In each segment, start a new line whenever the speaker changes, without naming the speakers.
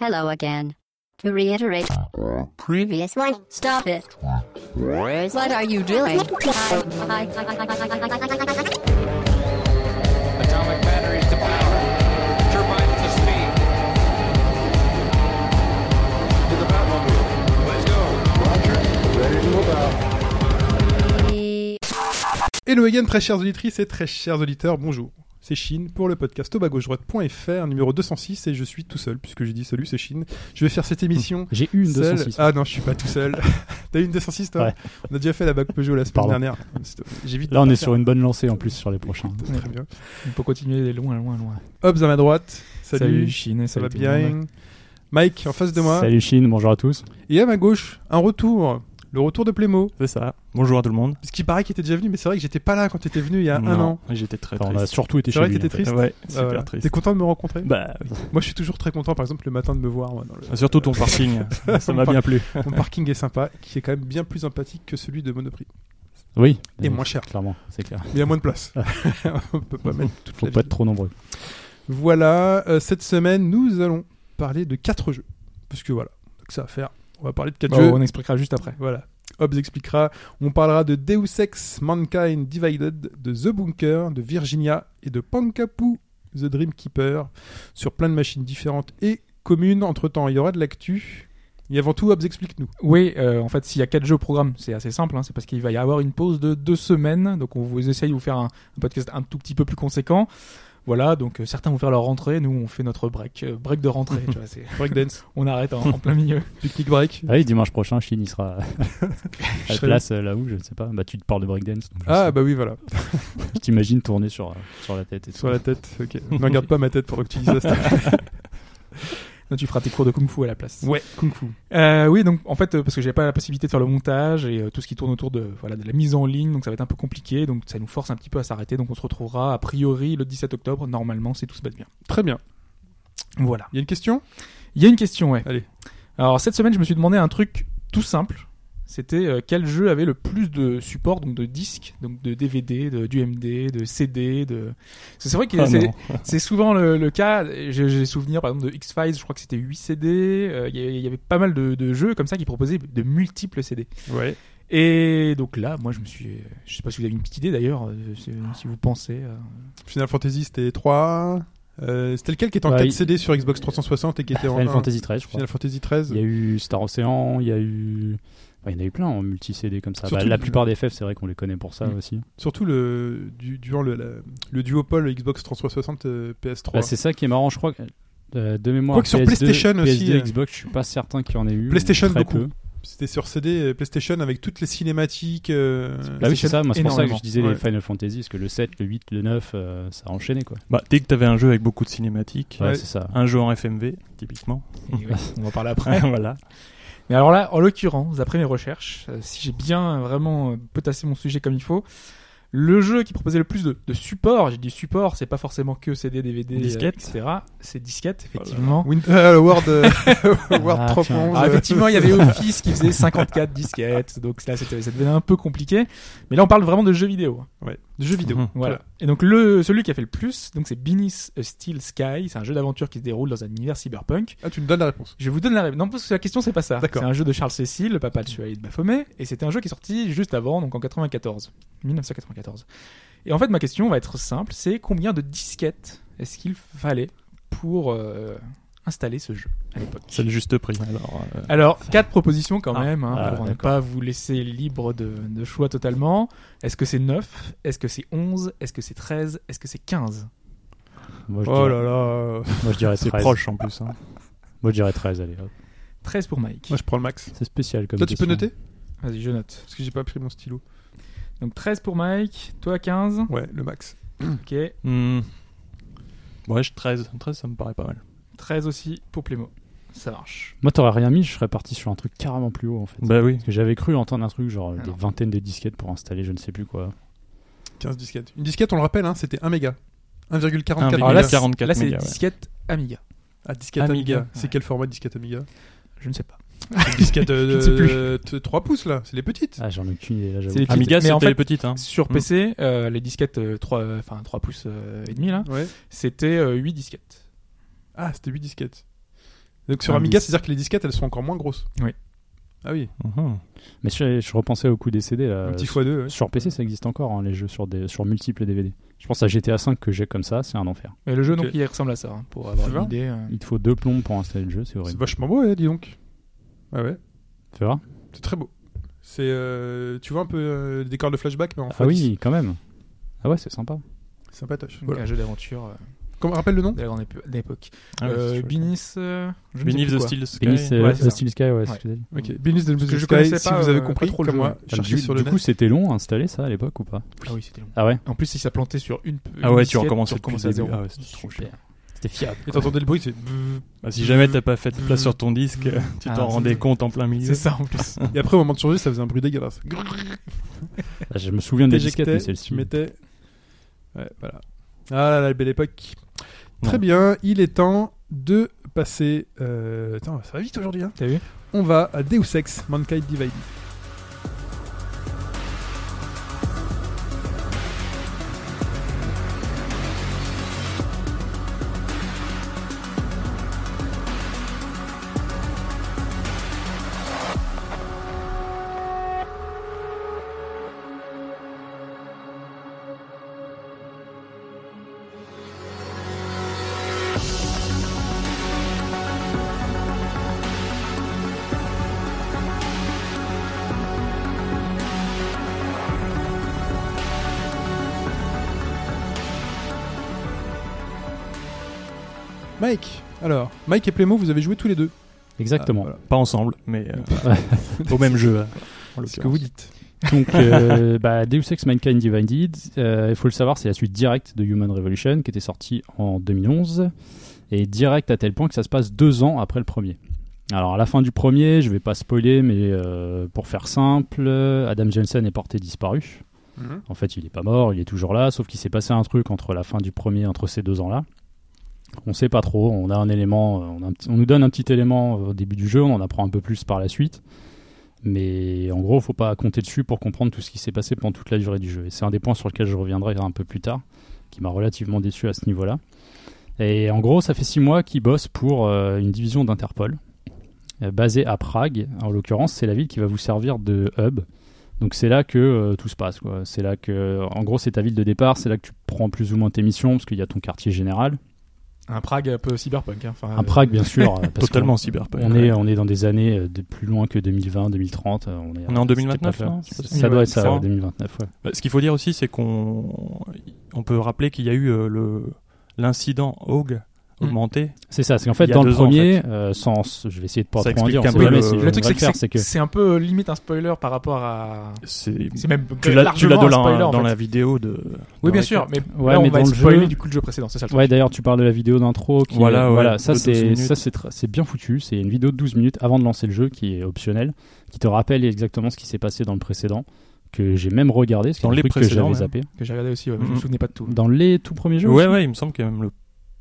Hello again. To reiterate, previous one, stop it. What are you doing?
Atomic batteries to power. Turbines to speed. To the Batmobile. Let's go.
Hello again, très chères auditrices et très chers auditeurs, bonjour. C'est Chine pour le podcast au bas gauche droite.fr numéro 206 et je suis tout seul puisque j'ai dit salut, c'est Chine. Je vais faire cette émission.
J'ai eu Hum. une
seul.
206.
Ah non, je suis pas tout seul. T'as eu une 206 toi
Ouais.
On a déjà fait la bague Peugeot la semaine
Pardon.
dernière. J'évite
Là, on est sur une bonne lancée en plus sur les prochains.
Très bien.
On peut continuer d'aller loin, loin, loin.
Hobbs à ma droite. Salut.
Chine,
ça va
salut tout le monde.
bien. Mike en face de moi.
Salut Chine, bonjour à tous.
Et à ma gauche, un retour. Le retour de Plémo.
C'est ça. Bonjour à tout le monde.
Ce qui paraît qu'il était déjà venu, mais c'est vrai que j'étais pas là quand t'étais venu il y a un
Non,
an.
J'étais très
Enfin,
triste.
on a surtout été
C'est
chez
vrai
lui. hein.
que t'étais triste
Ouais,
Ah,
super
voilà.
triste.
T'es content de me rencontrer
Bah, oui.
Moi, je suis toujours très content, par exemple, le matin de me voir. moi, dans le-
surtout ton parking.
ça m'a bien plu.
Mon parking est sympa, qui est quand même bien plus empathique que celui de Monoprix.
Oui. Ah.
Et moins cher.
Clairement, c'est clair.
Mais il y a moins de place. On peut pas mettre toute
Faut
la
pas
ville.
être trop nombreux.
Voilà, euh, cette semaine, nous allons parler de quatre jeux. Parce que voilà, donc ça à faire. On va parler de quatre
Bah,
Bon,
jeux.
Bah, on expliquera juste après.
Voilà. Hobbes expliquera. On parlera de Deus Ex Mankind Divided, de The Bunker, de Virginia et de Pankapu The Dream Keeper sur plein de machines différentes et communes. Entre temps, il y aura de l'actu. Et avant tout, Hobbes explique-nous.
Oui, euh, en fait, s'il y a quatre jeux au programme, c'est assez simple. hein, c'est parce qu'il va y avoir une pause de deux semaines. Donc, on vous essaye de vous faire un, un podcast un tout petit peu plus conséquent. Voilà, donc euh, certains vont faire leur rentrée, nous on fait notre break, euh, break de rentrée. tu vois, c'est-
Breakdance,
on arrête en, en plein milieu.
picnic break.
Ah oui, dimanche prochain, Chine, il sera à la
serai
place euh, là où, je ne sais pas. Bah, tu te parles de breakdance. donc je
Ah
sais.
bah oui, voilà.
Je t'imagine tourner sur, euh, sur la tête et tout.
Sur la tête, ok. ne regarde pas ma tête pendant que tu dis ça. Stéphane.
Donc, tu feras tes cours de kung fu à la place.
ouais, kung fu.
Euh, oui, donc en fait, euh, parce que j'avais pas la possibilité de faire le montage et euh, tout ce qui tourne autour de voilà de la mise en ligne, donc ça va être un peu compliqué, donc ça nous force un petit peu à s'arrêter. Donc on se retrouvera a priori le 17 octobre, normalement, si tout se passe bien.
Très bien.
Voilà.
Il y a une question
Il y a une question, ouais.
Allez.
Alors cette semaine, je me suis demandé un truc tout simple. C'était euh, quel jeu avait le plus de support, donc de disques, donc de DVD, de d'UMD, de CD, de. Parce que C'est vrai que
Ah
c'est-
non.
c'est souvent le, le cas. J'ai j'ai souvenir par exemple de X-Files, je crois que c'était 8 CD. euh, Il y, a- il y avait pas mal de, de jeux comme ça qui proposaient de multiples CD.
Ouais.
Et donc là, moi je me suis. euh, Je sais pas si vous avez une petite idée d'ailleurs, euh, si si vous pensez. euh.
Final Fantasy, c'était 3. Euh, c'était lequel qui était en
Ouais,
4
Bah, il-
CD sur Xbox 360 et qui était en
Final
un
Fantasy XIII, je crois.
Final Fantasy
Il y
13
a eu Star Ocean, il y a eu. enfin, il y en a eu plein en multi-CD comme ça. Bah,
Surtout
la
le-
plupart des FF, c'est vrai qu'on les connaît pour ça
Mm.
aussi.
Surtout le, du, durant le, la- le duopole Xbox 360 euh, PS3.
Bah, c'est ça qui est marrant, je crois. que, euh, de mémoire,
Quoi que sur
PS2,
PlayStation aussi,
PS2,
euh,
Xbox, je suis pas certain qu'il y en ait eu.
PlayStation,
ou très
beaucoup.
peu. Ah
C'était sur CD euh, PlayStation avec toutes les cinématiques. euh,
Bah oui, c'est ça, moi c'est pour ça que
énormément.
je disais
Ouais.
les Final Fantasy, parce que le 7, le 8, le 9, euh, ça a enchaîné quoi.
Bah, dès que t'avais un jeu avec beaucoup de cinématiques,
Ouais,
Ouais.
c'est ça.
un jeu en FMV, typiquement.
Et ouais, on va en parler après.
voilà.
Mais alors là, en l'occurrence, d'après mes recherches, euh, si j'ai bien euh, vraiment euh, potassé mon sujet comme il faut, le jeu qui proposait le plus de, de support, j'ai dit support, c'est pas forcément que CD, DVD, euh,
Disquette.
etc. C'est disquette, effectivement.
Win- euh, Word, euh, Word
Ah,
3.11.
Alors, effectivement, il y avait Office qui faisait 54 disquettes, donc là, c'était- ça devenait un peu compliqué. Mais là, on parle vraiment de jeux vidéo. hein.
Ouais, de jeux vidéo.
Mhm.
Voilà. Et donc le celui qui a fait le plus, donc c'est Beneath a Steel Sky. C'est un jeu d'aventure qui se déroule dans un univers cyberpunk.
Ah, tu me donnes la réponse.
Je vous donne la réponse. Non, parce que la question c'est pas ça.
D'accord.
C'est un jeu de Charles Cécile, le papa de Chevalier de Baphomet, et c'était un jeu qui est sorti juste avant, donc en 94, 1994. Et en fait, ma question va être simple. C'est combien de disquettes est-ce qu'il fallait pour euh, installer ce jeu à l'époque
C'est le juste prix. Alors, euh,
alors, quatre propositions quand même, hein,
ah,
pour ne
d'accord.
pas vous laisser libre de, de choix totalement. Est-ce que c'est 9 Est-ce que c'est 11 Est-ce que c'est 13 Est-ce que c'est 15
Moi je
Oh
dirais,
là là.
moi, je dirais
c'est
13.
proche en plus. hein.
Moi je dirais 13, allez. hop.
13 pour Mike.
Moi, je prends le max.
C'est spécial comme
Toi, tu peux
question.
noter
Vas-y, je note.
Parce que j'ai pas pris mon stylo.
Donc 13 pour Mike, toi 15.
Ouais, le max.
Ok.
Hmm. Ouais, je 13. 13, ça me paraît pas mal.
13 aussi pour Plémo. Ça marche.
Moi t'aurais rien mis, je serais parti sur un truc carrément plus haut en fait.
Bah oui.
Parce que j'avais cru entendre un truc genre des
Alors.
vingtaines de disquettes pour installer je ne sais plus quoi.
15 disquettes. Une disquette, on le rappelle, hein, c'était 1 méga. 1,44
1,44.
méga.
Alors
Ah, là,
là, 44
là, c'est
mégas,
des
ouais.
disquettes Amiga.
Ah, disquette Amiga.
Amiga.
C'est quel format de disquette Amiga
Je ne sais pas.
Disquette
Je ne sais plus.
euh, de 3 pouces là, c'est les petites.
Ah j'en ai aucune idée là j'avoue.
C'est les petites.
Amiga,
Mais
c'était
en fait-
les petites. Hein.
Sur
Mm.
PC, euh, les disquettes euh, 3, enfin, 3 pouces euh, et demi, là,
Ouais.
c'était euh, 8 disquettes.
Ah, c'était 8 disquettes. Donc sur
Un
Amiga,
disque.
c'est-à-dire que les disquettes, elles sont encore moins grosses.
Oui.
Ah oui,
Mhm.
Mais je, je repensais au coup des CD.
Euh,
Là.
petit
sur,
x2. ouais.
sur PC, ça existe encore, hein, les jeux sur, des, sur multiples DVD. Je pense à GTA V que j'ai comme ça, c'est un enfer.
Mais le jeu, donc,
Ok.
il ressemble à ça, hein, pour avoir
Tu
une
vois
idée. euh.
Il te faut deux plombes pour installer le jeu, c'est
C'est
horrible.
vachement beau, hein, dis donc. Ah ouais,
Tu vois
c'est très beau. C'est, euh, tu vois un peu euh, le décor de flashback, mais en
Ah
fait,
oui, quand même. Ah ouais, c'est sympa.
c'est sympatoche.
Donc,
Voilà.
Un jeu d'aventure euh,
Comment rappelle le nom
de la grande épo- époque.
Ah ouais, c'est
Euh,
chouette.
Binis. euh, je ne sais
Beneath
plus
the
quoi.
Steel Sky.
Beneath c'est
Ouais, c'est ça.
Steel euh, Sky, ouais, c'est
Ouais.
ce que j'ai dit.
Ok, Beneath the Blue
Euh, que je
Sky,
connaissais
si
pas,
vous avez
euh,
compris,
pas trop le
comme
jeu,
moi,
hein.
Enfin,
cherchez
du-
sur le
du
net.
coup, c'était long à installer ça à l'époque ou pas
Ah oui, c'était long.
Ah ouais
En plus, si ça plantait sur une. une
Ah ouais,
disquette,
tu recommences
tu
depuis le
recommences à
début.
zéro.
Ah ouais, c'est trop chiant.
C'était fiable.
Et t'entendais le bruit, c'est...
Bah, si jamais t'as pas fait de place sur ton disque, tu
Hmm. Ah,
t'en
c'est-
rendais compte en plein milieu.
C'est ça en plus.
Et après, au moment de changer, ça faisait un bruit dégueulasse.
Ah, Je me souviens des disquettes, mais
T'éjectais,
celle-ci.
tu mettais... Ouais, voilà. Ah là là, la belle époque. Très
Ouais.
bien, il est temps de passer... Euh... Attends, ça va vite aujourd'hui, hein
T'as vu
On va à Deus Ex, Mankind Divided. Mike, alors, Mike et Plémo, vous avez joué tous les deux.
Exactement.
Ah,
Pas ensemble, mais euh, au même jeu. hein, en
C'est ce que vous dites.
Donc, euh, bah, Deus Ex Mankind Divided, euh, il faut le savoir, c'est la suite directe de Human Revolution qui était sortie en 2011 et directe à tel point que ça se passe deux ans après le premier. Alors, à la fin du premier, je vais pas spoiler, mais euh, pour faire simple, Adam Johnson est porté disparu.
Mhm.
En fait, il est pas mort, il est toujours là, sauf qu'il s'est passé un truc entre la fin du premier, entre ces deux ans-là. On sait pas trop, on a un élément, euh, on, a un petit- on nous donne un petit élément euh, au début du jeu, on en apprend un peu plus par la suite. Mais en gros, faut pas compter dessus pour comprendre tout ce qui s'est passé pendant toute la durée du jeu. Et c'est un des points sur lequel je reviendrai un peu plus tard, qui m'a relativement déçu à ce niveau-là. Et en gros, ça fait six mois qu'il bosse pour euh, une division d'Interpol, euh, basée à Prague. En l'occurrence, c'est la ville qui va vous servir de hub donc c'est là que euh, tout se passe. quoi. C'est là que, en gros, c'est ta ville de départ. C'est là que tu prends plus ou moins tes missions parce qu'il y a ton quartier général.
Un Prague un peu cyberpunk. hein, Enfin,
Un Prague, bien sûr, euh, parce
Totalement
qu'on-
cyberpunk.
On
ouais.
est, on est dans des années euh, de plus loin que 2020, 2030. euh, On est,
On est en
c'était
2029,
pas-
là
Ça, doit être ça,
ça.
ouais, 2029. ouais.
Bah, Ce qu'il faut dire aussi, c'est qu'on on peut rappeler qu'il y a eu euh, le l'incident Hogue
Mm.
augmenté.
C'est ça. C'est qu'en fait,
Il y a
dans le
deux ans, en
premier, euh, sans, je vais essayer de pas
Ça
trop en dire.
explique
on
un
sait
peu
jamais
le-
si je
Le
vais
Le truc,
le
c'est que
faire,
c'est- c'est un peu euh, limite un spoiler par rapport à.
C'est
C'est même
tu l'as tu l'as
largement
dans
un
la
spoiler. en
dans
fait.
la vidéo de.
Oui,
dans
bien
la-
sûr, mais
Ouais,
là, on
mais
va
dans
être
le
spoilé
jeu-
du coup le jeu précédent, c'est ça le truc.
Ouais, d'ailleurs, tu parles de la vidéo d'intro. Qui,
Voilà,
euh,
ouais,
voilà, ça
de 12
c'est
minutes.
ça c'est tr- c'est bien foutu. C'est une vidéo de 12 minutes avant de lancer le jeu qui est optionnelle, qui te rappelle exactement ce qui s'est passé dans le précédent que j'ai même regardé, parce qu'il y
Dans
a des
les
trucs que
précédents,
j'avais zappé.
ouais.
Que j'ai regardé aussi, ouais, mais je me
Mhm.
souvenais pas de tout.
Dans les tout premiers jeux.
Ouais
aussi.
ouais, il me semble qu'il y a même le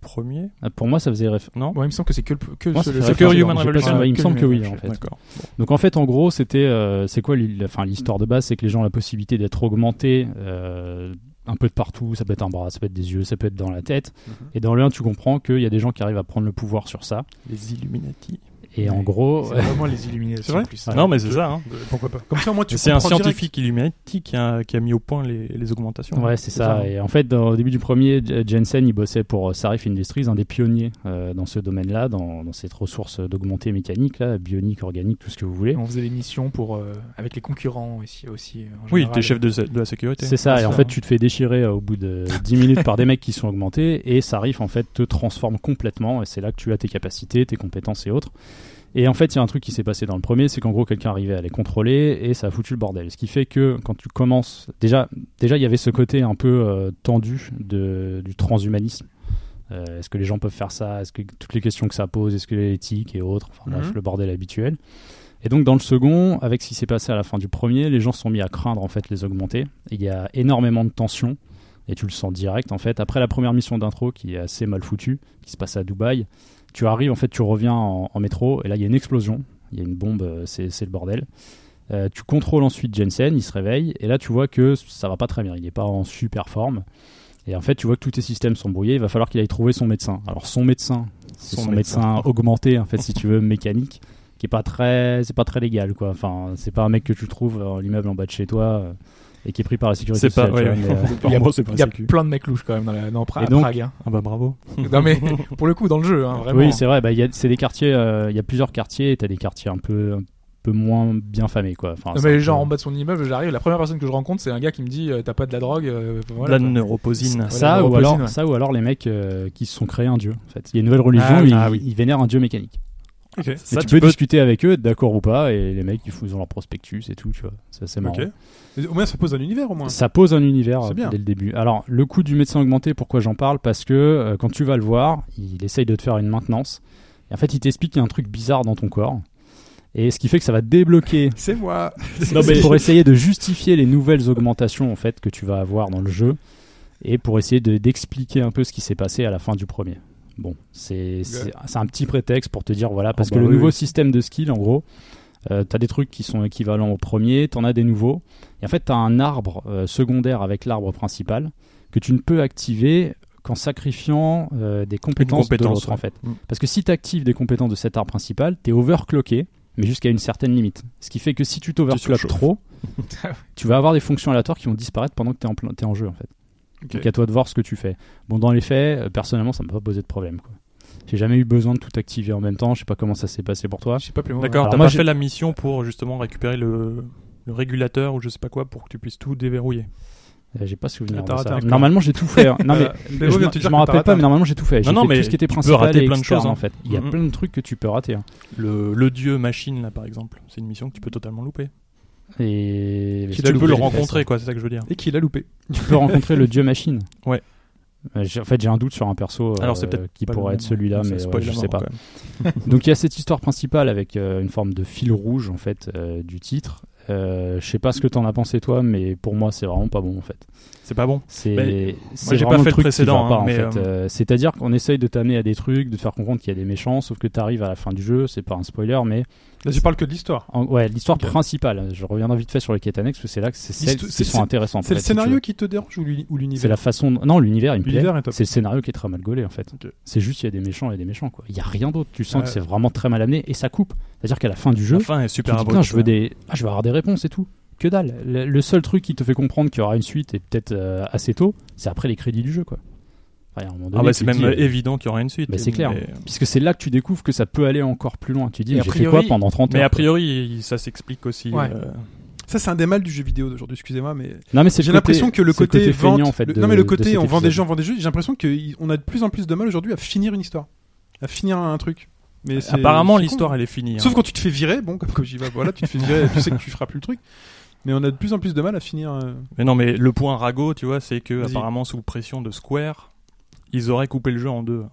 premier.
Ah, Pour moi, ça faisait réf-
Non.
Ouais, il me semble que c'est que le. Que
Moi,
ce-
ça
le-
fait
le-
que
référence,
Human
j'ai pas
Revolution.
suivi, Il me semble que oui, en fait.
D'accord.
Donc en fait, en gros, c'était, euh, c'est quoi l'île- enfin, l'histoire de base C'est que les gens ont la possibilité d'être augmentés euh, un peu de partout. Ça peut être un bras, ça peut être des yeux, ça peut être dans la tête.
Mhm.
Et dans le 1, tu comprends qu'il y a des gens qui arrivent à prendre le pouvoir sur ça.
Les Illuminati.
Et en gros,
C'est vraiment les illuminations.
C'est vrai
en plus.
Non mais c'est ça. hein.
Pourquoi pas Comme ça, au moins, tu
C'est un
comprends direct.
scientifique Illuminati qui a qui a mis au point les les augmentations.
Ouais, c'est ça. hein. Et en fait, dans- au début du premier, J- euh, Jensen, il bossait pour euh, Sarif Industries, un des pionniers euh, dans ce domaine-là, dans, dans cette ressource d'augmentée mécanique, là, bionique, organique, tout ce que vous voulez.
Et On faisait des missions pour, euh, avec les concurrents aussi. aussi euh, en
Oui,
général.
t'es chef de sa- de la sécurité.
C'est ça,
C'est
et en
ça,
fait,
hein.
tu te fais déchirer euh, au bout de 10 minutes par des mecs qui sont augmentés, et Sarif, en fait, te transforme complètement, et c'est là que tu as tes capacités, tes compétences et autres. Et en fait, il y a un truc qui s'est passé dans le premier, c'est qu'en gros, quelqu'un arrivait à les contrôler, et ça a foutu le bordel. Ce qui fait que quand tu commences. Déjà, déjà il y avait ce côté un peu euh, tendu de, du transhumanisme. Euh, Est-ce que les gens peuvent faire ça Est-ce que toutes les questions que ça pose Est-ce que l'éthique et autres Enfin bref,
Mhm.
le bordel habituel. Et donc dans le second, avec ce qui s'est passé à la fin du premier, les gens se sont mis à craindre en fait les augmenter. Il y a énormément de tensions et tu le sens direct en fait. Après la première mission d'intro qui est assez mal foutue, qui se passe à Dubaï, tu arrives en fait, tu reviens en, en métro et là il y a une explosion, il y a une bombe, euh, c'est c'est le bordel. Euh, tu contrôles ensuite Jensen, il se réveille et là tu vois que ça va pas très bien, il est pas en super forme. Et en fait, tu vois que tous tes systèmes sont brouillés, il va falloir qu'il aille trouver son médecin. Alors son médecin, C'est son, médecin augmenté, en fait, si tu veux, mécanique, qui est pas très, c'est pas très légal, quoi. Enfin, c'est pas un mec que tu trouves dans l'immeuble en bas de chez toi euh, et qui est pris par la sécurité
C'est pas.
sociale, tu
ouais,
vois, mais, euh,
Par
y a-
moi, c'est pas
Il y a
sécu.
plein de mecs louches quand même dans, la, dans Pra-
Et donc-
Prague. hein.
Ah bah bravo.
Non mais pour le coup dans le jeu, hein, vraiment.
Oui, c'est vrai. Bah, il y a, c'est des quartiers. euh, Il y a plusieurs quartiers. et T'as des quartiers un peu, un peu moins bien famés, quoi. Enfin,
Non
c'est un
mais
peu-
genre en bas de son immeuble, j'arrive, la première personne que je rencontre c'est un gars qui me dit euh, t'as pas de la drogue. euh, voilà,
de la
quoi.
neuroposine.
Ouais.
ça
la
ou
neuroposine,
alors,
ouais.
ça ou alors les mecs euh, qui se sont créés un dieu. En fait, il y a une nouvelle religion.
Ah oui.
ils,
Ah oui.
ils vénèrent un dieu mécanique.
Ok.
Et
Ça,
tu, peux, discuter avec eux, d'accord ou pas, et les mecs ils font ils ont leur prospectus et tout. Tu vois, c'est assez marrant.
Ok. Mais Au moins, ça pose un univers, au moins.
Ça pose un univers
C'est
euh,
bien.
dès le début. Alors, le coup du médecin augmenté, pourquoi j'en parle Parce que euh, quand tu vas le voir, il essaye de te faire une maintenance. Et en fait, il t'explique qu'il y a un truc bizarre dans ton corps. Et ce qui fait que ça va débloquer
C'est moi. Euh,
Non, mais pour essayer de justifier les nouvelles augmentations en fait que tu vas avoir dans le jeu et pour essayer de- d'expliquer un peu ce qui s'est passé à la fin du premier. Bon, c'est c'est- c'est un petit prétexte pour te dire voilà parce
bah
que le
oui,
nouveau
oui.
système de skill en gros, euh, t'as des trucs qui sont équivalents au premier, t'en as des nouveaux et en fait t'as un arbre euh, secondaire avec l'arbre principal que tu ne peux activer qu'en sacrifiant euh, des compétences de
compétence,
l'autre en
ouais.
fait.
Mm.
Parce que si tu actives des compétences de cet arbre principal, t'es overclocké mais jusqu'à une certaine limite. Ce qui fait que si tu t'overclockes
surchauffes.
trop,
Ah ouais.
tu vas avoir des fonctions aléatoires qui vont disparaître pendant que tu es en, plein- t'es en jeu. En fait. Donc à toi de voir ce que tu fais. Bon, dans les faits, euh, personnellement, ça ne m'a pas posé de problème. quoi. J'ai jamais eu besoin de tout activer en même temps. Je sais pas comment ça s'est passé pour toi.
Je sais pas plus.
D'accord,
Alors
t'as
moi,
pas
j'ai-
fait la mission pour justement récupérer le, le régulateur ou je sais pas quoi pour que tu puisses tout déverrouiller.
Euh, J'ai pas souvenir
Ah, t'as
de
raté
ça.
un coup.
Normalement, j'ai tout fait. hein. non mais
Béro
je
vient
m'en-
te
je
dire
m'en
que t'as
rappelle pas,
raté.
mais normalement, j'ai tout fait. J'ai
non,
fait
mais
tout ce qui était
tu peux
principal
rater
et
plein de
externe,
choses, hein.
en fait. Il y a
Mhm.
plein de trucs que tu peux rater. hein.
Le, le dieu machine là par exemple, c'est une mission que tu peux totalement louper.
Et
Si
J'ai
tu peux le
loupé, j'ai fait
rencontrer quoi, c'est ça que je veux dire.
Et qui l'a loupé.
Tu peux rencontrer le dieu machine.
Ouais.
Euh, j'ai- En fait, j'ai un doute sur un perso euh,
Alors c'est peut-être
qui
pas
pourrait
le
être
même, hein.
celui-là,
ça
mais
spoil
ouais,
la
je sais
mort,
pas.
quand même.
Donc il y a cette histoire principale avec euh, une forme de fil rouge en fait euh, du titre. Euh, je sais pas ce que t'en as pensé toi, mais pour moi c'est vraiment pas bon en fait.
C'est pas bon.
C'est
Mais
c'est
j'ai
vraiment
pas fait le
truc qui
précédent,
va pas,
hein,
en
mais,
fait. Euh, C'est-à-dire qu'on essaye de t'amener à des trucs, de te faire comprendre qu'il y a des méchants, sauf que t'arrives à la fin du jeu. C'est pas un spoiler, mais
Là, tu parles que de l'histoire.
en- ouais l'histoire principale. Je reviendrai vite fait sur les quêtes annexes parce que c'est là que c'est celles
L'histo-
qui
c'est-
sont intéressantes. en
C'est le
fait, si tu
scénario
veux.
qui te dérange ou l'uni- ou
C'est la
l'univers
façon. de- Non, l'univers, il me plaît.
L'univers est top.
C'est le scénario qui est très mal gaulé en fait.
Ok.
C'est juste il y a des méchants et des méchants quoi. Il y a rien d'autre. Tu sens
Ouais.
que c'est vraiment très mal amené et ça coupe. C'est-à-dire qu'à la fin du jeu,
La fin est
tu te
super
dis,
abrupte.
putain, je veux des, ah, je vais avoir des réponses et tout. Que dalle. Le, le seul truc qui te fait comprendre qu'il y aura une suite et peut-être euh, assez tôt, c'est après les crédits du jeu quoi. Enfin, à un moment
Ah
donné,
bah
tu
c'est
te
même
dis, euh,
évident qu'il y aura une suite.
bah, c'est clair.
Mais,
puisque c'est là que tu découvres que ça peut aller encore plus loin. Tu dis,
Et
mais
a
j'ai fait
priori-
quoi pendant 30
mais
heures,
a
quoi.
priori ça s'explique aussi.
Ouais.
euh,
Ça, c'est un des mal du jeu vidéo d'aujourd'hui, excusez-moi, mais
Non mais c'est le
J'ai
côté-
l'impression que le
c'est
côté, vente,
feignant, en fait.
le-
de-
non mais le
de
côté
cet
on vend
épisode.
des jeux, on vend des jeux. J'ai l'impression qu'on a de plus en plus de mal aujourd'hui à finir une histoire, à finir un truc. Mais c'est-
Apparemment
c'est con.
l'histoire elle est finie.
Sauf
hein.
quand tu te fais virer, bon comme, comme j'y vais, voilà, tu te fais virer, tu sais que tu feras plus le truc. Mais on a de plus en plus de mal à finir. euh,
Mais non, mais le point ragot, tu vois, c'est que
Vas-y.
apparemment sous pression de Square, ils auraient coupé le jeu en deux.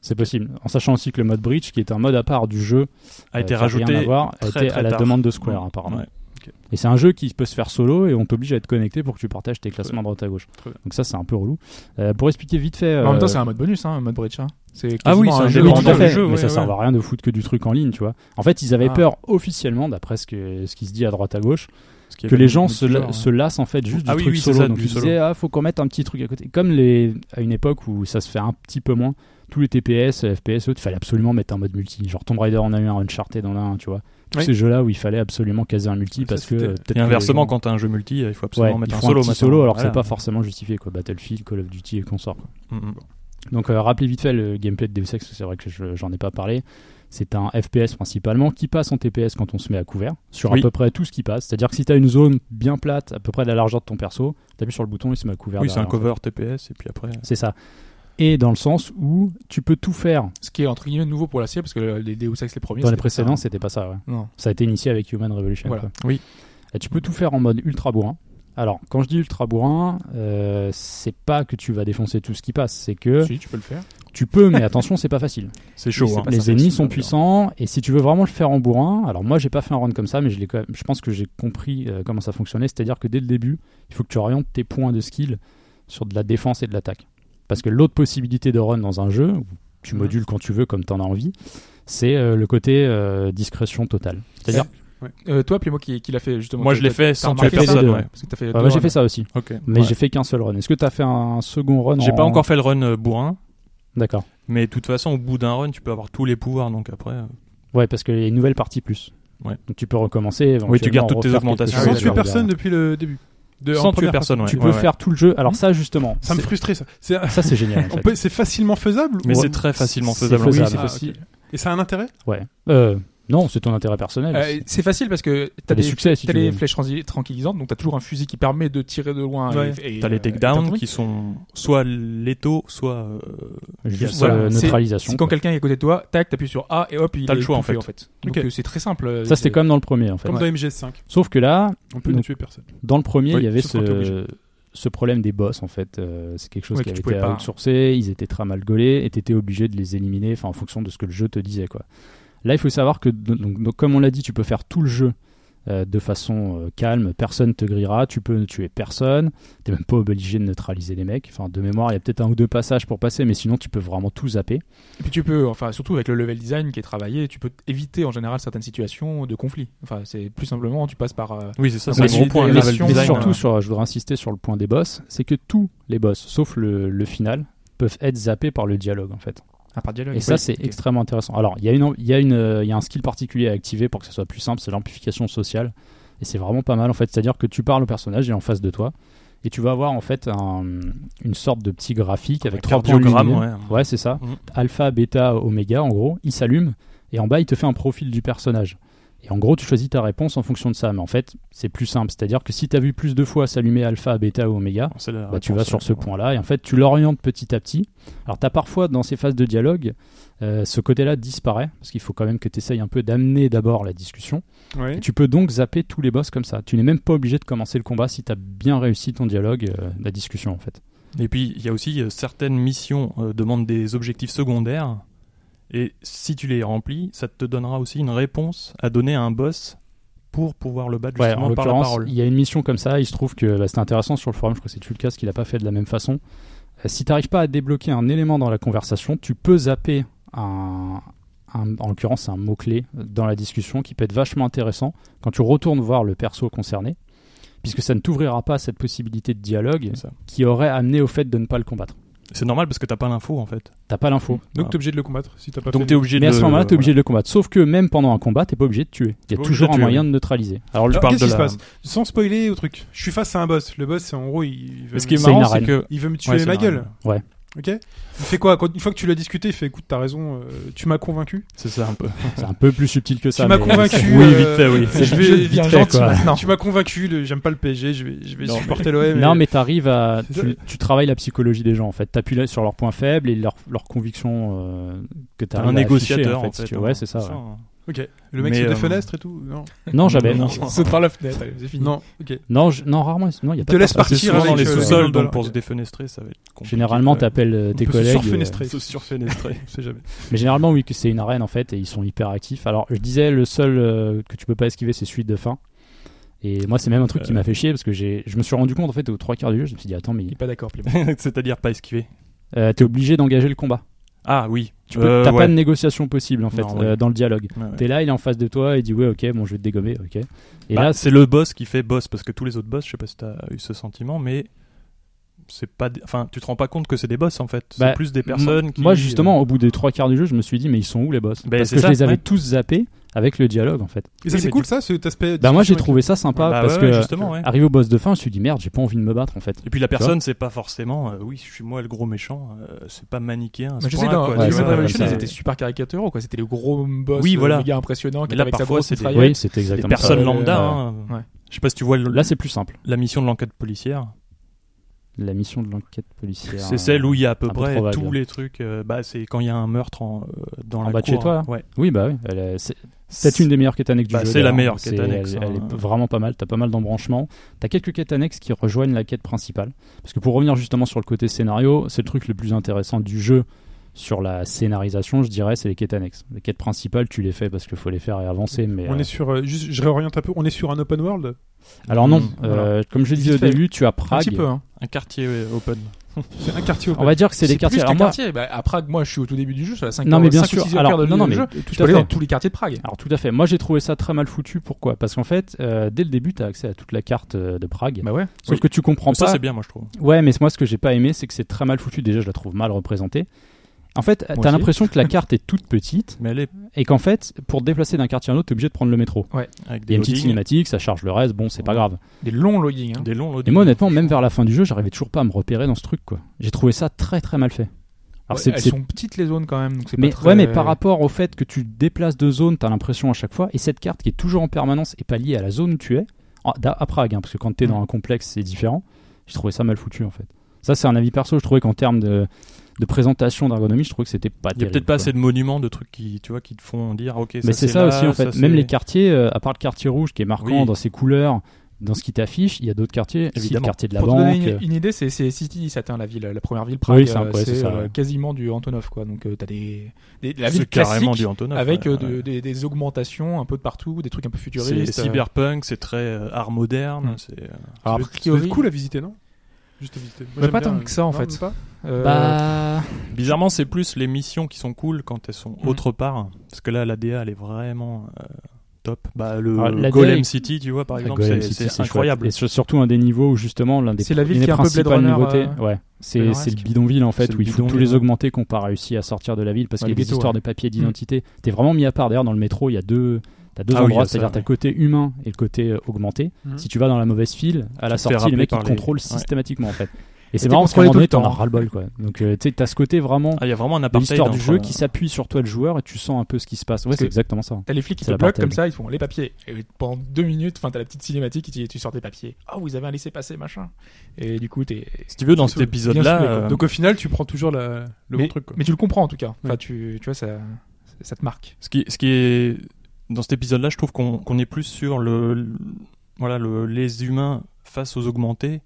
C'est possible. En sachant aussi que le mode bridge, qui est un mode à part du jeu,
A
euh,
été
qui a rien à
rajouté.
voir, a
très,
été
très
à la
tard.
demande de Square
Ouais.
apparemment.
Ouais.
Et c'est un jeu qui peut se faire solo et on t'oblige à être connecté pour que tu partages tes classements à droite à gauche.
Très bien.
Donc ça c'est un peu relou. Euh, pour expliquer vite fait.
En même temps
euh,
c'est un mode bonus, hein, un mode bridge. hein. C'est
Ah oui,
quasiment
c'est un
un
jeu
jeu
oui,
de
en
tout à
random.
fait,
jeu.
Le jeu,
mais
ouais,
ça sert
ouais.
à rien de foutre que du truc en ligne, tu vois. En fait, ils avaient
Ah.
peur officiellement, d'après ce, que- ce qui se dit à droite à gauche,
ce qui est
que les
même
gens se, la-
bizarre, hein.
se lassent en fait juste
Ah
du
oui,
truc
oui, c'est
solo.
ça,
Donc
du
ils disaient, ah, faut qu'on mette un petit truc à côté. Comme les, à une époque où ça se fait un petit peu moins, tous les TPS, FPS, autres, il fallait absolument mettre un mode multi. Genre Tomb Raider en a eu un, Uncharted en a un, tu vois. Tous
Oui.
ces jeux-là où il fallait absolument caser un multi
Ça,
parce que.
c'était-
euh, peut-être
Et
que les
inversement,
gens-
quand t'as un jeu multi, il faut
Ouais,
absolument mettre
ils
un
font
solo.
petit
maintenant.
solo alors que c'est
Voilà.
pas forcément justifié quoi. Battlefield, Call of Duty et consorts. quoi.
Mm, mm.
Donc euh, rappelez vite fait le gameplay de Deus Ex, c'est vrai que je- j'en ai pas parlé. C'est un FPS principalement qui passe en TPS quand on se met à couvert sur
Oui.
à peu près tout ce qui passe. C'est-à-dire que si t'as une zone bien plate, à peu près de la largeur de ton perso, t'appuies sur le bouton, il se met à couvert.
Oui, c'est un
derrière, en
cover TPS et puis après.
fait. C'est ça. Et dans le sens où tu peux tout faire.
Ce qui est entre guillemets nouveau pour la série parce que euh, les Deus Ex les premiers.
Dans les
c'était
précédents,
ça.
c'était pas ça. ouais.
Non.
Ça a été initié avec Human Revolution.
Voilà.
quoi.
Oui.
Et tu peux tout faire en mode ultra bourrin. Alors, quand je dis ultra bourrin, euh, c'est pas que tu vas défoncer tout ce qui passe, c'est que
Si tu peux le faire.
tu peux, mais attention, c'est pas facile.
euh, C'est chaud.
c'est
hein.
pas
les
ça,
ennemis
facile,
sont
d'ailleurs.
puissants et si tu veux vraiment le faire en bourrin, alors moi j'ai pas fait un run comme ça, mais je, l'ai quand même- je pense que j'ai compris euh, comment ça fonctionnait, c'est-à-dire que dès le début, il faut que tu orientes tes points de skill sur de la défense et de l'attaque. Parce que l'autre possibilité de run dans un jeu, où tu
Mhm.
modules quand tu veux, comme t'en as envie, c'est euh, le côté euh, discrétion totale. C'est-à-dire,
Euh, toi, Plémo qui, qui l'a fait justement.
Moi,
t'as-
je l'ai
t'as-
fait
t'as
sans tuer
remarqué
personne,
personne.
ouais.
ouais.
Parce que t'as fait. euh,
Ouais,
deux
moi, j'ai
runs.
fait ça aussi,
Ok.
mais
Ouais.
j'ai fait qu'un seul run. Est-ce que t'as fait un second run
J'ai
en-
pas encore fait le run euh, bourrin.
D'accord.
Mais de toute façon, au bout d'un run, tu peux avoir tous les pouvoirs. Donc après, euh,
Ouais, parce que les nouvelles parties plus.
Ouais.
Donc tu peux recommencer. éventuellement,
tu gardes toutes tes
refaire quelque
augmentations.
chose
Sans
Sans
tuer
tuer
derrière.
personne depuis le début. De,
sans tuer personne. ouais.
Tu
Ouais,
peux
ouais.
faire tout le jeu. Alors ça, justement,
Ça me
c'est-
frustrait ça. C'est
ça c'est génial. en
on
fait.
peut- c'est facilement faisable
Mais
ou-
c'est très facilement
C'est
faisable. en
Oui,
faisable.
fait.
c'est
Ah,
facile. Et ça a un intérêt
Ouais. Euh, non, c'est ton intérêt personnel.
Euh,
aussi.
c'est facile parce que t'as
T'as
des,
des succès, si
t'as
tu
les
veux.
flèches transi- tranquilisantes, donc t'as toujours un fusil qui permet de tirer de loin.
Ouais.
et- et,
T'as
euh,
les takedowns
et
qui sont soit létaux, soit. euh,
Juste
voilà,
euh,
c'est-
neutralisation.
Si quand quelqu'un est à côté de toi, tac, t'appuies sur A et hop, il
T'as le
est
choix, en
bouffé,
fait.
Donc
Ok.
euh, c'est très simple. euh,
Ça c'était
c'est-
comme dans le premier en fait.
Comme dans MGS5.
Sauf que là,
On peut ne
Donc,
tuer personne.
Dans le premier,
Oui,
il y avait
sauf quand t'es
ce,
obligé.
ce problème des boss, en fait. Euh, c'est quelque chose
Ouais,
qui
que tu
avait
pouvais
été
pas-
outsourcé, ils étaient très mal gaulés, et t'étais obligé de les éliminer enfin, en fonction de ce que le jeu te disait. Quoi. Là, il faut savoir que, donc, donc, comme on l'a dit, tu peux faire tout le jeu euh, de façon euh, calme, personne te grillera, tu peux ne tuer personne, t'es même pas obligé de neutraliser les mecs. Enfin, de mémoire, il y a peut-être un ou deux passages pour passer, mais sinon, tu peux vraiment tout zapper.
Et puis tu peux, enfin surtout avec le level design qui est travaillé, tu peux éviter en général certaines situations de conflit. Enfin c'est plus simplement, tu passes par. euh,
Oui, c'est ça,
Mais
c'est un
si-
gros point.
mais
le level
si on-
Mais
design,
surtout,
euh,
sur, je voudrais insister sur le point des boss, c'est que tous les boss, sauf le, le final, peuvent être zappés par le dialogue, en fait.
un par dialogue.
Et ça,
Oui.
c'est
Ok.
extrêmement intéressant. Alors, il y, a une- il y, a une, euh, il y a un skill particulier à activer pour que ça soit plus simple, c'est l'amplification sociale. Et c'est vraiment pas mal, en fait. C'est-à-dire que tu parles au personnage, il est en face de toi, et tu vas avoir, en fait, un- une sorte de petit graphique avec
un
trois points
cardiogramme,
lumineux.
ouais.
Ouais, c'est ça.
Mhm.
Alpha, bêta, oméga, en gros, il s'allume, et en bas, il te fait un profil du personnage. Et en gros, tu choisis ta réponse en fonction de ça. Mais en fait, c'est plus simple. C'est-à-dire que si tu as vu plus de fois s'allumer alpha, bêta ou oméga,
C'est la
bah, tu vas
réponse,
sur ce
ouais.
point-là et en fait tu l'orientes petit à petit. Alors tu as parfois dans ces phases de dialogue, euh, ce côté-là disparaît parce qu'il faut quand même que tu essayes un peu d'amener d'abord la discussion.
Ouais.
Et tu peux donc zapper tous les boss comme ça. Tu n'es même pas obligé de commencer le combat si tu as bien réussi ton dialogue, euh, la discussion en fait.
Et puis, il y a aussi euh, certaines missions euh, demandent des objectifs secondaires. Et si tu les remplis, ça te donnera aussi une réponse à donner à un boss pour pouvoir le battre
Ouais, en
justement par la
l'occurrence,
parole.
il y a une mission comme ça. Il se trouve que bah, c'était intéressant sur le forum. Je crois que c'est Tulkas qui l'a pas fait de la même façon. Euh, si t'arrives pas à débloquer un élément dans la conversation, tu peux zapper un, un- en l'occurrence un mot clé dans la discussion qui peut être vachement intéressant quand tu retournes voir le perso concerné, puisque ça ne t'ouvrira pas cette possibilité de dialogue
C'est ça.
qui aurait amené au fait de ne pas le combattre.
C'est normal parce que t'as pas l'info en fait.
T'as pas l'info.
Donc t'es obligé de le combattre si t'as pas
Donc
fait.
t'es obligé
Mais à
de.
ce moment-là, t'es obligé de le combattre. Sauf que même pendant un combat, t'es pas obligé de tuer. Il y a
pas
toujours un
obligé de tuer, Ah.
moyen
oui.
de neutraliser. Alors le
Alors,
parles
qu'est-ce
de
qui se
la-
passe Sans spoiler au truc. Je suis face à un boss. Le boss, c'est en gros, il veut,
Mais ce qui est
C'est une
marrant, c'est
arène.
que.
il veut me tuer
Ouais, c'est
ma
normal.
gueule.
Ouais.
Ok. Il fait quoi Quand- Une fois que tu l'as discuté, il fait écoute, t'as raison, euh, tu m'as convaincu.
C'est ça un peu.
c'est un peu plus subtil que ça.
tu m'as
mais-
convaincu.
Oui,
euh,
vite fait, oui.
Je
Je
vais,
deviens
fait,
gentil
quoi.
maintenant.
tu m'as convaincu. le- J'aime pas le PSG. Je vais, je vais
Non, mais-
supporter l'OM.
Non,
et-
mais t'arrives à.
C'est
Tu,
ça.
tu travailles la psychologie des gens, en fait. T'appuies là sur leurs points faibles et leurs leurs convictions euh, que
T'as
t'arrives
un
à afficher,
négociateur
en fait. si tu veux.
hein.
ouais, c'est ça. ouais.
hein.
Ok. Le mec
Mais,
sur des
euh,
fenêtres et tout. Non.
Non, jamais.
Non.
Non,
Saute par la fenêtre, allez, c'est fini.
Non. Ok.
non, je- non, rarement. Non, il y a
Te
pas de
laisse
personne.
C'est
partir
souvent dans les
avec, euh,
sous-sols,
20
donc pour se défenestrer, ça va être compliqué.
Généralement,
Ouais.
t'appelles euh,
On
tes
peut se
collègues.
surfenestrer.
euh,
Se surfenestrer.
On sait jamais.
mais généralement, oui, que c'est une arène en fait et ils sont hyper actifs. Alors, je disais, le seul euh, que tu peux pas esquiver, c'est celui de fin. Et moi, c'est même un truc qui
Euh.
m'a fait chier parce que j'ai, je me suis rendu compte en fait aux trois quarts du jeu, je me suis dit, attends, mais
Il est pas d'accord, Clément.
C'est-à-dire pas esquiver.
euh, t'es obligé d'engager le combat.
Ah oui.
Tu peux,
Euh,
t'as
ouais.
pas de négociation possible en fait
Non, ouais.
euh, dans le dialogue.
Ouais, ouais.
T'es là, il est en face de toi, il dit ouais, ok, bon, je vais te dégommer, ok. Et
Bah,
là,
c'est le boss qui fait boss parce que tous les autres boss, je sais pas si t'as eu ce sentiment, mais c'est pas, des- enfin, tu te rends pas compte que c'est des boss en fait. C'est
Bah,
plus des personnes.
moi,
qui,
moi, justement, au bout des trois quarts du jeu, je me suis dit mais ils sont où les boss
Bah,
Parce
c'est
que
ça,
je les avais
ouais.
tous zappés avec le dialogue en fait.
Et ça
Oui,
c'est
mais
cool
du-
ça, cet aspect.
Bah moi
discussion
j'ai
avec-
trouvé ça sympa
Bah,
parce
ouais,
que
justement, ouais.
arrivé au boss de fin, je me suis dit merde, j'ai pas envie de me battre en fait.
Et puis la personne, c'est pas forcément, euh, oui, je suis moi le gros méchant. euh, c'est pas manichéen. à ce
Mais je sais,
point-là,
dans
quoi,
ouais,
tu
Human
c'est
vois.
pas
Revolution,
comme ça,
ils
ouais.
étaient super caricaturaux, quoi. C'était le gros boss
Oui,
euh,
voilà.
méga impressionnant, qui
Mais là,
était avec sa
parfois,
grosse
c'est des-
mitraillette.
Oui, c'était
Des
exactement
personnes
ça.
euh,
lambda.
ouais.
hein.
Ouais.
Je sais pas si tu vois le-
Là, c'est plus simple.
la mission de l'enquête policière.
La mission de l'enquête policière.
C'est celle où il y a à peu
un peu
près
trop vague,
tous
hein.
les trucs. euh, bah, c'est quand il y a un meurtre en, euh, dans
En
la
bas de chez
cour,
toi,
hein.
là
Ouais.
Oui, bah oui. elle est- c'est- C'est une des meilleures quêtes annexes du
Bah,
jeu.
c'est la
d'ailleurs.
meilleure quête
C'est-
annexe,
Elle, elle
hein.
est vraiment pas mal. T'as pas mal d'embranchements. T'as quelques quêtes annexes qui rejoignent la quête principale. Parce que pour revenir justement sur le côté scénario, c'est le truc le plus intéressant du jeu sur la scénarisation, je dirais, c'est les quêtes annexes. Les quêtes principales, tu les fais parce qu'il faut les faire et avancer. Mais
On
euh,
est sur, euh, juste, je réoriente un peu. On est sur un open world.
alors non.
Mm,
euh, comme je disais au
Vite fait.
début, tu as
Un
Prague.
petit peu, hein.
Un quartier ouais, open.
C'est un quartier
On
open.
va dire que c'est des
plus
quartiers.
qu'un
Alors moi,
quartier. Bah, à Prague, moi, je suis au tout début du jeu, je suis à la 5
Non, mais bien
cinq ou
sûr.
6
Alors,
de euh,
non, non,
du
mais
jeu.
tout
Je
à
peux aller
fait.
dans tous les quartiers de Prague.
Alors tout à fait. Moi j'ai trouvé ça très mal foutu. Pourquoi Parce qu'en fait, euh, dès le début, tu as accès à toute la carte euh, de Prague.
Bah ouais.
Sauf
oui.
que tu comprends
Ça
pas.
c'est bien, moi je trouve.
Ouais, mais moi ce que j'ai pas aimé, c'est que c'est très mal foutu. Déjà, je la trouve mal représentée. En fait,
Moi
t'as
aussi.
l'impression que la carte est toute petite
Mais elle est
et qu'en fait, pour te déplacer d'un quartier à un autre, t'es obligé de prendre le métro.
avec
Il y a
des
une petite
loadings,
cinématique, ça charge le reste, bon, c'est pas grave.
Des longs loadings. hein.
des longs
Et
loadings.
moi, honnêtement, même vers la fin du jeu, j'arrivais toujours pas à me repérer dans ce truc, quoi. J'ai trouvé ça très très mal fait. Alors,
Ouais,
c'est-
elles
c'est-
sont petites les zones quand même. Donc c'est
mais,
pas très-
ouais, mais par rapport au fait que tu te déplaces de zone, t'as l'impression à chaque fois, et cette carte qui est toujours en permanence et pas liée à la zone où tu es, en- d'a- à Prague, hein, parce que quand
Mm.
t'es dans un complexe, c'est différent, j'ai trouvé ça mal foutu en fait. Ça, c'est un avis perso, je trouvais qu'en termes de, de présentation d'ergonomie, je trouvais que c'était pas
Il y a
terrible,
peut-être pas
quoi.
assez de monuments, de trucs qui, tu vois, qui te font dire, ok,
Mais c'est ça
là,
aussi en fait.
ça,
Même
c'est-
les quartiers, euh, à part le quartier rouge qui est marquant
Oui.
dans ses couleurs, dans ce qui t'affiche, il y a d'autres quartiers. Si, le
Évidemment.
quartier de la
Pour te
banque.
donner
euh,
une, une idée, c'est c'est City Satin, la ville, la première ville Prague.
Oui, c'est un-
euh,
ouais, c'est ça,
euh,
ouais.
quasiment du Antonov, quoi. Donc euh, t'as des, des la
c'est
ville
carrément
classique
du Antonov.
avec
ouais,
euh,
ouais.
de- des, des augmentations un peu de partout, des trucs un peu
C'est
futuristes. euh.
cyberpunk, c'est très euh, art moderne.
Mm.
Hmm.
c'est, euh,
Ça
Alors, a
doit être- ça doit être
priori-
cool à visiter, non Juste à visiter. Moi,
Bah,
j'aime
pas
bien,
tant
euh,
que ça, en
non,
fait.
même pas
Euh,
bah,
Bizarrement, c'est plus les missions qui sont cool quand elles sont
Mm.
Mhm.
autre part. Parce que là, la DA, elle est vraiment euh, top. Bah, le
Alors, Ah, la
Golem
DA,
City, tu vois, par
la
exemple,
Ah, Golem
c'est-
City,
c'est
chouette.
incroyable.
Et c'est surtout un des niveaux où justement l'un des,
C'est la ville
une des
qui est un peu Blade
principales
Runner,
nouveautés.
euh,
Ouais. C'est,
Runner-esque.
c'est le bidonville en fait
C'est le
où il faut tous
bidonville,
les
ouais.
augmenter qu'on pas réussi à sortir de la ville parce
Ouais,
qu'il y a
le
des
ghetto,
histoires de
ouais.
papier d'identité. T'es vraiment mis à part. D'ailleurs, dans le métro, il y a deux. T'as deux
Ah oui, il y
endroits,
a ça,
c'est-à-dire t'as le côté humain et le côté euh, augmenté.
Mhm.
Si tu vas dans la mauvaise file, à la
Tu te fais
sortie, les mecs ils te
rappeler par les-
contrôlent systématiquement en fait. Et c'est
t'es
marrant parce qu'à un
contrôlé
moment
tout le
donné, t'en as
temps.
ras-le-bol quoi. Donc euh, tu sais, t'as ce côté vraiment
Ah, il y a vraiment un
de
apartheid.
l'histoire du
entre,
jeu
euh,
qui s'appuie sur toi le joueur et tu sens un peu ce qui se passe. Ouais,
Parce
c'est
que-
exactement ça.
T'as les flics qui
C'est
te
la
bloquent
partage.
comme ça, ils font les papiers. Et pendant deux minutes, enfin, t'as la petite cinématique et tu, tu sors tes papiers. Oh, vous avez un laissé-passer, machin. Et du coup, t'es.
Si tu veux, dans
Bien
cet
saoulé,
épisode-là,
bien saoulé, quoi.
euh,
Donc au final, tu prends toujours la- le bon truc. quoi.
Mais tu le comprends en tout cas. Enfin,
Ouais.
tu, tu vois, ça, ça te marque.
ce qui, ce qui est dans cet épisode-là, je trouve qu'on qu'on est plus sur le, le- voilà, le- les humains face aux augmentés.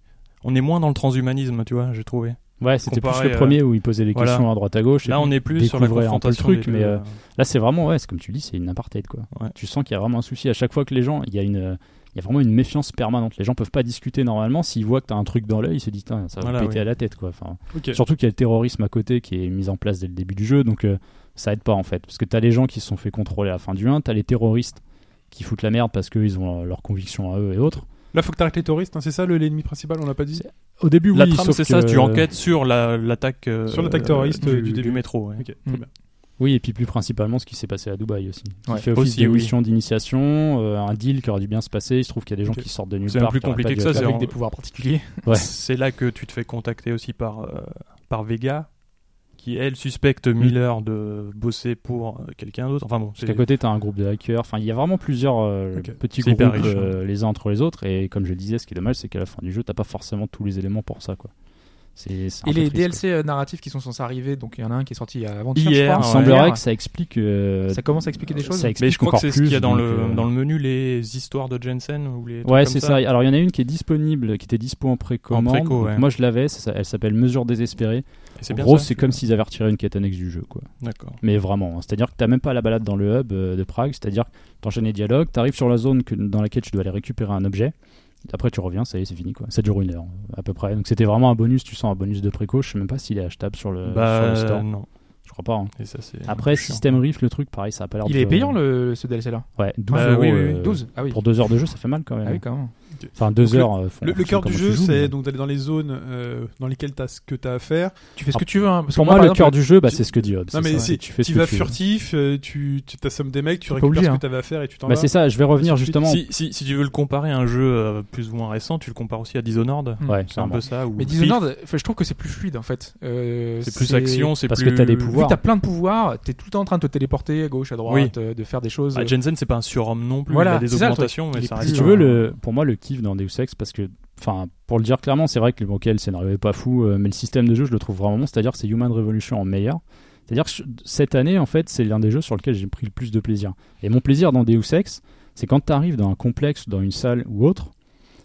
On est moins dans le transhumanisme, tu vois, j'ai trouvé.
Ouais, c'était plus
Comparé,
le premier où il posait des
voilà.
questions à droite à gauche. et
Là,
puis-
on est plus sur la
découvrez un peu le
confrontation
truc,
des
mais,
deux,
euh, là, c'est vraiment, ouais, c'est comme tu dis, c'est une apartheid quoi.
Ouais.
Tu sens qu'il y a vraiment un souci à chaque fois que les gens, il y a une, euh, il y a vraiment une méfiance permanente. Les gens peuvent pas discuter normalement. S'ils voient que t'as un truc dans l'œil, ils se disent, Tain, ça va
Voilà,
péter
oui.
à la tête quoi. Enfin,
Ok.
Surtout qu'il y a le terrorisme à côté qui est mis en place dès le début du jeu, donc euh, ça aide pas en fait. Parce que t'as les gens qui se sont fait contrôler à la fin du 1, t'as les terroristes qui foutent la merde parce qu'ils ont euh, leurs convictions à eux et autres.
Là, faut que t'arrêtes les touristes, hein, c'est ça le- l'ennemi principal, on l'a pas dit
C'est- Au début,
la
oui,
trame,
sauf
c'est
que-
ça, tu enquêtes sur la- l'attaque euh,
Sur l'attaque terroriste, euh,
du,
du début.
métro. ouais.
Ok,
Mm.
très bien.
Oui, et puis plus principalement ce qui s'est passé à Dubaï aussi. Qui
Ouais,
fait office
aussi,
d'une
oui.
mission d'initiation, euh, un deal qui aurait dû bien se passer. Il se trouve qu'il y a des gens
Ok.
qui sortent de nulle
C'est
part.
même plus
qui auraient
compliqué
pas dû
que ça,
être là.
Avec
en-
des pouvoirs particuliers.
Ouais.
C'est là que tu te fais contacter aussi par, euh, par Vega, qui elle suspecte Miller de bosser pour euh, quelqu'un d'autre. Enfin bon,
Mm. Parce
c'est
qu'à côté, tu as un groupe de hackers. Enfin, il y a vraiment plusieurs euh,
Ok.
petits
C'est
groupes
hyper riche,
euh, les uns entre les autres. Et comme je le disais, ce qui est dommage, c'est qu'à la fin du jeu, t'as pas forcément tous les éléments pour ça. Quoi. C'est, c'est un
Et
peu
les
triste,
DLC euh, narratifs qui sont censés arriver, donc il y en a un qui est sorti avant-hier,
Hier,
je
quoi. Il
crois.
ouais.
semblerait que ça explique. euh,
Ça commence à expliquer des choses.
Ça
Mais
explique
je crois que
encore
c'est ce qu'il y a
plus,
dans le,
donc, euh,
dans le menu, les histoires de Jensen ou les trucs
Ouais,
comme
c'est ça. Alors, il y en a une qui est disponible, qui était dispo en précommande.
En préco,
Donc,
ouais.
Moi, je l'avais. ça- elle s'appelle Mesure désespérée.
Et c'est
En
bien
gros,
ça
c'est comme s'ils avaient retiré une quête annexe du jeu. quoi.
D'accord.
Mais vraiment, hein. c'est-à-dire que t'as même pas la balade dans le hub euh, de Prague, c'est-à-dire que t'enchaînes les dialogues, t'arrives sur la zone que- dans laquelle tu dois aller récupérer un objet, après tu reviens, ça y est, c'est fini quoi. Ça dure une heure à peu près. Donc c'était vraiment un bonus, tu sens un bonus de préco, je sais même pas s'il est achetable sur le, sur
bah,
le store,
non.
je crois pas. hein.
Et ça, c'est
Après,
chiant.
système Rift, le truc, pareil, ça a pas l'air
Il
de-
est payant le, ce DLC-là
Ouais, 12
Ah,
euros.
oui, oui,
euh,
oui,
12 Ah Bah oui.
Pour deux heures de jeu, ça fait mal quand même.
Ah oui, quand même.
Enfin, deux
Donc, le-
heures. euh, font-
Le, le
font
cœur du
comment
jeu,
tu joues,
c'est
mais-
donc d'aller dans les zones euh, dans lesquelles t'as ce que t'as à faire.
Tu fais ce
Ah,
que tu veux. Hein, parce que
Pour moi,
par
le
exemple,
cœur du jeu, bah,
tu-
c'est ce que dit Hobbes.
Non mais
c'est
c'est,
tu fais ce
tu
que
vas
tu veux.
furtif, euh, tu, tu t'assommes des mecs, tu
pas
récupères
obligé,
ce que
hein.
t'avais à faire et tu t'en
Bah,
vas.
c'est ça, je vais revenir justement.
Si, si, si tu veux le comparer à un jeu euh, plus ou moins récent, tu le compares aussi à Dishonored.
Hmm.
Ouais,
C'est un
clairement.
peu ça. ou
Mais
Thief,
Dishonored, enfin, je trouve que c'est plus fluide en fait. Euh,
c'est plus action, c'est
parce
plus.
que t'as des
Vu
pouvoirs.
que t'as plein de pouvoirs, t'es tout le temps en train de te téléporter à gauche, à droite,
Oui.
euh, de faire des choses.
Ah, Jensen, c'est pas un surhomme non plus.
Voilà,
il a des
c'est ça, le truc.
augmentations, mais
Il est
ça
plus-
reste.
Si tu
Ouais.
veux, le, pour moi, le kiff dans Deus Ex, parce que, enfin, pour le dire clairement, c'est vrai que ok, le scénario est pas fou, euh, mais le système de jeu, je le trouve vraiment bon. C'est-à-dire que c'est Human Revolution en meilleur. C'est-à-dire que je- cette année, en fait, c'est l'un des jeux sur lequel j'ai pris le plus de plaisir. Et mon plaisir dans Deus Ex, c'est quand tu arrives dans un complexe, dans une salle ou autre,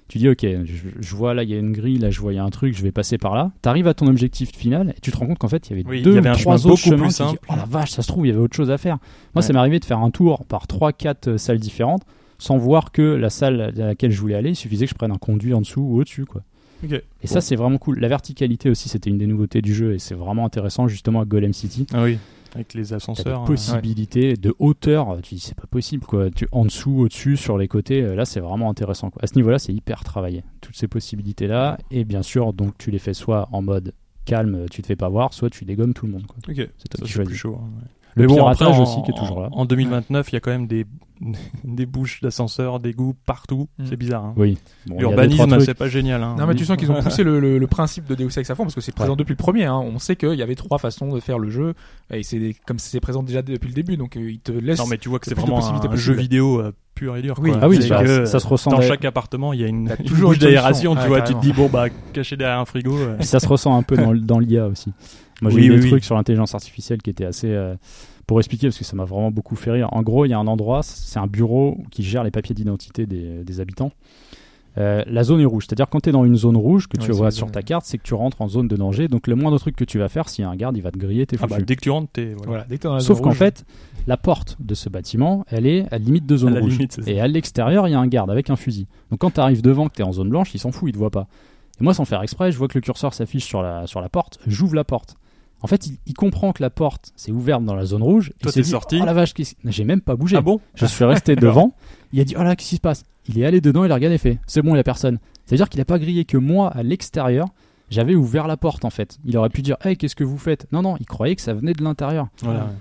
tu dis, ok, je, je vois là, il y a une grille, là, je vois, il y a un truc, je vais passer par là. Tu arrives à ton objectif final et tu te rends compte qu'en fait, il y avait
Oui, il y
deux
avait
ou
un
trois
chemin
autres
beaucoup plus
chemins. Tu dis,
simple.
oh la vache, ça se trouve, il y avait autre chose à faire. Moi,
Ouais.
ça m'est arrivé de faire un tour par trois, quatre euh, salles différentes sans voir que la salle à laquelle je voulais aller, il suffisait que je prenne un conduit en dessous ou au-dessus, quoi.
Ok.
Et ça, c'est vraiment cool. La verticalité aussi, c'était une des nouveautés du jeu et c'est vraiment intéressant, justement, à Golem City.
Ah oui, avec les
T'as des
ascenseurs. euh,
possibilités de hauteur. Tu dis, c'est pas possible, quoi. Tu, en dessous, au-dessus, sur les côtés, euh, là, c'est vraiment intéressant, quoi. À ce niveau-là, c'est hyper travaillé. Toutes ces possibilités-là. Et bien sûr, donc, tu les fais soit en mode calme, tu te fais pas voir, soit tu dégommes tout le monde. Quoi.
Ok,
C'est toi
ça,
qui
c'est
choisis.
plus chaud. hein, ouais.
Le piratage
après, en-
aussi qui est toujours là.
En 2029, il y a quand même des, des bouches d'ascenseur, des goûts partout.
Mm.
C'est bizarre. hein.
Oui. Bon, il y a deux, trois
L'urbanisme,
trucs.
c'est pas génial. hein.
Non, mais tu
Oui.
sens qu'ils ont poussé le, le- le principe de Deus Ex à fond parce que c'est présent
Ouais.
depuis le premier. hein. On sait qu'il y avait trois façons de faire le jeu et c'est comme c'est présent déjà depuis le début, donc euh, ils te laissent.
Non, mais tu vois que
le
c'est
plus de
vraiment
possibilités
un
possibles.
jeu vidéo euh, pur et dur.
Oui.
quoi.
Ah oui,
C'est
ça,
que
ça se ressent.
Dans
à-
chaque appartement, il y a une,
T'as
une
toujours
bouche
une solution.
d'aération.
Ah,
tu vois, tu te dis
carrément.
bon bah caché derrière un frigo. euh,
Puis ça se ressent un peu dans, l- dans l'IA aussi. Moi, j'ai
Oui,
eu des
oui, oui.
trucs sur l'intelligence artificielle qui étaient assez. euh, pour expliquer, parce que ça m'a vraiment beaucoup fait rire. En gros, il y a un endroit, c'est un bureau qui gère les papiers d'identité des, des habitants. Euh, la zone est rouge, c'est-à-dire quand tu es dans une zone rouge que
Ouais,
tu
c'est
vois
la
sur
zone,
ta
ouais.
carte, c'est que tu rentres en zone de danger. Donc le moindre truc que tu vas faire, s'il y a un garde, il va te griller, t'es
ah
foutu.
bah dès que tu rentres, t'es voilà.
Voilà, dès que t'es dans la
Sauf
zone
qu'en
rouge,
fait, la porte de ce bâtiment, elle est à la limite de
à
zone
la
rouge.
limite. c'est ça.
Et à l'extérieur, il y a un garde avec un fusil. Donc quand t'arrives devant, que t'es en zone blanche, il s'en fout, il te voit pas. Et moi, sans faire exprès, je vois que le curseur s'affiche sur la, sur la porte, j'ouvre la porte. En fait, il, il comprend que la porte s'est ouverte dans la zone rouge. il
Toi,
s'est
t'es
dit,
sorti.
Oh la vache, qu'est-ce- j'ai même pas bougé.
Ah bon
je suis resté devant. Il a dit, oh là, qu'est-ce qui se passe Il est allé dedans, il a regardé, il fait, c'est bon, il y a personne. C'est-à-dire qu'il a pas grillé que moi, à l'extérieur, j'avais ouvert la porte, en fait. Il aurait pu dire, hey, qu'est-ce que vous faites Non, non, il croyait que ça venait de l'intérieur.
Voilà.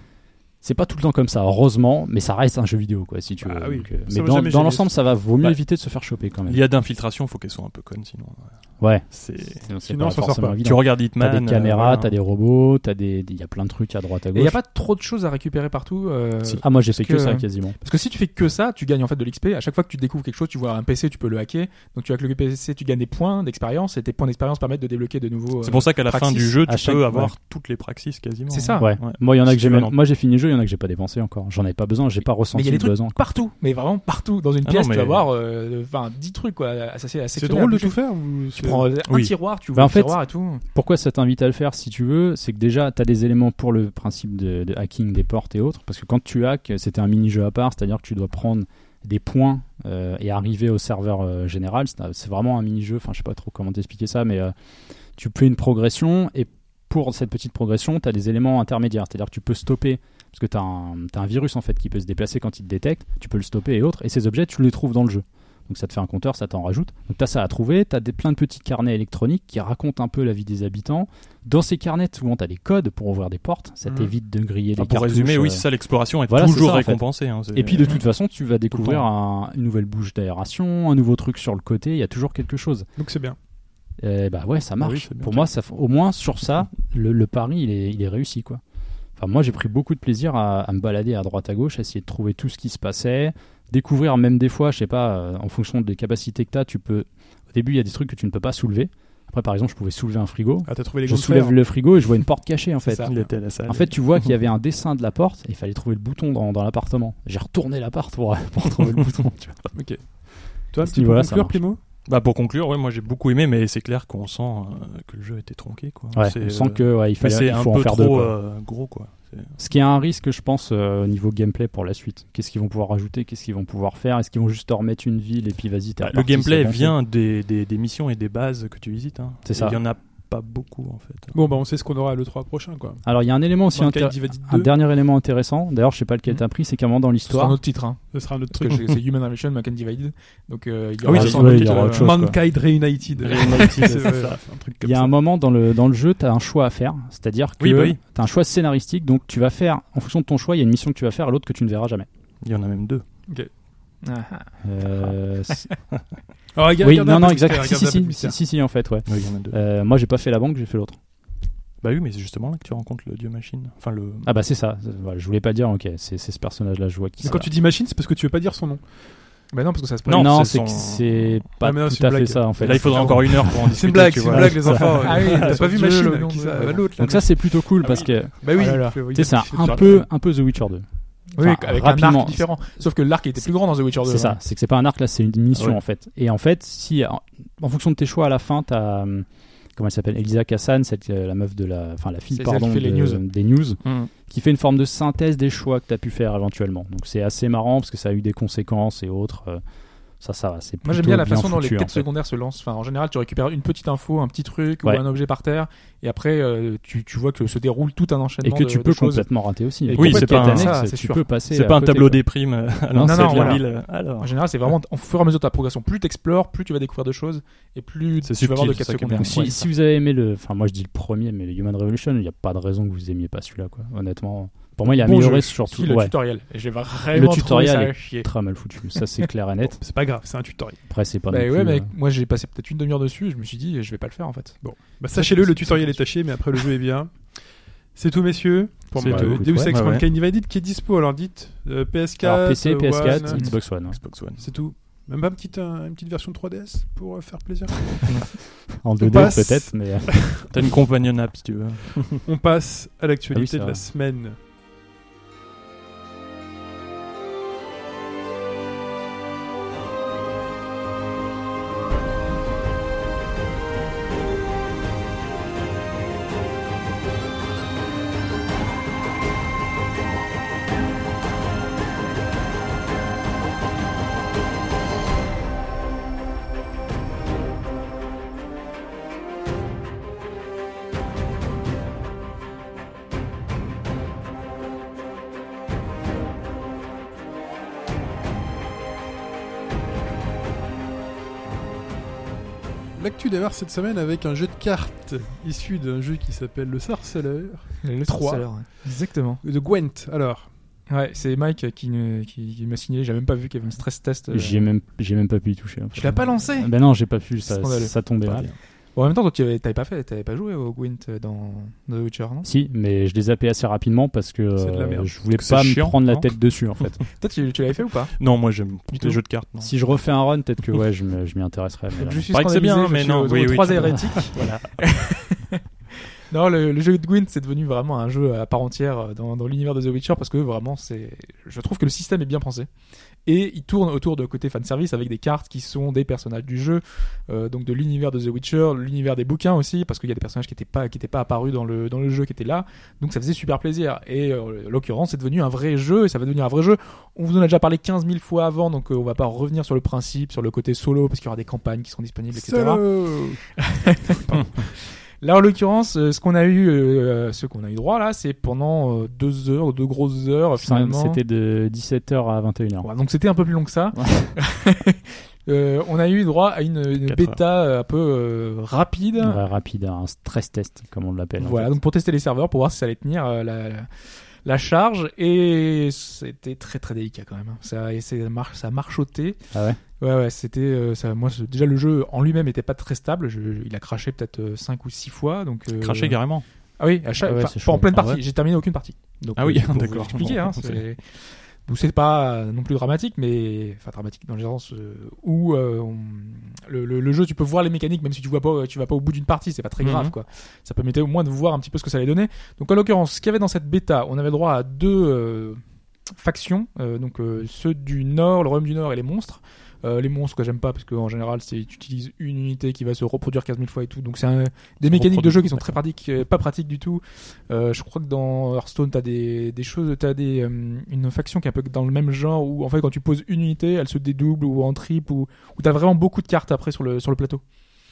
C'est pas tout le temps comme ça, heureusement, mais ça reste un jeu vidéo, quoi, si tu veux.
Bah oui,
Donc, euh,
ça
mais
va
dans,
jamais
dans
gêner.
l'ensemble, ça va vaut mieux
Bah,
éviter de se faire choper quand même.
L'IA d'infiltration, faut qu'elle soit un peu conne sinon. ouais.
Ouais.
C'est
Sinon,
Sinon, on s'en sort pas.
tu regardes Hitman.
T'as des caméras,
euh, voilà.
t'as des robots, t'as des, il y a plein de trucs à droite à
Et il
gauche.
n'y a pas trop de choses à récupérer partout. euh,
Ah moi j'ai fait que,
que-
ça quasiment.
Parce que si tu fais que ça, tu gagnes en fait de l'XP. À chaque fois que tu découvres quelque chose, tu vois un PC, tu peux le hacker. Donc tu avec le PC, tu gagnes des points d'expérience et tes points d'expérience permettent de débloquer de nouveaux.
C'est pour ça qu'à la fin
Praxis.
du jeu, tu
À chaque-
peux avoir toutes les praxis quasiment. hein.
ah, C'est ça.
Ouais.
Ouais.
Moi il y en a
Si
que j'ai
tu vas
même-
dans-
moi j'ai fini le jeu, il y en a que j'ai pas dépensé encore. J'en avais pas besoin, j'ai pas
Mais il y
ressenti
a des
le
trucs
besoin.
partout, mais vraiment partout. Dans une
Ah
pièce,
non,
tu vas
mais-
voir euh, enfin, 10 trucs quoi. Assez, assez
C'est drôle de tout faire. ou
Tu
c'est-
prends euh, un
Oui.
tiroir,
Bah,
tu ouvres
en
un
fait-
tiroir et tout.
Pourquoi ça t'invite à le faire si tu veux C'est que déjà, tu as des éléments pour le principe de, de hacking des portes et autres. Parce que quand tu hacks, c'était un mini-jeu à part, c'est-à-dire que tu dois prendre des points euh, et arriver au serveur euh, général. C'est un- C'est vraiment un mini-jeu, enfin je sais pas trop comment t'expliquer ça, mais euh, tu fais une progression et pour cette petite progression, tu as des éléments intermédiaires. C'est-à-dire que tu peux stopper, parce que tu as, un virus en fait qui peut se déplacer quand il te détecte, tu peux le stopper et autres, et ces objets, tu les trouves dans le jeu. Donc ça te fait un compteur, ça t'en rajoute. Donc tu as ça à trouver, tu as des, plein de petits carnets électroniques qui racontent un peu la vie des habitants. Dans ces carnets, souvent tu as des codes pour ouvrir des portes, ça
Mhm.
t'évite de griller
Mmh. Enfin,
des
pour
cartouches,
résumer, oui,
euh,
c'est ça, l'exploration est
Voilà, c'est
toujours
ça, en fait.
récompensée. hein, c'est-
et puis de toute façon, tu vas
temps.
découvrir un- une nouvelle bouche d'aération, un nouveau truc sur le côté, il y a toujours quelque chose.
Donc c'est bien.
Et bah ouais, ça
Bah oui,
marche.
c'est bien
Pour
ça.
moi, ça, f- au moins sur ça, le, le pari, il est, il est réussi. quoi. Enfin, moi, j'ai pris beaucoup de plaisir à, à me balader à droite à gauche, à essayer de trouver tout ce qui se passait, découvrir même des fois, je sais pas, euh, en fonction des capacités que tu as, tu peux... Au début, il y a des trucs que tu ne peux pas soulever. Après, par exemple, je pouvais soulever un frigo.
Ah, t'as trouvé les
Je
gants de
soulève
fer.
le frigo et je vois une porte cachée, en
C'est
fait.
ça.
Il était à la salle.
En fait, tu vois qu'il y avait un dessin de la porte et il fallait trouver le bouton dans, dans l'appartement. J'ai retourné l'appart pour, pour trouver le bouton. tu vois.
Ok. Toi, un
À ce
petit peu
niveau-là, ça
conclure,
marche.
Primo
Bah pour conclure, ouais, moi j'ai beaucoup aimé, mais c'est clair qu'on sent euh, que le jeu était tronqué, quoi.
Ouais,
C'est,
on
euh,
sent que ouais, il,
mais
fallait-
c'est
il
un
faut en
peu
faire deux.
trop
quoi.
euh, gros, quoi. C'est-
Ce qui est un risque, je pense, euh, au niveau gameplay pour la suite. Qu'est-ce qu'ils vont pouvoir rajouter Qu'est-ce qu'ils vont pouvoir faire Est-ce qu'ils vont juste te remettre une ville et puis vas-y, t'es
Bah, le
reparti, c'est
gameplay
bon.
vient des, des, des missions et des bases que tu visites. hein.
C'est
Et
ça.
Il y en a pas beaucoup en fait.
Bon, bah on sait ce qu'on aura le 3 prochain, quoi.
Alors, il y a un élément aussi
Bankai
intér-
Divided
un
2,
dernier élément intéressant. D'ailleurs, je sais pas lequel t'as pris, Mmh. c'est qu'à un moment dans
C'est un
l'histoire,
autre titre, hein.
ce sera un autre
Parce
truc.
que j'ai- c'est Human Revolution, Mac and Divided. Donc euh, il y
Ah oui,
aura
c'est-
sans
ouais,
doute,
il y aura
euh,
autre chose,
Mankind Reunited.
Reunited,
C'est
c'est
vrai,
ça.
un truc
il
comme
y a
ça.
un moment dans le, dans le jeu, t'as un choix à faire. C'est-à-dire que
Oui, bah oui.
t'as un choix scénaristique, donc tu vas faire, en fonction de ton choix, il y a une mission que tu vas faire, l'autre que tu ne verras jamais.
Il y en a même deux.
Ah, ah.
Euh, c'est-
Alors, regarde-
oui,
regarde un
non, non,
peu le
exact.
mystère, regarde un peu
Si,
le
si, si,
mystère.
si, si, en fait, ouais.
Oui, il y en a deux.
Euh, moi, j'ai pas fait la banque, j'ai fait l'autre.
Bah oui, mais c'est justement là que tu rencontres le dieu machine. Enfin le.
Ah bah c'est ça. Voilà, je voulais pas dire. Ok, c'est c'est ce personnage-là, je vois qui.
Mais
c'est.
quand tu dis machine, c'est parce que tu veux pas dire son nom.
Bah non, parce que ça se
Non,
Non,
c'est
c'est
son-
que c'est pas
Ah, mais non, c'est
tout
une
à fait
blague.
ça en fait.
Là, il faudra encore une heure pour en discuter.
C'est une blague,
tu
c'est une
vois.
blague, les enfants.
Ah oui,
T'as pas vu
Dieu, le
machine
nom
qui
de-
ça-
voilà.
L'autre, là.
Donc ça c'est plutôt cool parce que
Bah oui,
Ah là là.
tu
tu sais c'est un,
un
un peu un peu The Witcher 2.
Oui,
Enfin,
avec un
rapidement.
arc différent. Sauf que l'arc était plus grand dans The Witcher hein. 2.
C'est ça. C'est que c'est pas un arc là, c'est une mission
Ah ouais.
en fait. Et en fait, si en, en fonction de tes choix à la fin, t'as hum, comment elle s'appelle, Elisa Kassan, celle que- la meuf de la, enfin la fille
C'est celle
pardon
qui fait les
de-
news.
des news, Mmh.
Mm.
qui fait une forme de synthèse des choix que tu as pu faire éventuellement. Donc c'est assez marrant parce que ça a eu des conséquences et autres. euh, Ça, ça va. C'est
Moi j'aime
plutôt
bien la façon dont les
foutu, en
quêtes
fait.
secondaires se lancent. Enfin, en général, tu récupères une petite info, un petit truc
Ouais.
ou un objet par terre, et après euh, tu, tu vois que se déroule tout un
Et
enchaînement
que
de-
tu
de
peux
choses.
complètement rater aussi.
Et
Les
oui,
quêtes
c'est pas un-
annexes,
ça, c'est
tu
sûr.
peux passer.
C'est
à
pas un
côté,
tableau
quoi.
des primes euh, à
Non,
l'ancienne,
non, voilà.
la ville, euh, Alors,
En général, c'est vraiment au fur et à mesure de ta progression. Plus tu explores, plus tu vas découvrir de choses et plus tu
C'est
vas avoir de
subtil,
quêtes
ça qui est
secondaires.
bien.
Donc, si,
Ouais,
si vous avez aimé le, enfin moi je dis le premier, mais le Human Revolution, il n'y a pas de raison que vous aimiez pas celui-là, quoi. Honnêtement, pour moi il a
Bon
amélioré
jeu.
surtout
Si, le
ouais,
tutoriel. Et J'ai vraiment trouvé
tutoriel
ça
est
à chier.
très mal foutu. Ça c'est clair et net.
C'est pas grave, c'est un tutoriel.
Après c'est pas.
Bah
non
ouais,
plus,
mais
euh,
moi j'ai passé peut-être une demi-heure dessus, et je me suis dit je vais pas le faire en fait.
Bah, Sachez-le, le tutoriel est taché, mais après le jeu est bien. C'est tout, messieurs, pour
C'est
moi.
tout.
Deus Ex
Ouais, ouais.
Mankind Divided qui est dispo. Alors dites euh, PS4,
alors PC,
euh,
PS4,
One,
Xbox One, hein. ouais.
Xbox One.
c'est tout. Même pas une petite, un- une petite version 3DS pour euh, faire plaisir.
en 2D
passe.
peut-être, mais euh,
T'as une companion app si tu veux.
On passe à
Ah oui,
l'actualité
c'est
de
vrai.
la semaine. L'actu démarre cette semaine avec un jeu de cartes issu d'un jeu qui s'appelle Le Sarceleur
Le
trois.
trailer, ouais. Exactement.
de Gwent. Alors,
Ouais, c'est Mike qui, ne- qui, qui m'a signalé, j'avais même pas vu qu'il y avait une stress test. euh.
j'y ai même, j'ai même pas pu y toucher. en fait.
Tu l'as pas lancé
Ben non, j'ai pas pu. Ça,
Scandaleux.
ça tombait mal.
Bon, En même temps, toi, tu avais- t'avais pas fait, t'avais pas joué au Gwent euh, dans, dans The Witcher, non
Si, mais je les zappé assez rapidement parce que
C'est de la
euh,
merde.
je voulais
Donc,
pas
c'est chiant,
me prendre la
non
tête dessus en fait.
Toi, tu, tu l'avais fait ou pas
Non, moi j'aime
tout.
les jeux de cartes. non.
si je refais un run, peut-être que ouais, je me- je m'y intéresserais. mais euh, là,
Je suis
Paraît que c'est
scandalisé,
bien,
je
mais
suis
non,
aux- aux
oui, oui,
trois
tout à fait.
hérétiques.
Voilà.
Non, le, le jeu de Gwent, c'est devenu vraiment un jeu à part entière euh, dans, dans l'univers de The Witcher parce que vraiment, c'est, je trouve que le système est bien pensé. Et il tourne autour de côté fanservice avec des cartes qui sont des personnages du jeu, euh, donc de l'univers de The Witcher, l'univers des bouquins aussi, parce qu'il y a des personnages qui n'étaient pas, qui étaient pas apparus dans le, dans le jeu, qui étaient là. Donc ça faisait super plaisir. Et euh, en l'occurrence, c'est devenu un vrai jeu, et ça va devenir un vrai jeu. On vous en a déjà parlé 15 000 fois avant, donc euh, on va pas revenir sur le principe, sur le côté solo, parce qu'il y aura des campagnes qui seront disponibles, etc.
Solo
Là, en l'occurrence, euh, ce qu'on a eu, euh, ce qu'on a eu droit là, c'est pendant euh, deux heures, deux grosses heures euh, finalement.
C'était de 17h à 21h.
Ouais, donc c'était un peu plus long que ça. Euh, on a eu droit à une, une
Quatre
bêta euh, un peu euh, rapide.
Ouais, rapide, hein, un stress test, comme on l'appelle. en
Voilà,
fait.
donc pour tester les serveurs, pour voir si ça allait tenir euh, la, la- la charge. Et c'était très très délicat quand même. Ça, et c'est- ça, mar- ça marchotait.
Ah ouais
Ouais, ouais, c'était. euh, ça, moi, je- déjà, le jeu en lui-même était pas très stable. Je- je- il a craché peut-être 5 ou 6 fois. Donc, euh,
Cracher carrément.
Ah oui, à chaque,
Ah ouais,
enfin,
c'est
pas
chaud.
en pleine
Ah
partie.
ouais.
J'ai terminé aucune partie. Donc,
Ah oui,
euh, pour
d'accord.
vous expliquer, hein,
Bon,
c'est. Donc, c'est pas euh, non plus dramatique, mais enfin dramatique dans le sens euh, où euh, on- le, le- le jeu, tu peux voir les mécaniques, même si tu vois pas, tu vas pas au bout d'une partie, c'est pas très grave,
Mhm.
quoi. Ça permettait au moins de voir un petit peu ce que ça allait donner. Donc, en l'occurrence, ce qu'il y avait dans cette bêta, on avait droit à deux euh, factions, euh, donc euh, ceux du Nord, le Royaume du Nord et les monstres. Euh, les monstres que j'aime pas parce qu'en général c'est tu utilises une unité qui va se reproduire 15 000 fois et tout donc c'est un- des mécaniques de
reproduit.
jeu qui sont très pratiques euh, pas pratiques du tout euh, je crois que dans Hearthstone, t'as des, des choses, t'as des euh, une faction qui est un peu dans le même genre où en fait quand tu poses une unité, elle se dédouble ou en triple ou où t'as vraiment beaucoup de cartes après sur le sur le plateau.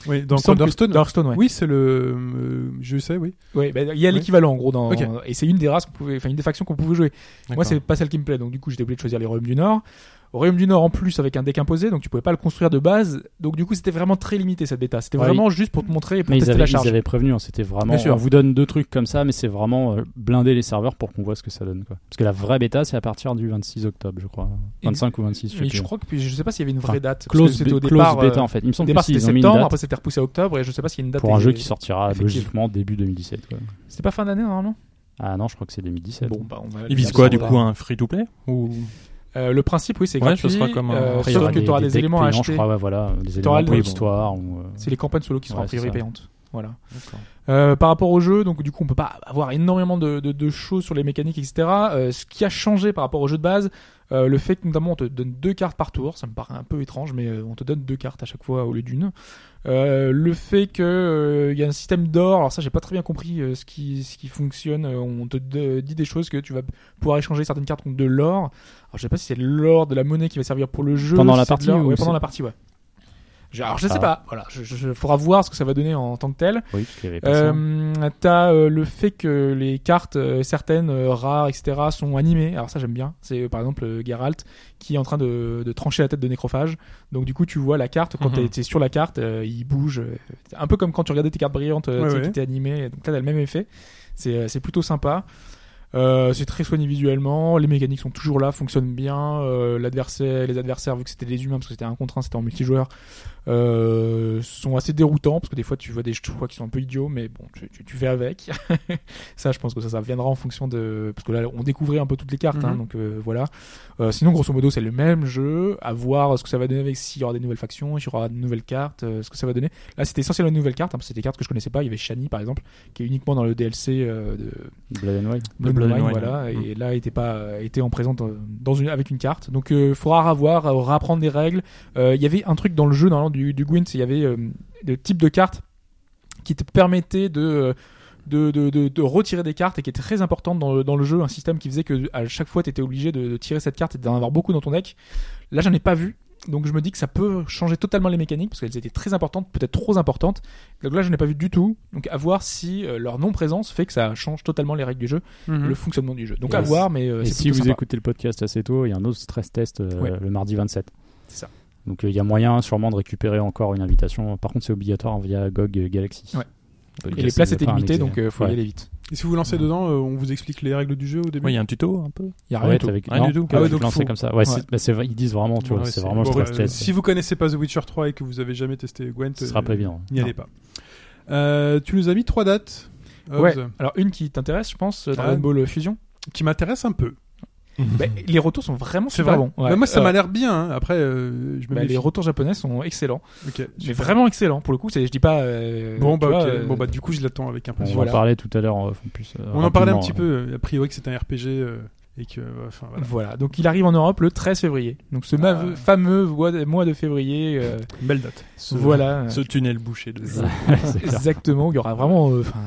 Oui, dans
Il me semble que-
Thunderstone.
dans Hearthstone, ouais.
Oui, c'est le. euh, je sais, oui.
Ouais, bah, il y a
Oui.
l'équivalent en gros dans
Ok.
et c'est une des races qu'on pouvait, enfin une des factions qu'on pouvait jouer. Moi,
D'accord.
c'est pas celle qui me plaît, donc du coup, j'étais obligé de choisir les Royaumes du Nord. Au Royaume du Nord, en plus, avec un deck imposé, donc tu pouvais pas le construire de base. Donc du coup, c'était vraiment très limité cette bêta. C'était
Ouais,
vraiment juste pour te montrer et pour
Mais ils
tester
avaient,
la
ils
charge.
avaient prévenu, hein, c'était vraiment.
Bien sûr.
On vous donne deux trucs comme ça, mais c'est vraiment euh, blinder les serveurs pour qu'on voit ce que ça donne. Quoi. Parce que la vraie bêta, c'est à partir du 26 octobre, je crois. 25 ou 26, je sais
Mais
plus.
je crois que puis, je sais pas s'il y avait une vraie
Enfin,
date. parce que
Close,
c'était au
bê- close
départ.
bêta,
euh,
en fait. Il me
Au
semble que
départ,
si,
c'était
ils ont mis une
septembre,
date
après c'était repoussé à octobre, et je sais pas s'il y a une date.
pour un
et-
jeu qui sortira
Effective.
logiquement début 2017. Quoi.
C'était pas fin d'année normalement
Ah non, je crois que c'est 2017.
Bon, bah on va.
Ils visent quoi du coup Un free-to-play ou...
Euh, Le principe, oui, c'est
Ouais,
gratuit.
ce sera comme un-
euh,
Après, il y
sauf
aura
que tu auras des,
decks
éléments à
payants,
acheter.
Je crois, ouais, voilà, des
T'auras
éléments pour
le-
l'histoire. ou, euh,
C'est les campagnes solo qui seront
Ouais,
a priori
c'est ça.
payantes. Voilà.
D'accord.
Euh, par rapport au jeu, donc du coup on peut pas avoir énormément de, de- de choses sur les mécaniques, etc. Euh, ce qui a changé par rapport au jeu de base, euh, le fait que notamment on te donne deux cartes par tour, ça me paraît un peu étrange, mais euh, on te donne deux cartes à chaque fois au lieu d'une. Euh, le fait que euh, il y a un système d'or, alors ça j'ai pas très bien compris euh, ce qui ce qui fonctionne. Euh, on te de- dit des choses que tu vas pouvoir échanger certaines cartes contre de l'or. Alors je sais pas si c'est de l'or de la monnaie qui va servir pour le jeu
Pendant
si
la
c'est de
partie
l'or-
ou
ouais,
c'est-
pendant la partie, ouais. Je- Alors je sais
Ah.
pas, voilà, je, je- je- faudra voir ce que ça va donner en tant que tel.
Oui, parce qu'il y avait pas ça.
Euh, T'as euh, le fait que les cartes euh, certaines euh, rares etc sont animées. Alors ça j'aime bien. C'est euh, par exemple euh, Geralt qui est en train de, de trancher la tête de Nécrophage. Donc du coup tu vois la carte quand
Mhm.
t'es- t'es sur la carte, euh, il bouge. euh, c'est un peu comme quand tu regardais tes cartes brillantes euh,
Ouais,
tu sais,
ouais.
qui étaient animées. Donc là t'as le même effet. C'est euh, c'est plutôt sympa. Euh, c'est très soigné visuellement, les mécaniques sont toujours là, fonctionnent bien. euh, L'adversaire, les adversaires, vu que c'était des humains, parce que c'était un contre un, c'était en multijoueur, euh, sont assez déroutants parce que des fois tu vois des choix qui sont un peu idiots, mais bon, tu, tu, tu fais avec. ça, je pense que ça, ça viendra en fonction de parce que là, on découvrait un peu toutes les cartes, hein,
Mhm.
donc euh, voilà. Euh, sinon, grosso modo, c'est le même jeu. À voir ce que ça va donner avec s'il y aura des nouvelles factions, s'il y aura de nouvelles cartes, euh, ce que ça va donner. Là, c'était essentiellement de nouvelles cartes, hein, parce que c'était des cartes que je connaissais pas. Il y avait Shani par exemple, qui est uniquement dans le DLC euh, de
Blood and Wine.
Blood,
Blood
and
and
Wine,
Wine,
voilà,
ouais. Mm.
et là il était pas euh, était en présente euh, dans une avec une carte. Donc euh, faudra revoir, euh, réapprendre des règles. Euh, Il y avait un truc dans le jeu normalement du du Gwent, il y avait euh, le type de carte qui te permettait de euh, de, de, de, de retirer des cartes et qui était très importante dans le, dans le jeu, un système qui faisait que à chaque fois tu étais obligé de, de tirer cette carte et d'en avoir beaucoup dans ton deck. Là, j'en ai pas vu. Donc je me dis que ça peut changer totalement les mécaniques parce qu'elles étaient très importantes, peut-être trop importantes. Donc là, je n'ai pas vu du tout. Donc à voir si euh, leur non-présence fait que ça change totalement les règles du jeu, le fonctionnement du jeu. Donc
Et
à
si-
voir, mais euh,
Hmm. Et
c'est
si
plutôt
vous
sympa.
écoutez le podcast assez tôt, il y a un autre stress test euh,
Ouais.
le mardi 27.
C'est ça.
Donc euh, il y a moyen sûrement de récupérer encore une invitation. Par contre, c'est obligatoire via GOG Galaxy.
Ouais.
Podcast,
Et les places
c'est
étaient
pas hein. un
limitées,
exil.
donc euh, faut y
Ouais.
aller vite.
Et si vous vous lancez dedans, euh, on vous explique les règles du jeu au début.
Ouais, il y a un tuto un peu.
Il y a rien
Ouais,
du tout.
avec...
Rien
non,
du tout.
que
Ah ouais,
tu
donc
te lances
faut-
comme ça. Ouais,
Ouais.
c'est- bah, c'est vrai, ils disent vraiment, tu vois,
Ouais,
c'est
c'est-
vraiment
Bon,
le stress
bref,
test.
si vous connaissez pas The Witcher 3 et que vous avez jamais testé Gwent,
Ce sera
euh,
pas évident.
N'y allez pas. Euh, tu nous as mis trois dates Hobbs,
Ouais. Alors une qui t'intéresse, je pense, euh, Dragon
Ah.
Ball Fusion.
qui m'intéressent un peu.
Bah, les retours sont vraiment
C'est
super
vrai
bons. Ouais.
Bah, moi, ça
Euh,
m'a l'air bien. hein. Après, euh, je me
bah,
méfie.
les retours japonais sont excellents,
Ok,
mais
super.
vraiment excellents pour le coup. c'est- Je dis pas. euh,
Bon
tu
bah,
vois,
ok.
euh,
bon bah, du coup, je l'attends avec
On
impatience.
Voilà.
en parlait tout à l'heure. en off, en plus, euh,
On en parlait un
rapidement,
petit
euh.
peu. A priori, que c'est un RPG euh, et que, euh, enfin, voilà. Ah.
Voilà, donc il arrive en Europe le 13 février. Donc ce maveux- fameux mois de, mois de février, euh,
belle date.
Ce-
voilà,
Ce tunnel bouché de.
euh, C'est clair.
exactement, il y aura vraiment euh, enfin,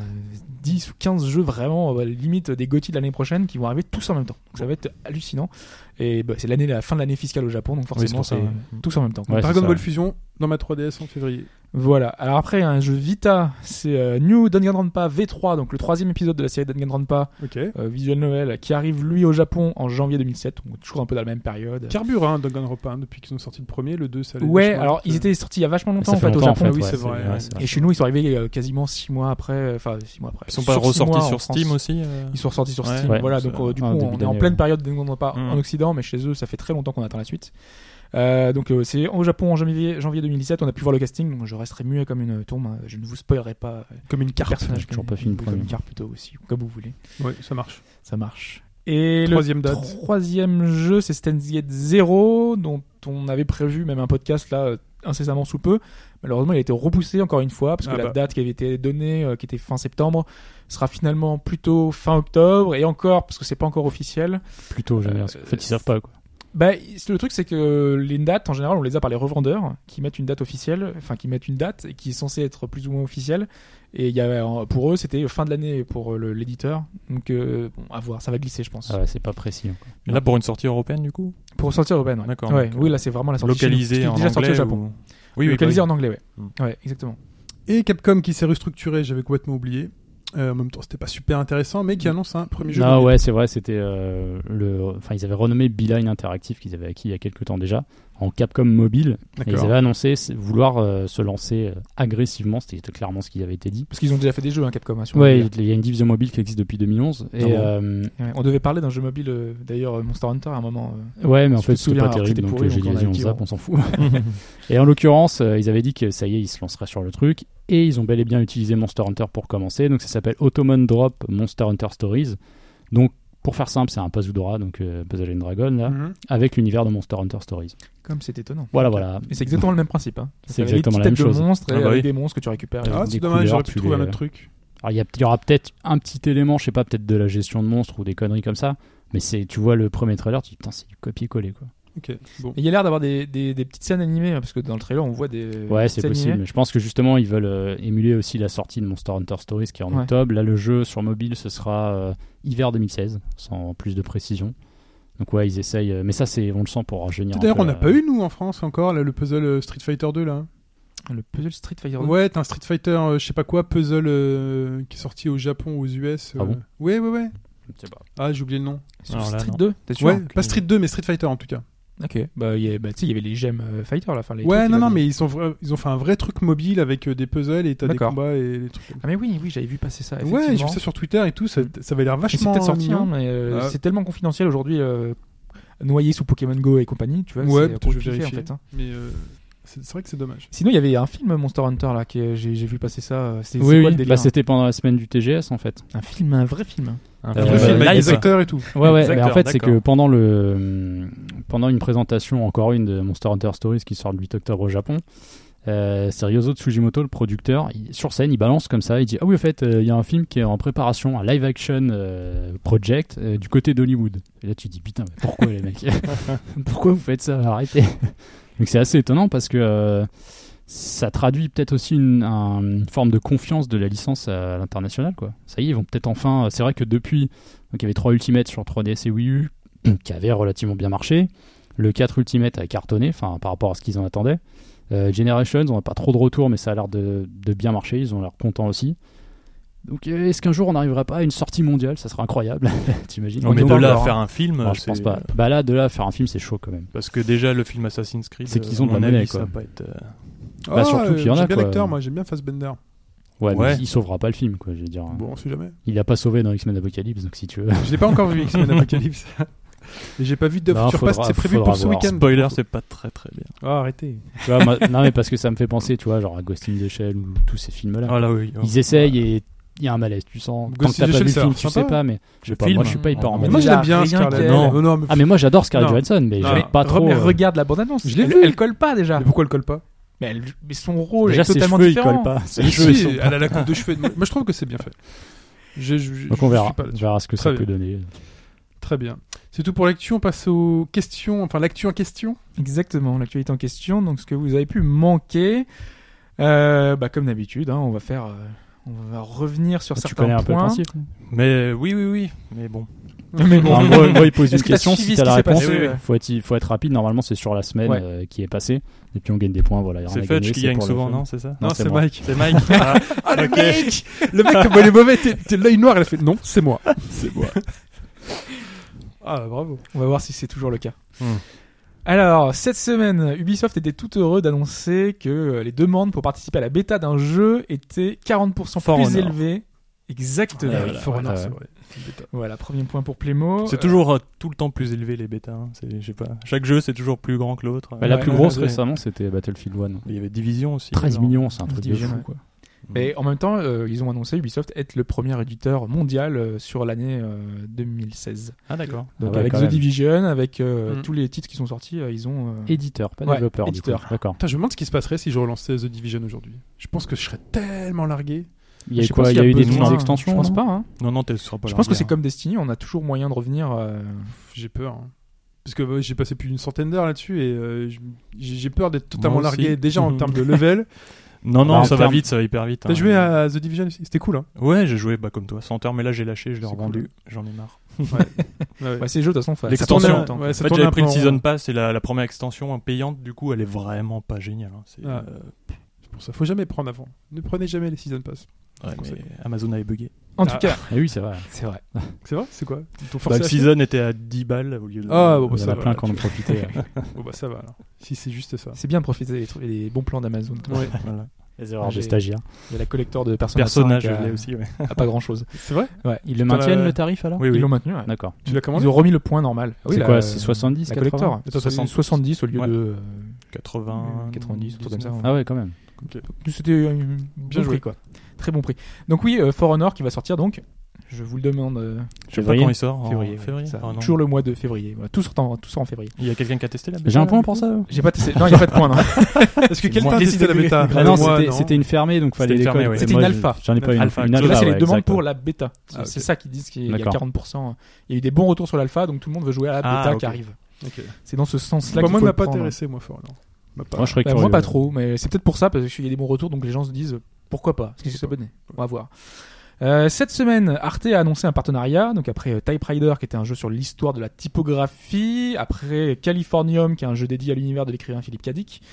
10 ou 15 jeux vraiment euh, limite des GOTY de l'année prochaine qui vont arriver tous en même temps. Donc ça va être hallucinant. Et bah, c'est l'année la fin de l'année fiscale au Japon, donc
Oui, c'est
forcément
pour ça.
c'est tous en même temps. quoi.
Ouais, c'est
Dragon
ça.
Ball Fusion dans ma 3DS en février.
Voilà. Alors après un jeu Vita, c'est euh, New Danganronpa V3, donc le troisième épisode de la série Danganronpa,
Ok.
euh, visuel Noël, qui arrive lui au Japon en janvier 2007. Donc toujours un peu dans la même période. Euh,
Carbure, hein, Danganronpa, hein, depuis qu'ils ont sorti le premier, le 2, ça allait
Ouais,
vachement
alors
vite. euh.
ils étaient sortis il y a vachement
Mais
longtemps
ça
en
fait
fait au
longtemps, en
Japon.
fait.
oui,
ouais,
c'est vrai, ouais.
c'est
Et chez nous, ils sont arrivés euh, quasiment 6 mois après. euh, Enfin, 6 mois après.
Ils sont pas
Sur six
ressortis
mois en
sur
France.
Steam aussi euh,
Ils sont ressortis sur
Ouais.
Steam.
Ouais,
voilà,
ça-
donc euh, du coup,
un début
on est en
d'année,
pleine
ouais.
période des pas
Mm.
en Occident, mais chez eux, ça fait très longtemps qu'on attend la suite. Euh, donc euh, c'est au Japon en janvier, janvier 2007, on a pu voir le casting, donc je resterai muet comme une tombe, hein. je ne vous spoilerai pas euh,
comme une
les
carte.
personnages,
toujours pas
comme-
fini le
comme
premier.
une carte plutôt aussi, comme vous voulez,
Ouais, ça marche.
ça marche. Et le
Troisième date.
troisième jeu, c'est Stan's Gate 0, dont on avait prévu même un podcast là euh, incessamment sous peu. Malheureusement, il a été repoussé encore une fois parce que
Ah
la
bah.
date qui avait été donnée, euh, qui était fin septembre, sera finalement plutôt fin octobre et encore parce que c'est pas encore officiel.
Plutôt, j'aime bien. parce qu'en
Euh,
fait, ils savent pas quoi.
Bah, c'est- le truc, c'est que les dates, en général, on les a par les revendeurs qui mettent une date officielle, enfin qui mettent une date et qui est censée être plus ou moins officielle. Et il y avait, euh, pour eux, c'était fin de l'année pour euh, le- l'éditeur. Donc, euh, bon, à voir, ça va glisser, je pense.
Ah ouais, c'est pas précis. hein, quoi.
Là pour une sortie européenne du coup
Pour sortir européenne, ouais.
D'accord,
Ouais,
donc,
oui, là, c'est vraiment la sortie. chez nous, parce
Localisé
qu'il est
en
déjà sorti
anglais
au Japon.
ou- Oui, oui,
localisé
bah
en anglais, ouais.
Hmm.
Ouais, exactement.
Et Capcom qui s'est restructuré, j'avais complètement oublié. Euh, en même temps, c'était pas super intéressant, mais qui annonce un premier jeu.
Ah
mobile.
ouais, c'est vrai, c'était euh, le. Enfin, ils avaient renommé Beeline Interactive qu'ils avaient acquis il y a quelques temps déjà en Capcom Mobile. Et ils
D'accord.
avaient annoncé s- vouloir euh, se lancer euh, agressivement. C'était clairement ce qu'ils avaient été dit.
Parce qu'ils ont déjà fait des jeux, hein, Capcom. hein, sur
Ouais,
mobile.
il y a une division mobile qui existe depuis 2011. Et
Ah bon
euh,
Ouais, On devait parler d'un jeu mobile, euh, d'ailleurs, euh, Monster Hunter, à un moment. euh.
ouais, mais en
Si
fait,
tu te
c'était
souviens,
pas
alors,
terrible.
c'était
Donc
pourri,
euh, j'ai
donc on
dit,
a
vas-y, on
dit, hein.
zappe,
bon.
on s'en fout. et en l'occurrence, euh, ils avaient dit que ça y est, ils se lanceraient sur le truc. Et ils ont bel et bien utilisé Monster Hunter pour commencer. Donc ça s'appelle Ottoman Drop Monster Hunter Stories. Donc Pour faire simple, c'est un Pazudora, donc euh, Puzzle and Dragon, là,
Mhm.
avec l'univers de Monster Hunter Stories.
Comme c'est étonnant.
Voilà, voilà.
Et c'est exactement le même principe. Hein. Ça
C'est
fait des
exactement la même
petites têtes
chose.
De monstres et
Ah bah
avec
oui.
des monstres que tu récupères.
Ah,
des
c'est dommage, j'aurais
couleurs,
pu
tu
trouver
les-
un autre truc.
Alors, il y, a- il y aura peut-être un petit élément, je sais pas, peut-être de la gestion de monstres ou des conneries comme ça, mais c'est, tu vois le premier trailer, tu dis, putain, c'est du copier-coller, quoi.
Ok, bon.
Et Il y a l'air d'avoir des, des, des petites scènes animées, hein, parce que dans le trailer, on voit des.
Ouais,
des
c'est
scènes
possible.
animées.
mais Je pense que justement, ils veulent euh, émuler aussi la sortie de Monster Hunter Stories qui est en
Ouais.
octobre. Là, le jeu sur mobile, ce sera euh, hiver 2016, sans plus de précision. Donc ouais, ils essayent. euh, mais ça, c'est on le sent pour rajeunir. un
D'ailleurs,
peu
on n'a
la-
pas eu, nous, en France, encore, là, le puzzle euh, Street Fighter 2, là.
Le puzzle Street Fighter.
Ouais, t'as un Street Fighter, euh, je sais pas quoi, puzzle euh, qui est sorti au Japon, aux US. euh,
Ah bon
ouais, ouais, ouais.
Je sais pas.
Ah, j'ai oublié le nom.
Sur
Alors là,
Street
non.
2, t'es sûr
ouais, pas Street 2, mais Street Fighter en tout cas.
Ok. Bah, il y a- bah, tu sais, il y avait les gemmes euh, Fighter, là. Enfin, les
ouais,
trucs,
non,
là,
non,
des-
mais ils, sont vra- ils ont fait un vrai truc mobile avec euh, des puzzles et t'as des
D'accord.
combats et des trucs comme
Ah, mais oui, oui, j'avais vu passer ça.
ça. Ouais, j'ai
effectivement.
vu ça sur Twitter et tout, ça, ça avait l'air
Mais C'est
vachement.
peut-être sorti,
mignon.
hein, mais euh,
Ah.
c'est tellement confidentiel aujourd'hui, euh, noyé sous Pokémon Go et compagnie, tu vois.
Ouais,
c'est
peut-être je vais
compliqué, en
vérifier.
fait. hein.
Mais euh, c'est c'est vrai que c'est dommage.
Sinon, il y avait un film Monster Hunter là, que j'ai j'ai vu passer ça. euh, C'est c'est
Oui,
quoi
oui.
le délire
Bah, c'était pendant la semaine du TGS en fait.
Un film, un vrai film.
Ah,
Un
Euh,
Le film avec
live.
les acteurs et tout.
Ouais, ouais.
Exacteur,
mais en fait, c'est que
d'accord.
pendant le hum, pendant une présentation, encore une de Monster Hunter Stories qui sort le 8 octobre au Japon. Euh, c'est Ryozo Tsujimoto, le producteur. il- sur scène, il balance comme ça. Il dit Ah oui, au fait, euh, il y a un film qui est en préparation, un live action euh, project euh, du côté d'Hollywood. Et là, tu te dis Putain, mais pourquoi les mecs Pourquoi vous faites ça Arrêtez Donc, c'est assez étonnant parce que euh, ça traduit peut-être aussi une, un- une forme de confiance de la licence à l'international. quoi. Ça y est, ils vont peut-être enfin. euh, C'est vrai que depuis, donc il y avait 3 Ultimate sur 3DS et Wii U qui avaient relativement bien marché. Le 4 Ultimate a cartonné, enfin par rapport à ce qu'ils en attendaient. Euh, Generations, on n'a pas trop de retour, mais ça a l'air de, de bien marcher. Ils ont l'air contents aussi. Donc, euh, est-ce qu'un jour on n'arrivera pas à une sortie mondiale Ça serait incroyable, t'imagines
Non, mais
Donc,
de
on-
là
encore,
à faire un film,
alors, je
c'est-
pense pas. Bah là, de là à faire un film, c'est chaud quand même.
Parce que déjà, le film Assassin's Creed, euh,
C'est qu'ils ont
à
de la
mon avis,
monnaie,
ça
quoi.
va pas être, euh,
Bah, surtout
euh,
qu'il y en a,
J'aime bien
quoi. Ah.
l'acteur, moi, j'aime bien Fassbender.
Ouais,
Ouais.
mais il sauvera pas le film, quoi. Je veux dire,
Bon, on sait jamais.
il a pas sauvé dans X-Men Apocalypse, donc si tu veux.
Je l'ai pas encore vu, X-Men Apocalypse. Mais j'ai pas vu de
Non,
Future
faudra-
Past, c'est prévu
faudra
pour ce
voir.
week-end.
Spoiler, c'est pas très très bien.
Ah, arrêtez.
Tu vois, moi- non, mais parce que ça me fait penser, tu vois, genre à Ghost in the Shell ou tous ces films-là.
Ah là, oui.
Ils essayent et il y a un malaise, tu sens. Tant
Ghost
que
in
t'as
the
pas vu
Shell,
le
ça
film,
a
tu
l'air
sais
sympa.
pas, mais je sais pas,
film.
moi je suis pas hyper
Ah,
en
mais
Moi,
mode.
je l'aime
Déjà,
bien,
rien
Scarlett.
qu'elle-
Non, non, mais
Ah, mais moi j'adore Scarlett
Non.
Johansson, mais
Non.
j'aime pas trop.
Mais
euh,
regarde la bande-annonce.
Je l'ai
elle,
vu.
elle colle pas déjà.
Mais pourquoi elle colle pas
Mais, elle- mais son rôle
Déjà,
est
ses
totalement
cheveux ils
différent.
collent pas. Ses
Si,
cheveux, ils sont pas-
Elle a la coupe de cheveux. Moi, je trouve que c'est bien fait. Je- je- je-
Donc on
je
verra,
suis pas
on
là-dessus.
verra ce que
Très
ça peut donner.
Très bien. C'est tout pour l'actu. On passe aux questions, enfin l'actu en question.
Exactement, l'actualité en question. Donc, ce que vous avez pu manquer, euh, bah, comme d'habitude, hein, on va faire, euh, on va revenir sur
Tu
certains
connais
points.
un peu le principe.
Mais oui, oui, oui. Mais bon.
Mais bon,
En gros, moi, il pose une
Est-ce que t'as
question,
suivi
si
ce
t'as
qui
la
s'est
réponse,
passé, ouais.
faut être, faut être rapide. Normalement, c'est sur la semaine
Ouais.
euh, qui est passée, et puis on gagne des points. Voilà, y en
C'est
a gagné,
Fudge qui
c'est
gagne
pour le
souvent,
fun.
non C'est ça
Non, c'est moi.
Mike. C'est Mike. Ah,
Ah le
Ok.
mec Le mec, comme il est mauvais, t'es t'es l'œil noir, il a fait non, c'est moi. C'est moi. Ah bravo.
on va voir si c'est toujours le cas.
Hmm.
Alors, cette semaine, Ubisoft était tout heureux d'annoncer que euh, les demandes pour participer à la bêta d'un jeu étaient 40%
For
plus
Honor.
élevées. Exactement.
Ouais, Ah,
Voilà.
voilà.
For Honor,
Ouais.
c'est vrai. Voilà, premier point pour Plémo.
C'est
Euh,
toujours euh, tout le temps plus élevé les bêtas. hein. C'est- je sais pas. Chaque jeu, c'est toujours plus grand que l'autre.
Bah, La
Ouais,
plus
ouais,
grosse
ouais.
récemment, c'était Battlefield 1.
Il y avait Division aussi.
13
alors. Mm.
millions, c'est un truc de
Division,
fou,
ouais.
quoi.
Mais en même temps, euh, ils ont annoncé Ubisoft être le premier éditeur mondial euh, sur l'année euh, 2016.
Ah d'accord.
Donc
Ah ouais,
avec
quand
The
même.
Division, avec euh,
Mm.
tous les titres qui sont sortis, euh, ils ont. euh,
Éditeur, pas
Ouais,
développeur. du
éditeur.
coup. D'accord.
Putain, je me demande ce qui se passerait si je relançais The Division aujourd'hui. Je pense que je serais tellement largué.
Il y a
je
eu
sais
quoi
pas
Il y
s'il
a eu des
besoin,
petites
hein.
extensions
Je pense
non
pas. hein.
Non, non, t'es sera pas
Je
leur
pense que
dire.
c'est comme Destiny, on a toujours moyen de revenir. euh,
Pff, J'ai peur. hein. Parce que euh, j'ai passé plus d'une centaine d'heures là-dessus et euh, je- j'ai j'ai peur d'être totalement
Moi aussi.
largué déjà en termes de level.
Non, non,
Bah, en
ça va
termes-
vite, ça va hyper vite.
T'as
hein.
joué à The Division aussi C'était cool hein.
Ouais, j'ai joué bah, comme toi, 100 heures, mais là j'ai lâché, je l'ai
C'est
revendu, j'en ai marre.
Ouais.
Ouais, ces jeux, de toute façon, faut-
Ça
ça
tourne
tourne
L'extension,
longtemps.
un- ouais,
En
ça
fait,
tourne
j'avais
un
pris
peu
le
en
Season
rond.
Pass et la, la première extension hein, payante, du coup, elle est vraiment pas géniale. hein. C'est,
Ah.
euh,
C'est pour ça, faut jamais prendre avant. Ne prenez jamais les season pass.
ouais, mais
conseille.
Amazon avait bugué.
En tout
Ah.
cas,
Ah oui, c'est vrai.
c'est vrai.
C'est vrai C'est quoi Ton
Bah, le
forcé
Season était à 10 balles au lieu de.
Ah, bon,
Il y en
ça
a
va,
plein
là,
qui en ont profité. euh,
à- Bon, bah ça va alors. Si c'est juste ça.
C'est bien de profiter des, trucs- des bons plans d'Amazon.
Ouais.
Voilà.
Les erreurs
J'ai-
des stagiaires.
Il y a la collector de personnages.
Personnage, je
là
l'ai aussi, ouais.
A pas grand chose.
C'est vrai
Ils le
Putain,
maintiennent
la-
le tarif alors
Oui,
Ils
oui.
l'ont maintenu. ouais.
D'accord.
Tu l'as commandé
Ils ont remis le point normal. Ah oui,
C'est
la-
quoi, c'est 70,
La collector.
80?
Attends, c'est
70.
70 au lieu
Ouais.
de.
80,
90, un truc comme ça.
Ah ouais, quand même.
C'était euh, bon
joué.
prix, quoi. Très bon prix. Donc oui, euh, For Honor qui va sortir donc Je vous le demande. euh,
Je sais pas
Février.
quand il sort. en
février. ouais,
février.
ça.
Ah, non.
Toujours le mois de février. Voilà, tout, sort en, tout sort en février.
Il y a quelqu'un qui a testé la bêta
J'ai un point
là,
pour
du
ça.
J'ai pas testé. Non, il n'y a pas de point. non.
Parce que quelqu'un a testé la
décidé de-
bêta.
Ah non,
Moi,
c'était- c'était une fermée, donc fallait
C'était
les
une fermée,
codes.
ouais.
C'était
Et moi,
une
je-
alpha.
J'en ai pas une.
Alpha,
une
tu
Là,
vois,
c'est les
Ah ouais,
demandes
exact,
pour
ouais.
la bêta. C'est
Ah, ok.
c'est ça qu'ils disent qu'il y a
D'accord.
40%. Il y a eu des bons retours sur l'alpha, donc tout le monde veut jouer à la
Ah,
bêta
ok.
qui arrive.
Ok.
C'est dans ce sens-là
Bah,
qu'il
moi,
faut
il m'a
le
pas
prendre.
intéressé, moi, fort. non. M'a pas-
Moi, je serais
Bah,
curieux.
moi pas trop, mais c'est peut-être pour ça, parce qu'il y a des bons retours, donc les gens se disent pourquoi pas, ce qui s'est abonné. On va voir. Euh, cette semaine, Arte a annoncé un partenariat, donc après euh, Type Rider qui était un jeu sur l'histoire de la typographie, après Californium qui est un jeu dédié à l'univers de l'écrivain Philippe Cadic.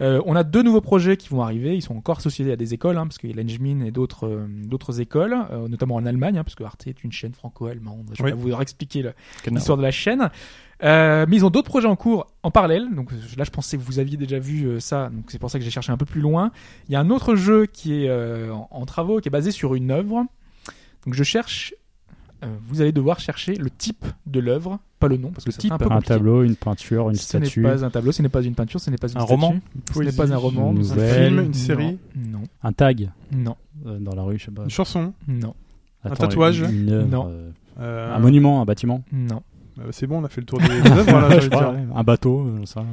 Euh, on a deux nouveaux projets qui vont arriver, ils sont encore associés à des écoles, hein, parce qu'il y a l'Engmin et d'autres euh, d'autres écoles, euh, notamment en Allemagne, hein, parce que Arte est une chaîne franco-allemande. Je vais
Oui.
pas vous expliquer le,
Canard.
l'histoire de la chaîne. Euh, mais ils ont d'autres projets en cours en parallèle. Donc euh, là, je pensais que vous aviez déjà vu euh, ça. Donc c'est pour ça que j'ai cherché un peu plus loin. Il y a un autre jeu qui est euh, en, en travaux, qui est basé sur une œuvre. Donc je cherche. euh, vous allez devoir chercher le type de l'œuvre, pas le nom, parce que
Le
c'est un
type.
peu
Un
compliqué.
tableau, une peinture, une
ce n'est
statue,
pas un tableau, ce n'est pas une peinture, ce n'est pas une
Un
statue.
roman
Une
ce n'est
poésie,
pas un roman,
une
un
nouvelle,
film,
une série
Non,
un tag
non,
euh, dans la rue, je sais pas.
Une chanson.
non,
Un
Attends,
tatouage
une- une œuvre,
Non.
euh,
Euh,
Un monument, un bâtiment.
non.
euh, C'est bon, on a fait le tour des des œuvres. là, je
Je
veux
sais pas,
dire.
ouais, un bateau, euh, ça.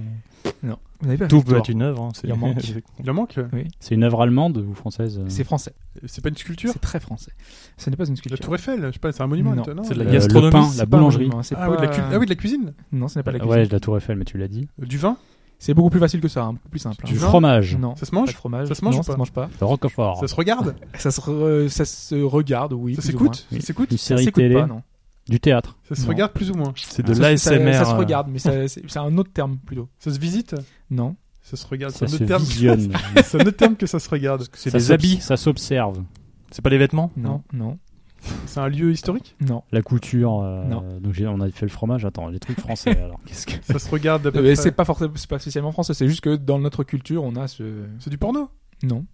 Vous n'avez pas
Tout
fait le
peut
tour.
être une œuvre. hein, c'est-
Il en manque.
Il en manque.
C'est une œuvre allemande ou française euh
C'est français,
C'est pas une sculpture
c'est très français. Ce n'est pas une
La
sculpture.
Tour Eiffel, je sais pas, c'est un monument.
Non.
non
C'est de
Euh,
la
le
gastronomie,
pain,
c'est
la
pas un
boulangerie. Euh,
monument, c'est
Ah oui, de la
pas-
cu- ah oui, de la cuisine
Non, ce n'est pas la cuisine.
Ouais, de la Tour Eiffel, mais tu l'as dit.
Euh, Du vin
C'est beaucoup plus facile que ça, un peu plus simple.
Du
hein.
vin
fromage,
Non.
Ça se
pas
mange
de fromage.
Ça se mange
Non,
ou
ça
pas
se mange pas.
le Roquefort,
Ça se regarde
Ça se, re- ça se regarde, oui.
Ça
plus ou
s'écoute
moins.
Ça s'écoute
une
moins. Ça
série
s'écoute
télé,
pas, non.
du théâtre.
Ça se
Non.
regarde plus ou moins
C'est de
Ça- ça-
l'ASMR.
Ça, se regarde, mais ça- c'est c'est un autre terme plutôt.
Ça se visite
Non.
Ça se regarde
Ça
C'est un
se
autre terme.
visionne.
C'est un autre terme que ça se regarde.
C'est
Ça
des
s'obs-
habits.
Ça s'observe.
C'est pas les vêtements
Non. Non.
C'est un lieu historique
Non.
La couture. euh,
Non.
Donc j'ai- on a fait le fromage. Attends, les trucs français alors. Qu'est-ce que
Ça se regarde à peu
Mais
près.
Euh, C'est pas forcément, c'est pas spécialement français. C'est juste que dans notre culture, on a ce.
C'est du porno
Non.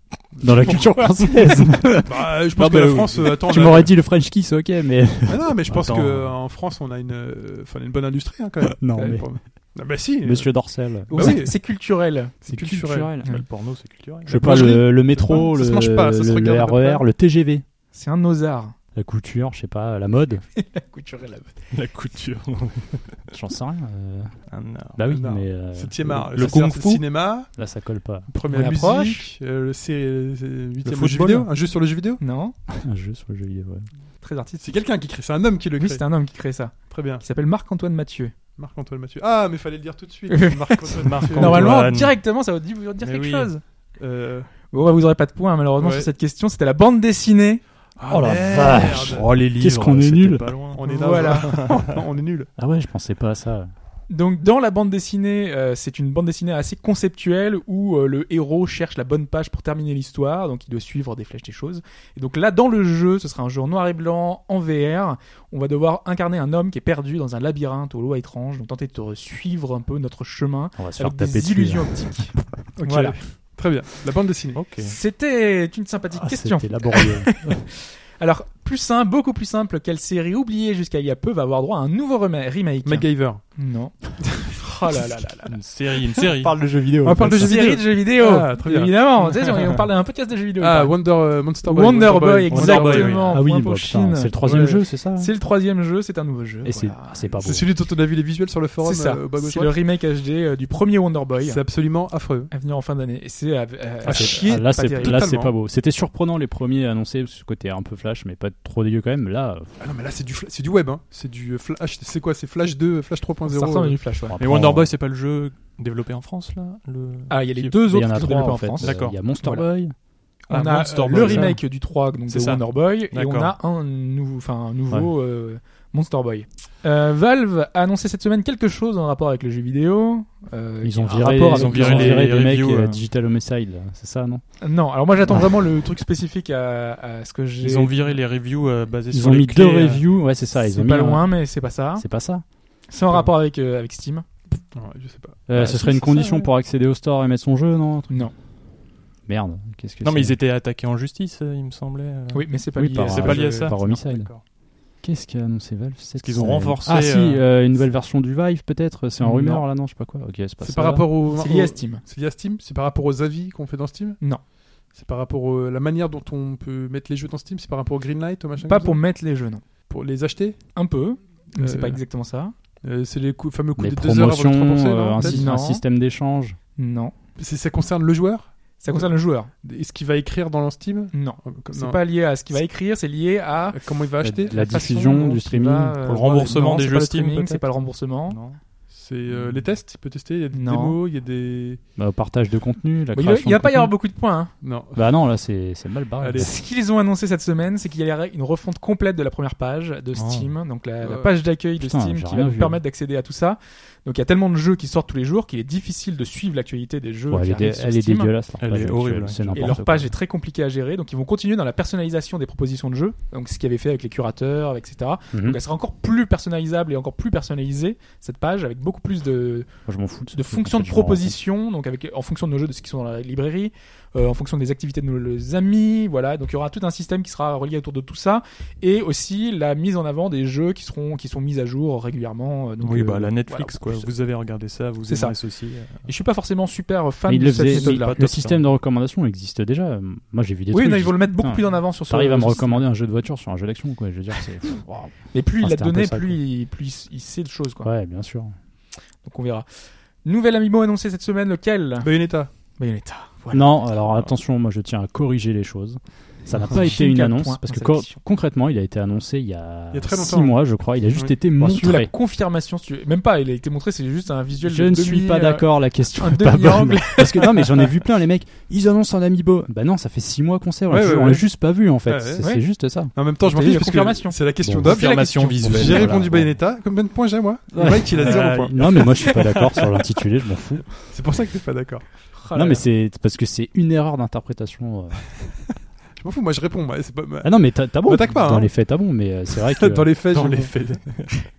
Dans la culture française.
Bah, je
pense
pense
Non, que
que
mais la
la
oui.
France.
France,
attends,
tu m'aurais dit le French kiss, ok, mais
Ah non, mais je pense
Attends.
qu'en France, on a une, euh, enfin, une bonne industrie hein, quand même.
non,
Ouais,
mais
pour- Ah bah si, euh,
Monsieur Dorcel.
Bah
C'est-
oui.
C'est culturel.
c'est culturel.
Ah, Le porno, c'est culturel.
Je sais pas,
boulangerie.
le, le métro,
Ça
le,
se mange pas, ça se
le- le
regarde de
RER,
près.
le TGV,
C'est un Ozar.
la couture, je sais pas, la mode,
Culturel.
La couture.
j'en sais rien. euh,
Un art.
bah oui,
non.
mais euh,
Septième art,
le
Ça, c'est
kung
le
fu,
cinéma,
là ça colle pas.
première
On
musique,
approche.
euh, le sé- euh, c'est- huitième
football.
jeu vidéo, un jeu sur le jeu vidéo.
Non.
Un jeu sur le jeu vidéo. ouais.
Très artistique.
C'est quelqu'un qui crée, c'est un homme qui le
Lui,
crée.
c'est un homme qui crée ça.
Très bien.
Qui s'appelle Marc-Antoine Mathieu.
Marc-Antoine Mathieu. Ah, mais fallait le dire tout de suite. Marc-Antoine
Marc-
Mathieu.
Normal.
Normalement,
Antoine.
directement, ça va dire dire
Mais
quelque
oui.
chose.
Euh,
Bon, bah, vous n'aurez pas de points, malheureusement,
Ouais.
sur cette question. C'était la bande dessinée.
ah,
Oh la
merde.
vache.
Oh les livres.
Qu'est-ce qu'on est
c'était
nul.
pas loin.
On est dans
Voilà.
on est nul.
Ah ouais, je pensais pas à ça.
Donc dans la bande dessinée, euh, c'est une bande dessinée assez conceptuelle où euh, le héros cherche la bonne page pour terminer l'histoire, donc il doit suivre des flèches, des choses. Et donc là, dans le jeu, ce sera un jeu en noir et blanc, en VR. On va devoir incarner un homme qui est perdu dans un labyrinthe aux lois étranges, donc tenter de te suivre un peu notre chemin
On va se faire
avec
taper
des
dessus,
illusions
hein.
optiques.
Ok.
Voilà.
Très bien. La bande dessinée.
Ok.
C'était une sympathique
Ah,
question.
C'était laborieux.
Alors plus simple, beaucoup plus simple, quelle série oubliée jusqu'à il y a peu va avoir droit à un nouveau rema- remake
MacGyver.
Non. oh là là là là.
Une série, une série.
de jeux vidéo.
On parle de jeux
série
vidéo.
de jeux vidéo.
Ah, très bien.
Évidemment, tu sais, on, on parle d'un podcast de jeux vidéo.
Ah,
on parle.
Wonder euh, Monster Boy.
Wonder, Boy,
Wonder
exactement.
Boy, oui.
Ah oui,
Point
bah,
pour
putain,
Chine.
c'est le troisième
Ouais.
jeu, c'est ça hein
C'est le troisième jeu, c'est un nouveau jeu.
Et c'est
voilà.
ah, c'est pas beau.
C'est celui dont on a vu les visuels sur le forum.
C'est ça.
euh, au bas gauche
C'est le
droite.
remake HD euh, du premier Wonder Boy
C'est absolument affreux.
à venir en fin d'année. Et c'est euh, à, à- à
Ah, c'est-
chier.
ah, là,
pas
c'est
terrible.
là, c'est
Totalement.
pas beau. C'était surprenant les premiers annoncés, parce que ce côté un peu flash, mais pas trop dégueu quand même. Là,
Ah non, mais là, c'est du, fla- c'est du web. Hein. C'est du Flash. C'est quoi C'est Flash 2, Flash 3.0.
Ça ressemble à
euh,
du Flash. ouais.
on
Mais
apprend-
Wonder Boy, c'est pas le jeu développé en France là le...
Ah, il y a les
Qui-
deux
Mais il y
autres
en
qui
a
sont
trois
développés
en
en
fait. Euh,
France.
D'accord.
Il y a Monster
Voilà.
Boy.
On
Ah,
a
Monster
euh,
Boy,
le
ça.
remake du 3, donc
C'est
de
ça.
Wonder Boy, et
D'accord.
on a un nouveau, enfin, un nouveau euh, Monster Boy. Euh, Valve a annoncé cette semaine quelque chose en rapport avec le jeu vidéo. euh,
Ils ont
un
viré,
rapport
ils ont
avec-
viré,
les-
des
les
mecs
reviews,
euh,
euh.
Digital Homicide, là. c'est ça, non
Non, alors moi j'attends vraiment le truc spécifique à, à ce que j'ai.
Ils ont viré les reviews euh, basées
Ils
sur
ont
les
mis
clés,
deux
euh,
reviews, ouais, c'est ça. Ils
C'est
ont
pas
mis un-
loin, mais c'est pas ça.
C'est pas ça.
C'est en rapport avec, euh, avec Steam.
ouais, je sais pas.
Euh,
Ah,
ce
si,
serait une
c'est
condition
ça, ouais.
pour accéder au store et mettre son jeu, non
Non.
Merde, qu'est-ce que
Non, mais ils
c'est
étaient attaqués en justice, euh, il me semblait. euh.
Oui, mais c'est pas
Oui,
lié.
par- euh,
à
c'est
ça.
pas lié à ça.
par Homicide.
D'accord.
Qu'est-ce qu'a annoncé Valve cette
qu'ils ont
semaine
renforcé,
Ah si,
euh,
euh, une nouvelle version du Vive peut-être C'est en
Non.
rumeur là, non Je sais pas quoi. Ok, c'est pas
C'est
ça.
par rapport au.
C'est lié à
au-
Steam.
C'est lié à Steam C'est par rapport aux avis qu'on fait dans Steam
Non.
C'est par rapport à la manière dont on peut mettre les jeux dans Steam, c'est par rapport au Greenlight, au machin
Pas
comme
pour
ça
mettre les jeux, non.
pour les acheter
Un peu, mais
Euh,
c'est pas exactement ça.
Euh, C'est les coups- fameux coups
Les
de 2 heures avant
promotions,
le 3%,
euh,
non,
un,
peut-être
sy- un
Non.
système d'échange.
Non.
C'est- Ça concerne le joueur
Ça concerne le joueur
Est-ce qu'il va écrire dans le Steam
Non.
Euh, comme-
C'est
non.
pas lié à ce qu'il va écrire, c'est lié à
Euh, Comment il va
La-
acheter
la
façon
diffusion
dont
du
il
streaming,
va,
pour
le
euh, voir
remboursement
non,
des
c'est
jeux
pas le
Steam,
streaming, C'est
peut-être
pas le remboursement.
Non.
C'est euh, les tests Il peut tester Il y a des
Non.
démos Il y a des.
Bah, au partage de contenu, la
Bon, il va,
création
il va
de
pas y
contenu.
avoir beaucoup de points. hein.
Non.
Bah non, là c'est c'est mal barré.
Allez.
Ce qu'ils ont annoncé cette semaine, c'est qu'il y a une refonte complète de la première page de
Oh.
Steam, donc la, la
Ouais.
page d'accueil de
Putain,
Steam
j'ai
qui
rien
va vous
vu.
permettre d'accéder à tout ça. Donc il y a tellement de jeux qui sortent tous les jours qu'il est difficile de suivre l'actualité des jeux.
Ouais, elle,
qui
est,
arrivent
dé-
sur
elle est
Steam.
dégueulasse. leur
Elle
page
est
actuelle,
horrible.
C'est
Et
n'importe
leur
quoi.
page est très compliquée à gérer, donc ils vont continuer dans la personnalisation des propositions de jeux, donc ce qu'ils avaient fait avec les curateurs, etc.
Mhm.
Donc elle sera encore plus personnalisable et encore plus personnalisée, cette page, avec beaucoup plus de,
Moi, je m'en fous. ce
de
truc, en
fonctions
fait,
de
je m'en rends compte.
proposition, donc avec, en fonction de nos jeux, de ce qui sont dans la librairie, euh, en fonction des activités de nos les amis, voilà. Donc il y aura tout un système qui sera relié autour de tout ça, et aussi la mise en avant des jeux qui seront qui sont mis à jour régulièrement. euh, donc,
oui,
euh,
bah la Netflix,
voilà.
quoi. Vous avez regardé ça, vous
C'est
aimez
ça.
ceci. euh,
Et je suis pas forcément super fan
Mais il
de
le
cette
faisait.
méthode-là.
pas
Le
top,
système
ça.
de recommandation existe déjà. Moi j'ai vu des
Oui,
trucs.
non, ils vont le mettre beaucoup
Putain.
plus en avant sur ce.
T'arrives à me
sur ce-
recommander un jeu de voiture sur un jeu d'action, quoi. Je veux dire, c'est. Pff, waouh.
Mais plus
Ah,
il a
c'était un peu
donné,
ça,
plus
quoi.
il, plus il sait de choses, quoi.
Ouais, bien sûr.
Donc on verra. Nouvel amiibo annoncé cette semaine, lequel
Bayonetta.
Bayonetta. Voilà.
Non, alors attention, moi je tiens à corriger les choses. Ça n'a pas été
Chacun
une
Ah, point
annonce
dans
parce que
sa
co-
fiction.
concrètement, il a été annoncé il y a,
Il y a très
6
longtemps.
mois, je crois. Il a juste
Oui.
été
Bon, si tu veux la
montré.
confirmation, si tu veux. même pas, il a été montré, c'est juste un visuel.
Je
de
ne
demi,
suis pas
euh,
d'accord, la question
un
est pas bonne.
demi-angle.
Parce que non, mais j'en ai vu plein, les mecs. Ils annoncent un amiibo. Bah non, ça fait 6 mois qu'on sait. On l'a
Ouais,
ju-
ouais,
on l'a
ouais.
juste pas vu en fait.
Ouais,
C'est
ouais.
c'est
Ouais.
juste ça.
En même temps, je m'en
T'as eu
fiche
la
parce
confirmation.
que c'est la question
Bon,
d'offre.
c'est la
Confirmation
question.
visuelle.
J'ai
voilà.
répondu Bayonetta. Combien de points j'ai moi Le mec il a
Euh,
0 points.
Non, mais moi je suis pas d'accord sur l'intitulé, je m'en fous.
C'est pour ça que t'es pas d'accord.
Oh là
non,
là.
mais c'est parce que c'est une erreur d'interprétation. euh.
Je m'en fous, moi je réponds. moi, c'est pas-
Ah non, mais t'as t'as bon.
M'attaque pas,
Dans
hein.
les faits, t'as bon, mais euh, c'est vrai que
Dans les faits,
Dans
j'ai-
les faits.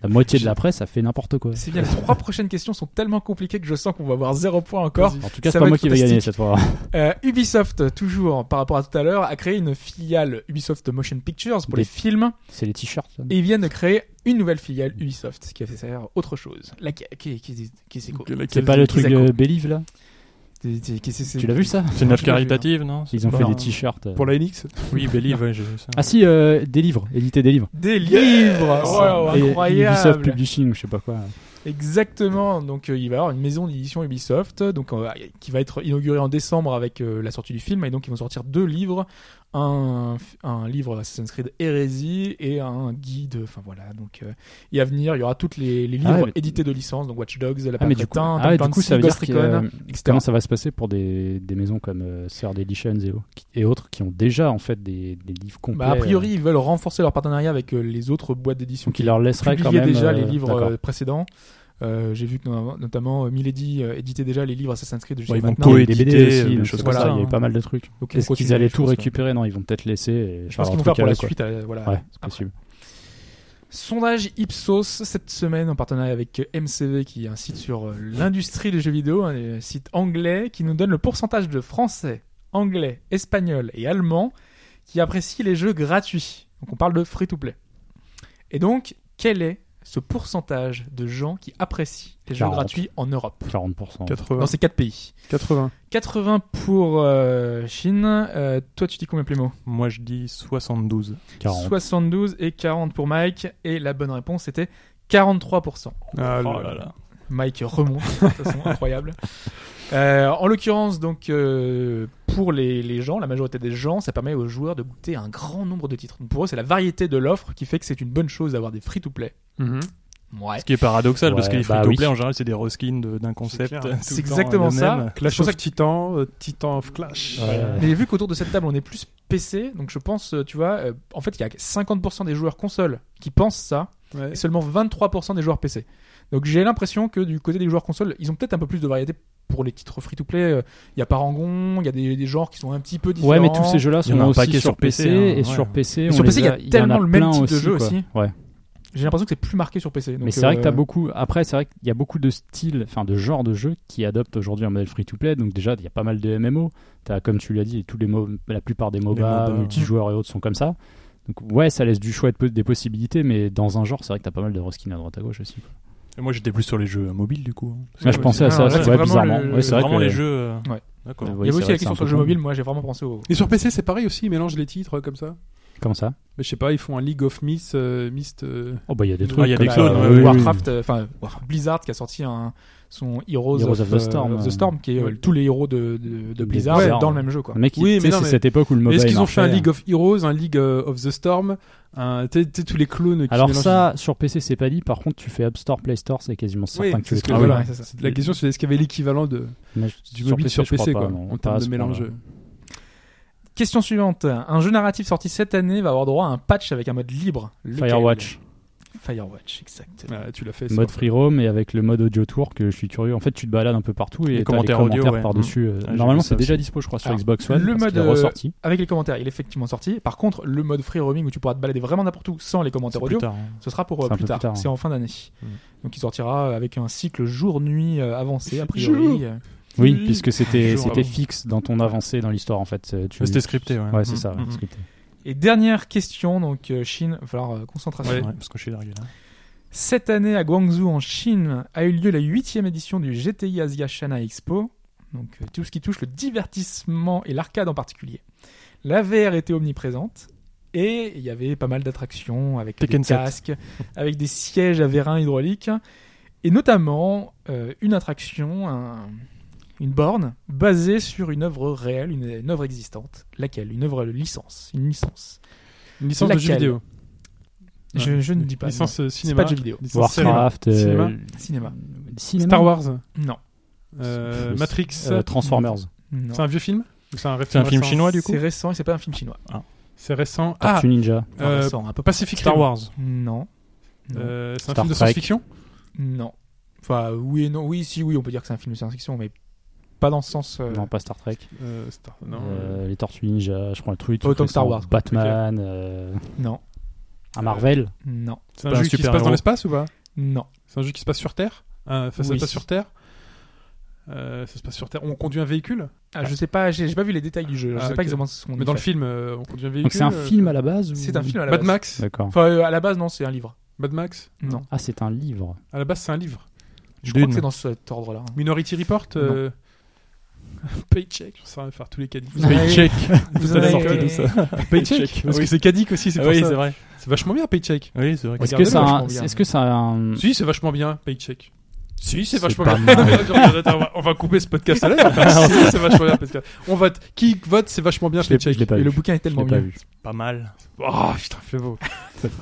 la moitié de la presse a fait n'importe quoi.
C'est bien, les trois prochaines questions sont tellement compliquées que je sens qu'on va avoir zéro point encore.
En tout cas,
Ça
c'est
va
pas moi
être
qui vais gagner cette fois.
Euh, Ubisoft, toujours par rapport à tout à l'heure, a créé une filiale Ubisoft Motion Pictures pour
Des-
les films
C'est les t-shirts. ça.
et ils viennent de créer une nouvelle filiale Ubisoft qui va faire autre chose. La... Qui, qui, qui, qui c'est quoi
C'est pas le truc de Believe là
Qui- qui- qui- c'est-
Tu l'as vu ça
C'est une œuvre
Je l'ai vu,
caritative, non
Ils ont
C'est
fait
pas-
Bah,
des t-shirts. euh.
Pour la NX
Oui, Believe, ouais, j'ai vu ça.
Ah si, euh, des livres, éditer des livres.
Des livres Wow,
Et Ubisoft
Incroyable
Publishing, je sais pas quoi.
Exactement. Donc euh, il va y avoir une maison d'édition Ubisoft, donc euh, qui va être inaugurée en décembre avec euh, la sortie du film, et donc ils vont sortir deux livres, un, un livre Assassin's Creed Heresy et un guide. Enfin voilà. Donc euh, et à venir, il y aura toutes les, les
Ah
livres
ouais, mais-
édités de licence, donc Watch Dogs, La
Ah mais du coup,
Tintin,
ah, ouais,
Tom
du coup
Clancy,
ça veut dire
Ghost
que,
Recon,
euh,
etc.
comment ça va se passer pour des, des maisons comme euh, Third Editions et, au- et autres qui ont déjà en fait des, des livres complets.
Bah, a priori,
euh,
ils veulent renforcer leur partenariat avec euh, les autres boîtes d'édition
donc
qui
ils leur laisseraient quand
publiaient
même
déjà
euh,
les livres
d'accord.
euh, précédents. Euh, J'ai vu que no- notamment euh, Milady euh, éditait déjà les livres Assassin's Creed jusqu'à
Ouais, ils vont
maintenant.
tout
Il y a eu des
co-édité,
BD aussi,
des
donc
choses
c'est pour
comme
ça,
ça,
il y a eu
hein.
pas mal de trucs.
Donc, ils
Est-ce qu'ils
continuent,
allaient
je
tout
pense, ouais.
récupérer Non, ils vont peut-être laisser. et
Je
faire
pense
leur
qu'ils vont faire
truc
pour la
avec, quoi.
suite. euh, voilà.
Ouais, c'est
Après.
possible.
Sondage Ipsos cette semaine en partenariat avec MCV, qui est un site sur euh, l'industrie des jeux vidéo, un euh, site anglais, qui nous donne le pourcentage de français, anglais, espagnol et allemand qui apprécient les jeux gratuits. Donc on parle de free-to-play. Et donc, quel est ce pourcentage de gens qui apprécient les jeux
40.
gratuits en Europe
40%.
80.
Dans ces quatre pays.
80.
80 pour euh, Chine. Euh, toi, tu dis combien, Plémo
Moi, je dis 72.
40.
72 et 40 pour Mike. Et la bonne réponse était 43%.
Ah,
Oh
le-
là là.
Mike remonte de façon incroyable. Euh, en l'occurrence, donc, euh, pour les, les gens, la majorité des gens, ça permet aux joueurs de goûter à un grand nombre de titres. Donc, pour eux, c'est la variété de l'offre qui fait que c'est une bonne chose d'avoir des free-to-play.
Mhm.
Ouais.
Ce qui est paradoxal, parce
Ouais,
que les
bah
free-to-play,
oui.
en général, c'est des reskins de- d'un concept.
clair.
tout le
C'est
temps
exactement
le
ça.
même.
Clash
C'est pour ça
of Titan, euh, Titan of Clash.
Ouais.
Mais vu qu'autour de cette table, on est plus PC, donc je pense, euh, tu vois, euh, en fait, il y a 50% des joueurs consoles qui pensent ça,
Ouais.
et seulement 23% des joueurs PC. Donc j'ai l'impression que du côté des joueurs consoles, ils ont peut-être un peu plus de variété pour les titres free-to-play. Euh, Il y a Parangon, il y a des, des genres qui sont un petit peu différents.
Ouais, mais tous ces jeux-là
Il y en
sont
a un
aussi
paquet
sur
sur
PC,
PC,
et
hein,
sur
ouais.
PC.
Mais sur
on
PC,
les
il y a
en
tellement le même
plein
type de jeu
quoi.
aussi.
Ouais.
J'ai l'impression que c'est plus marqué sur PC. Donc,
Mais c'est vrai que t'as
euh,
beaucoup. Après, c'est vrai qu'il y a beaucoup de styles, enfin de genres de jeux qui adoptent aujourd'hui un modèle free-to-play. Donc déjà, il y a pas mal de MMO. T'as, comme tu l'as dit, tous les mo- la plupart des MOBA,
MOBA, ouais.
multijoueurs et autres sont comme ça. Donc ouais, ça laisse du choix et de peu- des possibilités, mais dans un genre, c'est vrai que t'as pas mal de reskins à droite à gauche aussi. quoi.
Et Moi, j'étais plus sur les jeux euh, mobiles, du coup. hein. Parce
Moi,
que
je pensais à
non,
ça,
là,
tu
c'est
vois,
vraiment
bizarrement.
le-
Ouais,
c'est
c'est vrai
vraiment
que-
les jeux. euh,
Ouais.
D'accord.
Ah
Il
oui,
y avait
c'est vrai
aussi la
que c'est un
question sur
peu
le jeu
con.
mobile, moi j'ai vraiment pensé au.
Et sur PC, c'est pareil aussi, ils mélangent les titres euh, comme ça.
Comment ça
Mais je sais pas, ils font un League of Myth, euh, Myst. euh,
Oh bah il y a des
Ah,
trucs.
il y a
comme
des
Bah,
ça,
clones,
euh,
ouais, oui, oui.
Warcraft, euh, enfin War- Blizzard qui a sorti un, son Heroes,
Heroes of the
euh,
Storm,
of
euh,
Storm, qui est euh,
ouais.
tous les héros de, de- de
Des
Blizzard
Blizzard,
dans le
ouais.
même jeu. Quoi.
Un Mec, qui-
Oui,
tu sais,
mais non,
c'est
mais-
cette époque où le
Mais
mobile.
Est-ce qu'ils ont fait un
marchait.
League of Heroes, un League euh, of the Storm, un- tu sais- tu sais, tous les clones qui
Alors
mélangent-
ça, sur PC, c'est pas dit. Par contre, tu fais App Store, Play Store, c'est quasiment certain
Oui,
que tu les
c'est ce que-
trouves.
voilà,
ouais, c'est ça.
c'est la question c'est est-ce qu'il y avait l'équivalent de,
Mais
du mobile sur
je crois
PC,
pas,
quoi,
non,
en
pas à
termes de
ce
mélange.
point-là.
Question suivante. Un jeu narratif sorti cette année va avoir droit à un patch avec un mode libre. Lequel
Firewatch,
Firewatch, exact.
Ah, tu l'as fait. ça.
mode free roam et avec le mode audio tour que je suis curieux. En fait, tu te balades un peu partout et
Les
t'as
commentaires audio, ouais.
par-dessus. euh,
Ah, j'ai
Normalement,
vu
c'est
ça
déjà
aussi. Ah,
dispo, je crois, sur
Alors,
Xbox One.
le
parce
mode,
qu'il est
euh,
ressorti.
Avec les commentaires, il est effectivement sorti. Par contre, le mode free roaming où tu pourras te balader vraiment n'importe où sans les commentaires
plus
audio,
tard, hein.
ce sera pour euh,
C'est un
plus,
peu
tard.
plus tard,
C'est en fin d'année.
Mm.
Donc il sortira avec un cycle jour-nuit euh, avancé, a priori.
Jour.
Euh,
Oui,
Oui.
puisque c'était
Toujours
c'était
avant.
fixe dans ton avancée dans l'histoire en fait. Euh, tu-
Ouais, C'était scripté, ouais.
Ouais, c'est
Mm,
ça. ouais,
mm,
scripté.
Et dernière question, donc euh, Chine, il va falloir euh,
mm.
concentration.
Ouais, parce que je suis largué là.
Cette année à Guangzhou en Chine a eu lieu la huitième édition du GTI Asia China Expo, donc euh, tout ce qui touche le divertissement et l'arcade en particulier. La VR était omniprésente et il y avait pas mal d'attractions avec
Tekken
des
7.
casques, avec des sièges à vérin hydraulique et notamment euh, une attraction, un- une borne basée sur une œuvre réelle, une, une œuvre existante. Laquelle Une œuvre de licence, une licence.
Une licence de jeu
Laquelle
vidéo.
Je, je ne dis pas.
Licence euh, cinéma.
pas de jeu vidéo.
Licence cinéma.
Warcraft, euh,
Cinéma.
non. Cinéma.
cinéma
Star Wars.
Non.
euh,
C'est-
Matrix.
euh, Transformers,
non.
C'est un vieux film Ou C'est un,
C'est un film
récent
chinois du coup
C'est récent et c'est pas un film chinois.
C'est récent. Ah,
Tortue Ninja,
Enfin,
Euh,
récent, un peu pas.
Pacific
Star
Rim.
Wars.
Non. Non.
Euh, c'est un
Star
film de
Trek.
science-fiction
Non. Enfin, oui et non. Oui, si, oui, on peut dire que c'est un film de science-fiction, mais pas dans le sens. euh,
non pas Star Trek,
Euh, Star- non, euh,
Euh, les Tortues Ninja, je prends le truc.
Autant que Star Wars.
Batman, euh,
Non.
un Marvel,
Non.
C'est un
pas
jeu
un
qui se passe
super-héros.
dans l'espace ou pas
Non.
C'est un jeu qui se passe sur Terre Euh, enfin, Ça
Oui.
se passe sur Terre Euh, ça se passe sur Terre. On conduit un véhicule,
Ah, je sais pas, j'ai j'ai pas vu les détails du jeu. Je
Ah,
sais
ok.
pas exactement ce qu'on
mais dans le
fait.
film, euh, on conduit un véhicule.
Donc c'est un
euh,
film à la base ou-
C'est un film à la
Mad
base.
Max.
D'accord.
Enfin, euh, à la base, non, c'est un livre.
Mad Max.
Non.
Ah c'est un livre.
À la base, c'est un livre.
Je
Dune.
crois que c'est dans cet ordre-là. hein.
Minority Report. euh, Paycheck. Ça va faire tous les caddies.
Vous en avez-
Paycheck.
Vous
Tout à
en avez-
sorti d'où, ça
Paycheck. Parce que c'est caddique aussi, c'est
Ah
pour
Oui, c'est
ça.
vrai.
C'est vachement bien, Paycheck.
Oui, c'est vrai. que-
Est-ce que
Regardez-le,
ça, a un-
vachement bien.
est-ce que ça, a un-
Si, c'est vachement bien, Paycheck. Si, c'est
Mm. C'est
vachement
pas
bien. Attends, on va- on va couper ce podcast là. on va faire, si, c'est vachement bien, Paycheck. On vote. Qui vote, c'est vachement bien,
Je l'ai- je l'ai
Paycheck.
pas
Et
vu.
le bouquin est
Je l'ai
tellement
pas
bien.
vu.
Pas mal.
Oh putain, fais beau.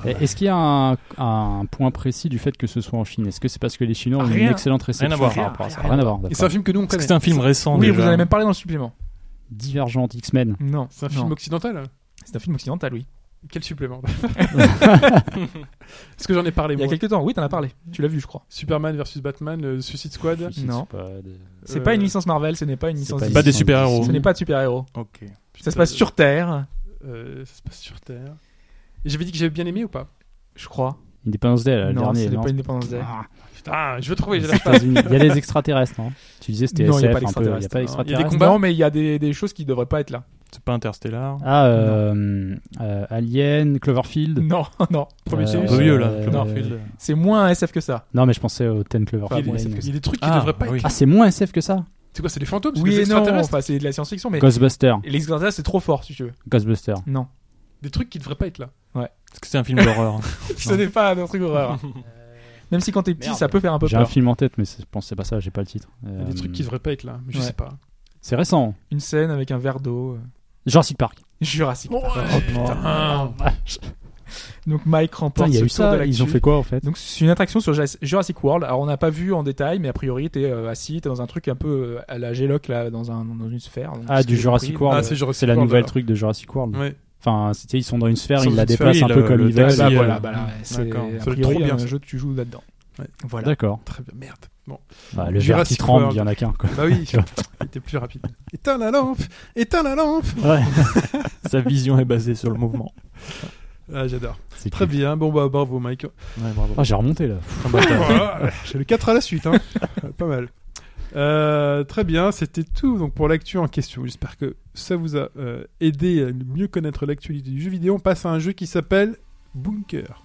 Et Est-ce qu'il y a un, un point précis du fait que ce soit en Chine Est-ce que c'est parce que les Chinois ont
Ah, Rien-
une excellente réception
voir.
par
Rien-
rapport à ça
rien-
Rien à voir.
Et c'est un
d'accord.
film que nous on
Parce que
connaît.
c'est un film récent.
Oui,
déjà.
vous en avez même parlé dans le supplément.
Divergente X-Men.
Non.
C'est un
Non.
film occidental.
C'est un film occidental, oui.
Quel supplément Est-ce que j'en ai parlé
Il y a
moi
quelques temps, oui, t'en as parlé. Tu l'as vu, je crois.
Superman versus Batman, euh, Suicide Squad.
Suicide
Non.
Squad, euh,
C'est
Euh,
pas une licence Marvel, ce n'est pas une
c'est
licence.
une
Disney.
Pas des
licence
super-héros.
Disney.
Ce n'est pas de super-héros.
Ok.
Ça se passe sur Terre,
Euh, ça se passe sur Terre. Et J'avais dit que j'avais bien aimé ou pas
je crois.
Independence Day, là, le
euh, non,
dernier.
ce n'est
non
pas Independence Day.
Ah,
Putain, je veux trouver. j'ai
aux
la-
États-Unis. Il y a des extraterrestres, non Tu disais c'était
Non, il y a
SF
pas
un peu. Il n'y a pas
d'extraterrestres, non. Il y a des
d'extraterrestres.
combats
Ah, Non, mais il y a des, des choses qui devraient pas être là.
C'est pas Interstellar.
Ah, euh, euh, Alien, Cloverfield.
Non, non.
Premier
Euh,
C'est un
Sirius.
peu vieux là.
euh,
Cloverfield.
C'est moins SF que ça.
Non, mais je pensais au Ten
Il y a
Cloverfield.
des-
Lane.
il y a des trucs qui
Ah,
devraient pas
oui.
être.
Ah, c'est moins SF que ça
C'est quoi C'est des fantômes C'est
Oui
des
et non,
extraterrestres
enfin, c'est de la science-fiction, mais
Ghostbuster.
les extraterrestres, c'est trop fort, si tu veux.
Ghostbuster.
Non.
Des trucs qui devraient pas être là.
Est-ce que c'est un film d'horreur
Ce n'est pas un truc horreur. Même si quand t'es petit,
Merde.
ça peut faire un peu
J'ai un
peur.
film en tête, mais c'est- je pense que c'est pas ça, j'ai pas le titre.
Il y a
Euh,
des trucs qui devraient pas être là. Mais je
Ouais.
sais pas.
C'est récent.
Une scène avec un verre d'eau. euh,
Jurassic Park.
Jurassic.
Oh
Ah,
putain.
Donc Mike
Putain,
remporte
il y a
ce
eu
tour de
ça. Ils ont
l'actu.
fait quoi en fait
Donc c'est une attraction sur Jurass- Jurassic World. Alors on n'a pas vu en détail, mais a priori t'es euh, assis, t'es dans un truc un peu euh, à la Géloc là, dans un dans une sphère. Donc,
Ah,
c'est
du
le
Jurassic
prix.
World.
Ah, c'est Jurassic
C'est la
World,
nouvelle
alors.
truc de Jurassic World.
Ouais.
Enfin, c'était- ils sont dans une sphère,
Ils
ils
sont
la
dans une sphère,
déplacent un
oui,
peu
le-
comme
le
ils veulent.
taxi,
Bah,
euh,
voilà, bah, là, c'est
D'accord.
a
Ça doit être
priori
trop bien,
un
ça.
jeu que tu joues là-dedans.
Ouais.
Voilà.
D'accord.
Très bien. Merde. Bon.
Bah, le verre
Jurassic
qui tremble,
World.
il y en a qu'un quoi.
Bah oui. Il était plus rapide. Éteins la lampe. Éteins la lampe.
Ouais.
Sa vision est basée sur le mouvement.
Ah, j'adore.
C'est
Très
cool.
bien. Bon bah bravo Mike.
Ouais, bravo.
Ah, j'ai remonté là.
bah, Voilà, J'ai le 4 à la suite, hein. pas mal. Euh, très bien, c'était tout donc pour l'actu en question. J'espère que ça vous a euh, aidé à mieux connaître l'actualité du jeu vidéo. On passe à un jeu qui s'appelle Bunker.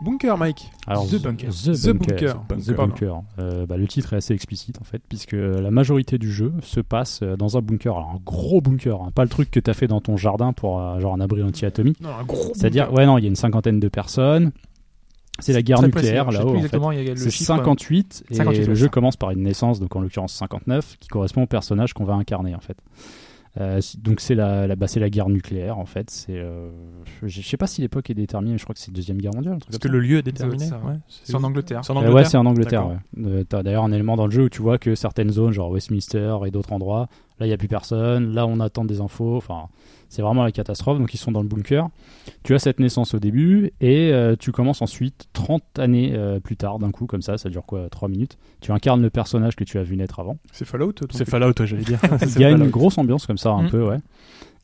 Bunker, Mike.
Alors,
The Bunker.
The,
The
Bunker.
Bunker.
The
Pardon.
Bunker. Euh, bah, le titre est assez explicite en fait, puisque la majorité du jeu se passe euh, dans un bunker. Alors, un gros bunker, hein, pas le truc que t'as fait dans ton jardin pour euh, genre un abri anti-atomique.
Non, un gros.
C'est-à-dire, ouais, non, il y a une cinquantaine de personnes. C'est la guerre
Très
nucléaire
précis, hein. Je sais
là-haut.
plus
en fait.
exactement, il y a le
C'est
chiffre.
58 et
58,
le
ouais,
jeu
ça.
commence par une naissance, donc en l'occurrence 59, qui correspond au personnage qu'on va incarner en fait. Euh, c- donc c'est la, la, bah, c'est la guerre nucléaire en fait. C'est, euh, je je sais pas si l'époque est déterminée, mais je crois que c'est deuxième guerre mondiale. un truc
Parce que
comme ça.
le lieu est
doit être
déterminé.
ça, ouais.
ouais.
C'est en Angleterre.
C'est en
Euh,
Angleterre.
ouais, c'est en Angleterre. Ouais. Euh, T'as d'ailleurs un élément dans le jeu où tu vois que certaines zones, genre Westminster et d'autres endroits, là il n'y a plus personne, là on attend des infos. Enfin, c'est vraiment la catastrophe. Donc ils sont dans le bunker. Tu as cette naissance au début et euh, tu commences ensuite 30 années euh, plus tard, d'un coup, comme ça, ça dure quoi 3 minutes. Tu incarnes le personnage que tu as vu naître avant.
C'est Fallout. ton
C'est
truc.
Fallout, ouais, j'allais dire.
Il
C'est
y a une
Fallout.
grosse ambiance comme ça, un
Mm.
peu, ouais.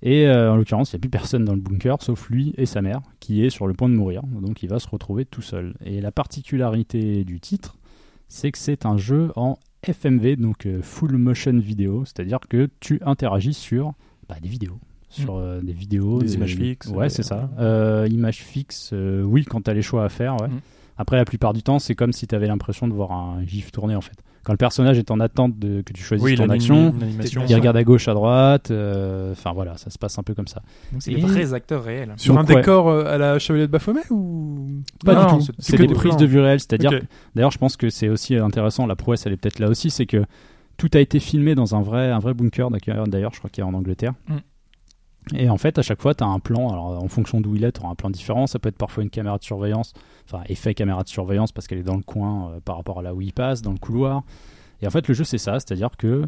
Et euh, en l'occurrence, il n'y a plus personne dans le bunker, sauf lui et sa mère, qui est sur le point de mourir. Donc il va se retrouver tout seul. Et la particularité du titre, c'est que c'est un jeu en FMV, donc euh, Full Motion Video, c'est-à-dire que tu interagis sur bah, des vidéos.
Mm.
Sur euh, des vidéos.
Des images fixes,
Ouais,
des-
c'est ça. Euh, images fixes, euh, oui, quand tu as les choix à faire, ouais.
Mm.
Après, la plupart du temps, c'est comme si tu avais l'impression de voir un GIF tourner, en fait. Quand le personnage est en attente de, que tu choisisses
Oui, il a
ton
une-
action,
une animation.
Bien
il
sûr.
regarde à gauche, à droite. euh, Enfin voilà, ça se passe un peu comme ça.
Donc c'est
Et-
des vrais acteurs réels.
Sur
Donc,
un
ouais.
décor euh, à la Chevalier de Baphomet ou
Pas
Non,
du tout.
c'est-
c'est
C'est
que
des
des
prises
plans.
de vue réelles. C'est-à-dire,
Ok.
que- d'ailleurs, je pense que c'est aussi intéressant. La prouesse, elle est peut-être là aussi, c'est que tout a été filmé dans un vrai, un vrai bunker. D'ailleurs, d'ailleurs, je crois qu'il est en Angleterre.
Mm.
Et en fait, à chaque fois, tu as un plan. Alors, en fonction d'où il est, tu un plan différent. Ça peut être parfois une caméra de surveillance, enfin, effet caméra de surveillance, parce qu'elle est dans le coin euh, par rapport à là où il passe, dans le couloir. Et en fait, le jeu, c'est ça. C'est-à-dire que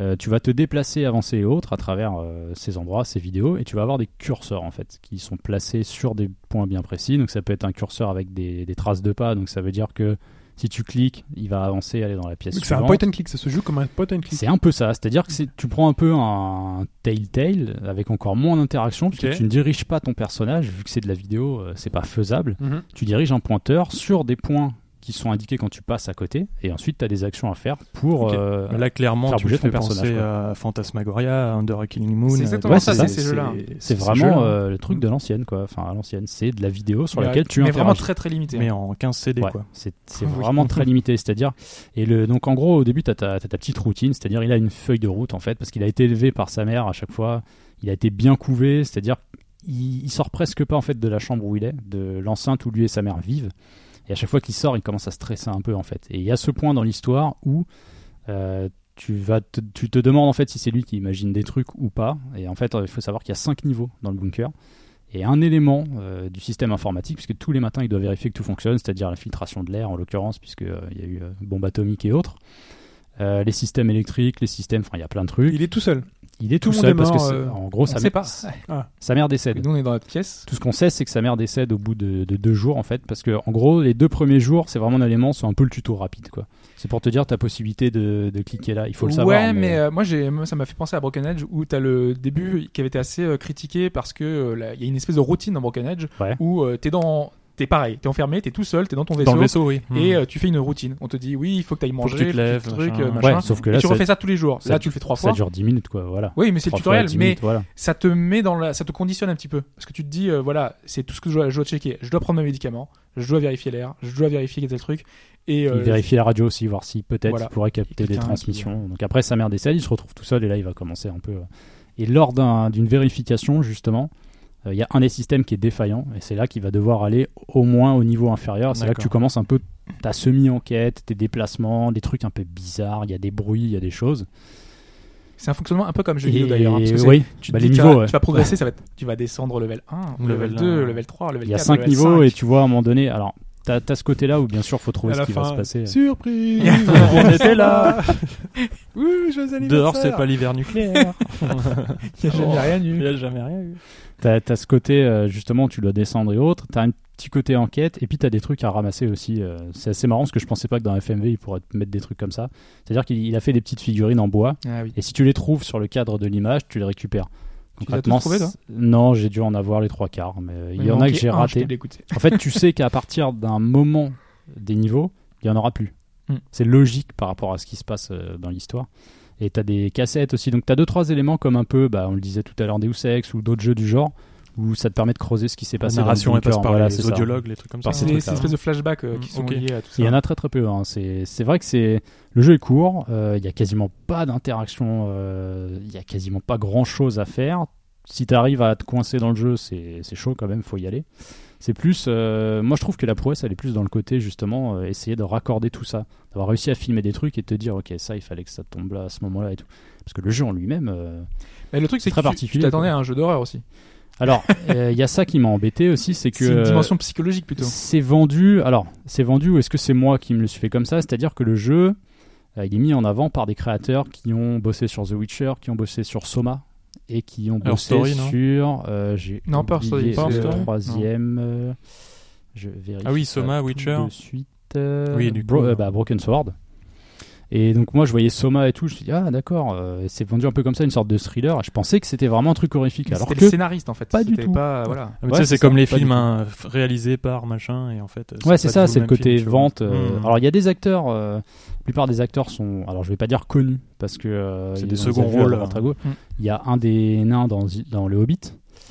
euh, tu vas te déplacer, avancer et autres à travers euh, ces endroits, ces vidéos, et tu vas avoir des curseurs en fait qui sont placés sur des points bien précis. Donc ça peut être un curseur avec des, des traces de pas, donc ça veut dire que si tu cliques, il va avancer, aller dans la pièce
Donc C'est un
suivante.
point and click. Ça se joue comme un point and click.
C'est un peu ça, c'est-à-dire que c'est- tu prends un peu un telltale avec encore moins d'interaction puisque
Ok.
tu ne diriges pas ton personnage vu que c'est de la vidéo, euh, c'est pas faisable.
Mhm.
Tu diriges un pointeur sur des points qui sont indiqués quand tu passes à côté et ensuite tu as des actions à faire pour
Ok.
euh,
Mais Là, clairement,
Faire
tu me
bouger ton
fais
personnage,
penser
quoi.
à Phantasmagoria, à Under a Killing Moon.
C'est
euh,
exactement
ouais,
ça,
c'est
c'est hein.
ça,
ces jeux-là.
C'est
ces
vraiment
jeux-là.
euh, le truc de l'ancienne, quoi. Enfin, à l'ancienne, c'est de la vidéo sur
Mais-
laquelle tu
Mais vraiment
interagis.
très très limité.
Mais en 15 CD,
Ouais,
quoi.
c'est c'est
Oui.
vraiment très limité, c'est-à-dire et le donc en gros au début t'as ta, t'as ta petite routine, c'est-à-dire il a une feuille de route en fait parce qu'il a été élevé par sa mère à chaque fois, il a été bien couvé, c'est-à-dire il, il sort presque pas en fait de la chambre où il est, de l'enceinte où lui et sa mère vivent, et à chaque fois qu'il sort il commence à stresser un peu en fait. Et il y a ce point dans l'histoire où euh, tu, vas te, tu te demandes en fait si c'est lui qui imagine des trucs ou pas. Et en fait, euh, il faut savoir qu'il y a cinq niveaux dans le bunker. Et un élément euh, du système informatique, puisque tous les matins il doit vérifier que tout fonctionne, c'est-à-dire la filtration de l'air en l'occurrence, puisqu'il il y a eu euh, bombe atomique et autres, Euh, les systèmes électriques, les systèmes, enfin il y a plein de trucs.
Il est tout seul.
Il est tout,
le monde
seul
est
parce
mort,
que c'est-
euh,
en gros
On
sa,
sait
mère-
pas.
sa mère décède.
Nous on est dans notre pièce.
Tout ce qu'on sait, c'est que sa mère décède au bout de, de deux jours, en fait, parce que en gros, les deux premiers jours, c'est vraiment un élément, c'est un peu le tuto rapide, quoi. C'est pour te dire ta possibilité de, de cliquer là. Il faut le savoir.
Ouais, mais euh, moi, j'ai, moi, ça m'a fait penser à Broken Edge où t'as le début qui avait été assez euh, critiqué parce que euh, là, il y a une espèce de routine dans Broken Edge
Ouais.
où euh, t'es dans, t'es pareil, t'es enfermé, t'es tout seul, t'es dans ton vaisseau,
Dans le vaisseau, oui. Hmm.
et euh, tu fais une routine. On te dit oui, il faut que t'ailles
Faut que
manger,
tu te lèves,
faut que tu truc,
machin.
euh, machin.
Ouais, sauf que là,
et tu
ça-
refais ça tous les jours.
ça-
là, tu le fais trois
ça
fois.
dure 10 minutes, quoi. Voilà.
Oui, mais c'est
Trois
le
fois
tutoriel,
10
mais
minutes, voilà.
ça te met dans la, ça te conditionne un petit peu parce que tu te dis euh, voilà, c'est tout ce que je dois, je dois checker. Je dois prendre mes médicaments, je dois vérifier l'air, je dois vérifier quel est le truc et euh,
il vérifie la radio aussi, voir si peut-être
Voilà. hein,
il pourrait capter des
Quelqu'un qui-
transmissions.
euh,
Donc après, sa mère décède, il se retrouve tout seul et là, il va commencer un peu. euh. Et lors d'un- d'une vérification, justement, euh, il y a un des systèmes qui est défaillant et c'est là qu'il va devoir aller au moins au niveau inférieur. C'est là que
D'accord.
tu commences un peu ta semi-enquête, tes déplacements, des trucs un peu bizarres. Il y a des bruits, il y a des choses.
c'est un fonctionnement un peu comme jeu
Et-
vidéo d'ailleurs hein, parce que c'est-
oui,
tu, te
bah,
dis,
les
tu
niveaux,
vas,
ouais.
tu vas progresser, ça va être, tu vas descendre au level 1, au
Level
level 2,
un.
au level 3, au level 4.
Il y a 5 niveaux et tu vois à un moment donné. Alors, t'as as ce côté-là où bien sûr, faut trouver
À
ce
la
qui va se
fin.
passer. euh.
Surprise.
On était là.
Ouh, joyeux anniversaire.
Dehors, c'est pas l'hiver nucléaire.
Il n'y a jamais rien
Il
eu.
n'y a jamais rien eu.
T'as as ce côté, euh, justement, où tu dois descendre et autres. T'as un petit côté enquête. Et puis, t'as des trucs à ramasser aussi. euh, c'est assez marrant parce que je pensais pas que dans FMV, il pourrait te mettre des trucs comme ça. C'est-à-dire qu'il il a fait des petites figurines en bois.
Ah oui.
Et si tu les trouves sur le cadre de l'image, tu les récupères.
Tu les as tous trouvés, toi
c- non, j'ai dû en avoir les trois quarts. Mais euh, il y
me
en a que
manquait
j'ai
un, Ah, je t'ai
raté.
dégoûté.
En fait, tu sais qu'à partir d'un moment des niveaux, il y en aura plus.
Mm.
Hmm.
C'est logique par rapport à ce qui se passe euh, dans l'histoire. Et t'as des cassettes aussi. Donc t'as deux trois éléments comme un peu, bah, on le disait tout à l'heure, Deus Ex ou d'autres jeux du genre. où où ça te permet de creuser ce qui s'est
La
passé. dans le
narration elle
bunker,
passe par
voilà, c'est
les
ça.
audiologues, les trucs comme
Par
ça.
C'est
ces
des
trucs-là.
ces espèces de flashbacks euh,
Mm,
qui sont
ok.
liés à tout ça.
Il y en a très très peu. hein. C'est c'est vrai que c'est le jeu est court. euh, Il y a quasiment pas d'interaction. euh, Il y a quasiment pas grand chose à faire. Si tu arrives à te coincer dans le jeu, c'est c'est chaud quand même. Faut y aller. C'est plus. euh, moi, je trouve que la prouesse, elle est plus dans le côté justement euh, essayer de raccorder tout ça, d'avoir réussi à filmer des trucs et de te dire ok ça, il fallait que ça tombe là à ce moment-là et tout. Parce que le jeu en lui-même. euh,
Mais le truc, c'est
Très
que tu- tu
particulier,
t'attendais
quoi.
à un jeu d'horreur aussi.
Alors, euh, il y a ça qui m'a embêté aussi, c'est que
C'est une
euh,
dimension psychologique plutôt.
C'est vendu. Alors, c'est vendu ou est-ce que c'est moi qui me le suis fait comme ça C'est-à-dire que le jeu, euh, il est mis en avant par des créateurs qui ont bossé sur The Witcher, qui ont bossé sur Soma et qui ont bossé
Story, non
sur. euh, j'ai
Non, pas Her Story,
oublié
pas Her
le
Story.
troisième. euh, je vérifie.
Ah oui, Soma,
ça tout
Witcher.
De suite. euh,
Oui, du
Bro-
coup.
euh, bah, Broken Sword. Et donc moi je voyais Soma et tout, je me suis dit ah d'accord, euh, c'est vendu un peu comme ça, une sorte de thriller. Je pensais que c'était vraiment un truc horrifique,
Mais
alors
C'était
que
le scénariste en fait.
pas du
C'était
tout.
Pas, voilà.
Ah, mais tu
Ouais,
sais,
c'est
c'est comme
ça,
les
pas du
films
tout.
hein, f- réalisés par machin, et en fait. euh,
Ouais,
pas
c'est ça,
du tout
c'est le
même
côté
film, tu vois.
vente. euh,
Hmm.
Mhm.
Alors, il y a des acteurs, euh, la plupart des acteurs sont, alors je vais pas dire connus, parce que. euh,
C'est
ils- on les
des
a
seconds
vus à
rôles,
droite à
hein.
gauche.
Mm.
Il y a un des nains dans, The- dans Le Hobbit.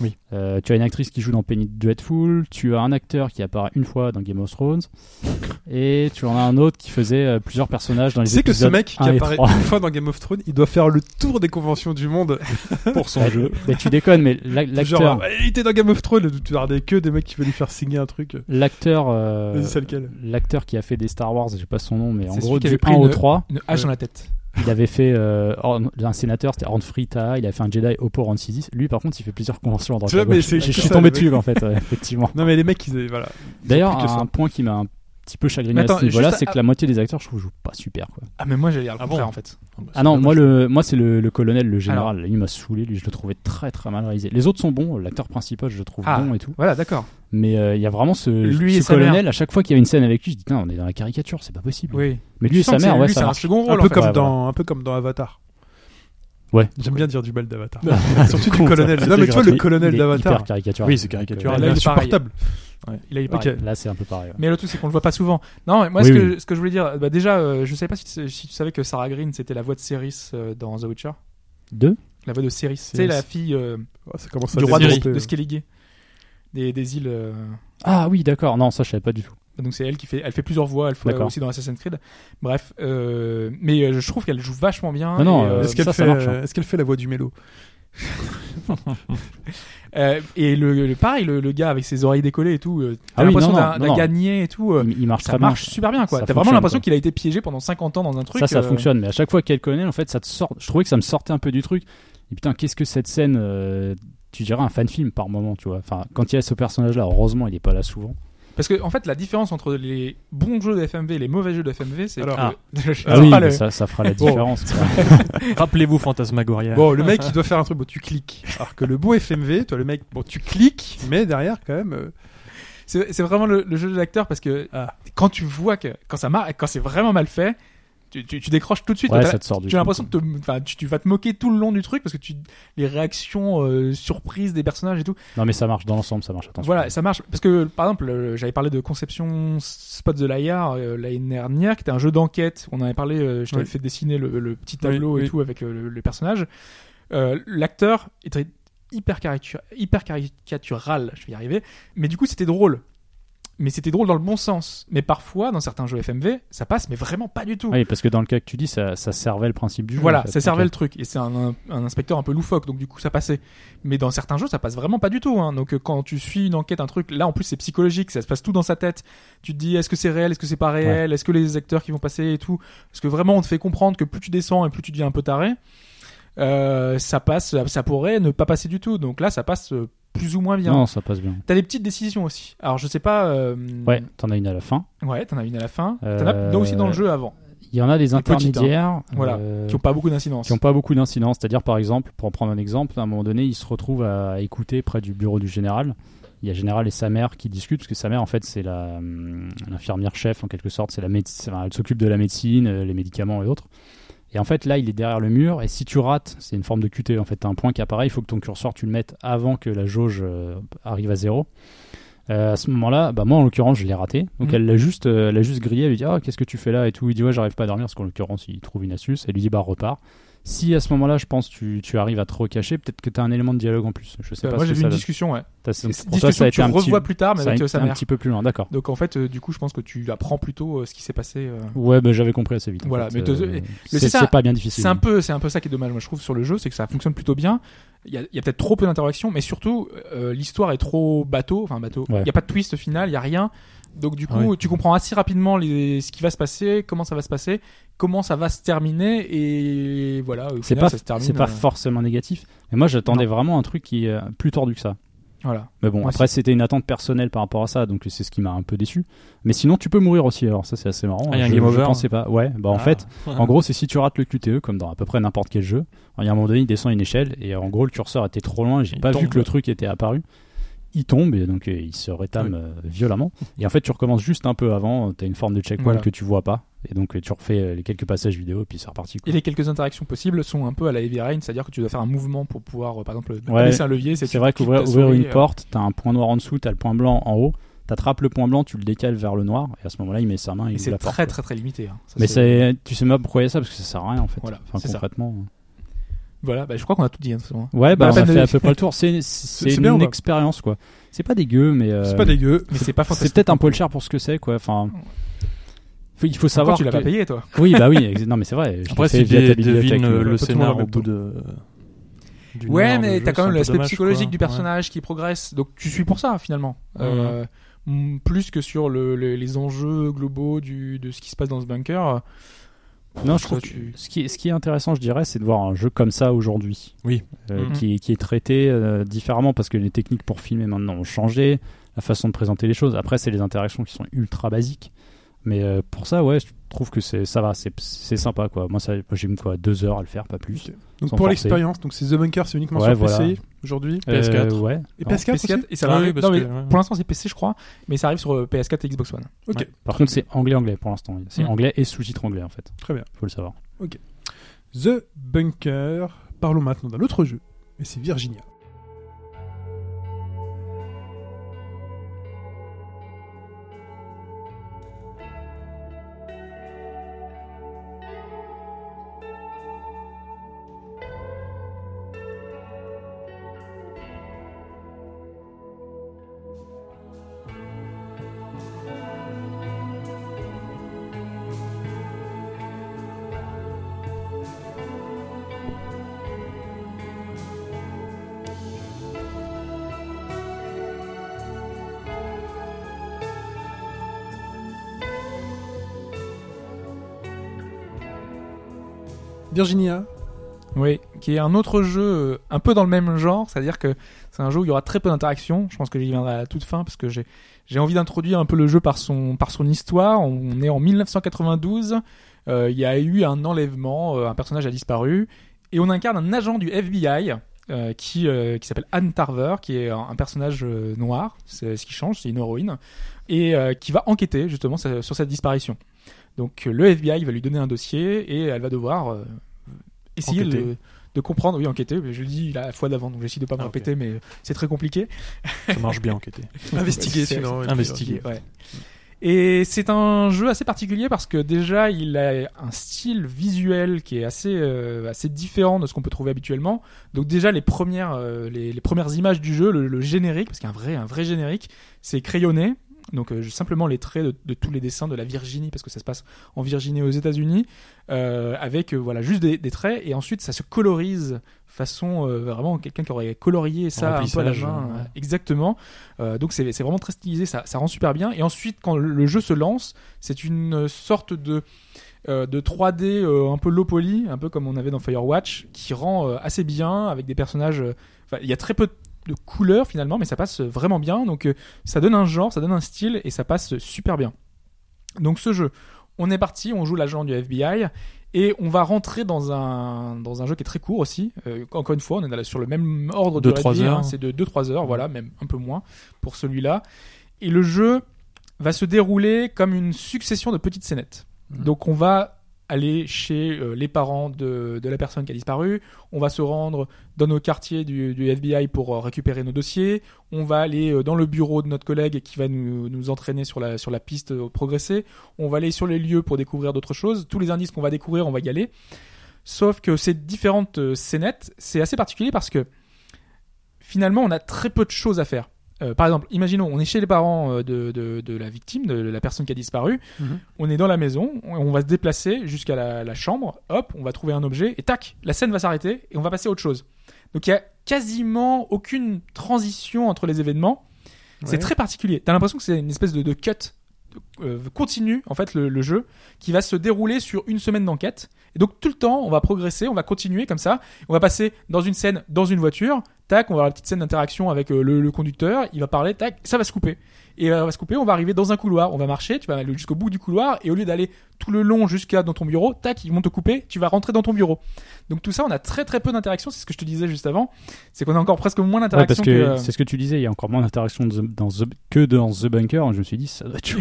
Oui.
Euh, tu as une actrice qui joue dans Penny Dreadful, tu as un acteur qui apparaît une fois dans Game of Thrones, et tu en as un autre qui faisait euh, plusieurs personnages dans les
Tu sais que ce
épisodes
mec qui
1 et
apparaît
3.
une fois dans Game of Thrones, il doit faire le tour des conventions du monde pour son
Ouais, Mais tu déconnes, mais la- l'acteur,
Genre, ah, il était dans Game of Thrones, tu regardais que des mecs qui veulent lui faire signer un truc.
l'acteur, euh,
Vas-y, c'est lequel
l'acteur qui a fait des Star Wars, j'ai pas son nom, mais en
C'est
gros
celui
du
qui avait pris
1 au
une-
3,
Une hache dans la tête.
Il avait fait euh, Horn- un sénateur, c'était Horn Frita, il a fait un Jedi Oppo Horn 6 Lui, par contre, il fait plusieurs conventions en droite
Tu vois,
à gauche.
mais c'est-
Je
c'est
suis
ça,
tombé
le
dessus, en fait, ouais, effectivement.
Non, mais les mecs, ils. Voilà.
D'ailleurs,
plus que ça.
un point qui m'a un petit peu chagriné
Mais attends,
à ce niveau-là,
juste
c'est
à-
que la moitié des acteurs, je trouve, jouent pas super. Quoi.
Ah, mais moi j'allais dire le
Ah bon
contraire en fait.
Ah, bah,
Ah non,
c'est
moi,
dommage.
le, moi c'est le, le colonel, le général, il m'a saoulé, lui, je le trouvais très très mal réalisé. Les autres sont bons, l'acteur principal, je le trouve
Ah.
bon et tout.
Voilà, d'accord.
Mais euh, il y a vraiment ce,
Lui
ce
et sa
colonel,
mère.
à chaque fois qu'il y a une scène avec lui, je dis, putain, on est dans la caricature, c'est pas possible.
Oui.
Mais lui
Tu
et
sens
sa
que
mère,
c'est-
ouais,
lui,
ça
c'est un
marche.
second
Un peu,
rôle en fait.
comme
Ouais,
dans, un peu comme dans Avatar.
Ouais.
J'aime bien dire du mal d'Avatar. Surtout du colonel. Non, mais tu vois, le colonel
Il est
d'Avatar.
hyper Euh, caricatural.
Oui, c'est caricatural.
Donc,
Il est
Là, il est pareil.
insupportable.
Là, il est
Ok.
pareil.
euh, Là, c'est un peu pareil. ouais.
Mais le truc, c'est qu'on le voit pas souvent. Non, mais moi,
Oui,
ce, que, ce que je voulais dire, bah, déjà, euh, je sais pas si tu, si tu savais que Sarah Green, c'était la voix de Ceris euh, dans The Witcher.
Deux
La voix de Ceris. C'est la fille euh,
Oh, ça commence à
du roi
Ciri.
démonter.
de, de Skellige. Des, des îles. euh,
Ah oui, d'accord. Non, ça, je savais pas du tout.
Donc c'est elle qui fait, elle fait plusieurs voix, elle fait
D'accord.
aussi dans Assassin's Creed. Bref, euh, mais euh, je trouve qu'elle joue vachement bien.
Non, non,
et,
euh,
Est-ce qu'elle
ça, ça
fait,
marche, hein.
euh, est-ce qu'elle fait la voix du mélo
euh, et le, le- pareil, le, le gars avec ses oreilles décollées et tout, euh,
Ah
t'as
oui,
l'impression
non, non,
d'un
non,
d'un
non.
gagné et tout. euh,
Il, il marche
ça
très
marche
bien.
super bien, quoi.
Ça
T'as vraiment
fonctionne,
l'impression
quoi.
qu'il a été piégé pendant 50 ans dans un truc.
ça, ça
euh,
fonctionne. Mais à chaque fois qu'elle connaît, en fait, ça te sort. Je trouvais que ça me sortait un peu du truc. Et putain, qu'est-ce que cette scène euh, Tu dirais un fan film par moment, tu vois. Enfin, quand il y a ce personnage-là, heureusement, il est pas là souvent.
Parce que en fait, la différence entre les bons jeux de FMV et les mauvais jeux de FMV, c'est
Alors,
que-
ah.
Je
Ah
sais
oui,
pas
mais
le-
ça, ça fera la
Bon.
différence. quoi.
Rappelez-vous Fantasmagoria.
Bon, le mec, il doit faire un truc, bon, tu cliques. Alors que le bon FMV, toi, le mec, bon, tu cliques, mais derrière, quand même. euh,
c'est c'est vraiment le, le jeu de l'acteur parce que
Ah.
quand tu vois que quand ça marche, quand c'est vraiment mal fait, tu, tu, tu décroches tout de suite.
Ouais,
T'as-
ça te sort du
Tu as
truc,
l'impression que te- enfin, tu, tu vas te moquer tout le long du truc parce que tu, les réactions euh, surprises des personnages et tout.
quoi. Non, mais ça marche dans l'ensemble, ça marche. Attention.
Voilà, ça marche. Parce que par exemple, euh, j'avais parlé de Conception Spot the Liar euh, l'année dernière, qui était un jeu d'enquête. On en avait parlé, euh, je t'avais
Oui.
fait dessiner le, le petit tableau
Oui,
et
oui.
tout avec euh, le, le personnage. Euh, L'acteur était hyper, caricatur- hyper caricatural, je vais y arriver. Mais du coup, c'était drôle. Mais c'était drôle dans le bon sens. Mais parfois, dans certains jeux FMV, ça passe, mais vraiment pas du tout.
Oui, parce que dans le cas que tu dis, ça, ça servait le principe du jeu.
Voilà,
en fait.
ça servait
Ok.
le truc. Et c'est un, un- un inspecteur un peu loufoque, donc du coup ça passait. Mais dans certains jeux, ça passe vraiment pas du tout. hein. Donc euh, quand tu suis une enquête, un truc, là en plus c'est psychologique, ça se passe tout dans sa tête. Tu te dis est-ce que c'est réel, est-ce que c'est pas réel, est-ce que les acteurs qui vont passer et tout. Parce que vraiment on te fait comprendre que plus tu descends et plus tu deviens un peu taré, euh, ça passe, ça pourrait ne pas passer du tout. Donc là ça passe euh, plus ou moins bien.
Non, ça passe bien.
T'as des petites décisions aussi. Alors je sais pas. euh,
Ouais, t'en as une à la fin.
Ouais, t'en as une à la fin.
Euh,
T'en as aussi dans le jeu avant,
Il y en a des
Des petites, hein.
intermédiaires.
Voilà.
euh,
qui ont pas beaucoup d'incidence.
qui n'ont pas beaucoup d'incidents. C'est-à-dire, par exemple, pour en prendre un exemple, à un moment donné, il se retrouve à écouter près du bureau du général. Il y a général et sa mère qui discutent, parce que sa mère, en fait, c'est la, hum, l'infirmière chef, en quelque sorte. C'est la médecine, elle s'occupe de la médecine, euh, les médicaments et autres. Et en fait, là, il est derrière le mur, et si tu rates, c'est une forme de QT, en fait, t'as un point qui apparaît, il faut que ton curseur, tu le mettes avant que la jauge euh, arrive à zéro. Euh, à ce moment-là, bah moi en l'occurrence je l'ai raté. Donc
Mhm.
elle l'a juste, euh, elle l'a juste grillé. Elle lui dit ah qu'est-ce que tu fais là et tout. Il dit ouais j'arrive pas à dormir parce qu'en l'occurrence il trouve une astuce. Elle lui dit bah repars. Si à ce moment-là, je pense, tu, tu arrives à te recacher, peut-être que tu as un élément de dialogue en plus. Je sais
Euh,
pas
moi
ce
j'ai
que
vu
ça
une
donne.
discussion, ouais.
T'as- c'est-
Une
Pour toi,
discussion
ça a
que tu
été un petit,
revois plus tard, mais
ça a
avec
été
euh, sa
un
mère.
petit peu plus loin, d'accord.
Donc en fait, euh, du coup, je pense que tu apprends plutôt euh, ce qui s'est passé. euh.
Ouais, bah, j'avais compris assez vite. en
Voilà,
fait.
mais te-
Euh,
et-
c'est
c'est ça-
c'est pas bien difficile.
C'est un peu, c'est un peu ça qui est dommage, moi je trouve sur le jeu, c'est que ça fonctionne plutôt bien. Il y a, il y a peut-être trop peu d'interactions, mais surtout euh, l'histoire est trop bateau, enfin bateau.
Ouais.
Il n'y a pas de twist final, il y a rien. Donc du coup,
Ah oui.
tu comprends assez rapidement les, ce qui va se passer, comment ça va se passer, comment ça va se terminer, et voilà. au
C'est
final,
pas,
ça se termine.
c'est pas
euh,
forcément négatif. Mais moi, j'attendais vraiment un truc qui est euh, plus tordu que ça.
Voilà.
Mais bon,
Moi
après, c'était une attente personnelle par rapport à ça, donc c'est ce qui m'a un peu déçu. Mais sinon, tu peux mourir aussi, alors ça, c'est assez marrant.
Ah, il y a un
Je-
game
je
over.
pensais pas. Ouais, bah en
Ah.
fait, en gros, c'est si tu rates le QTE, comme dans à peu près n'importe quel jeu, il y a un moment donné, il descend une échelle, et en gros, le curseur était trop loin, j'ai
Il
pas vu
tombe.
que le truc était apparu. Il tombe, et donc euh, il se rétame euh, violemment. Et en fait, tu recommences juste un peu avant, t'as une forme de checkpoint
Voilà.
que tu vois pas, et donc euh, tu refais euh, les quelques passages vidéo, et puis c'est reparti. quoi.
Et les quelques interactions possibles sont un peu à la Heavy Rain, c'est-à-dire que tu dois faire un mouvement pour pouvoir, euh, par exemple,
Ouais.
laisser un levier.
C'est
tu
vrai
cliques
qu'ouvrir
ta
ouvrir
souris,
une
euh,
porte, t'as un point noir en dessous, t'as le point blanc en haut, t'attrapes le point blanc, tu le décales vers le noir, et à ce moment-là, il met sa main, il
Et
ouvre
c'est
la porte.
très
quoi.
très très limité. hein. Ça,
Mais c'est, tu sais même pas pourquoi il y a ça parce que ça sert à rien en fait.
Voilà,
Enfin,
c'est ça.
concrètement. hein.
Voilà, bah, je crois qu'on a tout dit. hein, de toute façon, hein.
Ouais, bah
Pas
on
la
a
peine
fait
de-
à peu près le tour. C'est, c'est,
C'est
une
bien, ouais.
expérience quoi. C'est pas dégueu, mais euh,
C'est pas dégueu.
Mais c'est pas fantastique.
c'est peut-être un poil cher pour ce que c'est quoi. Enfin, faut- il faut
Pourquoi
savoir.
tu l'as
que-
pas payé, toi.
Oui, bah oui. ex- Non, mais c'est vrai. Je
Après,
l'ai
si
fait via ta
tu
bibliothèque,
devines euh,
ouais.
le
pas tout le monde
scénar
en
au
même
bout de. d'une
Ouais,
heure de
mais
jeu,
t'as
c'est
quand
un
même
peu
l'aspect
dommage,
psychologique
quoi.
du
Ouais.
personnage qui progresse, donc tu suis pour ça finalement. Euh, m- plus que sur le- le- les enjeux globaux du, de ce qui se passe dans ce bunker. Euh,
Non, je
Toi,
trouve.
tu-
que Ce qui, est- ce qui est intéressant, je dirais, c'est de voir un jeu comme ça aujourd'hui.
Oui.
Euh,
Mhm.
qui, qui est traité euh, différemment parce que les techniques pour filmer maintenant ont changé, la façon de présenter les choses. Après, c'est les interactions qui sont ultra basiques. Mais euh, pour ça, ouais, je trouve que c'est ça va, c'est c'est sympa quoi. Moi, ça, moi, j'ai mis quoi deux heures à le faire, pas plus.
Donc
Sans
pour
forcer.
l'expérience, donc c'est The Bunker, c'est uniquement
Ouais,
sur PC
voilà.
aujourd'hui.
Euh,
PS4.
ouais.
Et
Alors,
PS4 aussi
PS4, et ça va
Ah oui,
arriver-
parce
non, mais
que, ouais.
Pour l'instant, c'est PC, je crois, mais ça arrive sur euh, PS4 et Xbox One.
Ok,
Ouais.
Par contre, c'est anglais-anglais pour l'instant. C'est
Mhm.
anglais et sous-titre anglais en fait.
très bien.
Faut le savoir.
The Bunker. Parlons maintenant d'un autre jeu, et c'est Virginia. Virginia,
Oui, qui est un autre jeu euh, un peu dans le même genre, c'est-à-dire que c'est un jeu où il y aura très peu d'interactions. Je pense que j'y viendrai à la toute fin parce que j'ai j'ai envie d'introduire un peu le jeu par son par son histoire. On est en 1992, euh, il y a eu un enlèvement, euh, un personnage a disparu et on incarne un agent du FBI. euh, qui, euh, qui s'appelle Anne Tarver, qui est un un personnage euh, noir, c'est ce qui change, c'est une héroïne, et euh, qui va enquêter justement sa- sur cette disparition. Donc euh, le FBI va lui donner un dossier et elle va devoir euh, essayer
Enquêter.
de, de comprendre, oui enquêter, mais je le dis la fois d'avant, donc j'essaie de pas me
Ah, ok.
répéter, mais c'est très compliqué.
Ça marche bien, enquêter.
investiguer
c'est-
sinon. et
Investi-
Qui est- ouais. Et c'est un jeu assez particulier parce que déjà il a un style visuel qui est assez euh, assez différent de ce qu'on peut trouver habituellement. Donc déjà les premières euh, les, les premières images du jeu, le, le générique parce qu'un vrai un vrai générique, c'est crayonné. Donc euh, simplement les traits de, de tous les dessins de la Virginie parce que ça se passe en Virginie aux États-Unis euh, avec euh, voilà juste des, des traits et ensuite ça se colorise façon euh, vraiment quelqu'un qui aurait colorié ça un peu à la
remplissage,
main
ouais.
exactement euh, donc c'est c'est vraiment très stylisé, ça, ça rend super bien. Et ensuite, quand le, le jeu se lance, c'est une sorte de euh, de 3D euh, un peu low poly, un peu comme on avait dans Firewatch, qui rend euh, assez bien avec des personnages. euh, enfin, il y a très peu de couleurs finalement, mais ça passe vraiment bien. Donc euh, ça donne un genre, ça donne un style et ça passe super bien. Donc ce jeu, on est parti, on joue l'agent du FBI et on va rentrer dans un dans un jeu qui est très court aussi. Euh, encore une fois, on est dans- sur le même ordre
De
durée
trois
vie, hein.
heures.
c'est de 2-3 heures, voilà, même un peu moins pour celui-là. Et le jeu va se dérouler comme une succession de petites scénettes.
Mmh.
Donc on va aller chez euh, les parents de, de la personne qui a disparu, on va se rendre dans nos quartiers du, du FBI pour euh, récupérer nos dossiers, on va aller euh, dans le bureau de notre collègue qui va nous, nous entraîner sur la, sur la piste euh, progresser, on va aller sur les lieux pour découvrir d'autres choses, tous les indices qu'on va découvrir, on va y aller. Sauf que ces différentes euh, scénettes, c'est assez particulier parce que finalement, on a très peu de choses à faire. Euh, par exemple, imaginons, on est chez les parents euh, de, de- de la victime, de la personne qui a disparu.
Mhm.
On est dans la maison, on- on va se déplacer jusqu'à la, la chambre. Hop, on va trouver un objet et tac, la scène va s'arrêter et on va passer à autre chose. Donc il y a quasiment aucune transition entre les événements. C'est
Ouais.
très particulier. T'as l'impression que c'est une espèce de, de cut euh, continue, en fait, le, le jeu, qui va se dérouler sur une semaine d'enquête. Et donc, tout le temps, on va progresser, on va continuer comme ça. On va passer dans une scène, dans une voiture. Tac, on va avoir la petite scène d'interaction avec euh, le, le conducteur. Il va parler, tac, ça va se couper. Et euh, on va se couper, on va arriver dans un couloir. On va marcher, tu vas aller jusqu'au bout du couloir. Et au lieu d'aller tout le long jusqu'à dans ton bureau, tac, ils vont te couper, tu vas rentrer dans ton bureau. Donc, tout ça, on a très très peu d'interactions. C'est ce que je te disais juste avant. C'est qu'on a encore presque moins
Ouais,
d'interactions
parce que,
euh,
c'est ce que tu disais, il y a encore moins d'interactions dans The- dans The- que dans The Bunker. Je me suis dit, ça doit être chaud.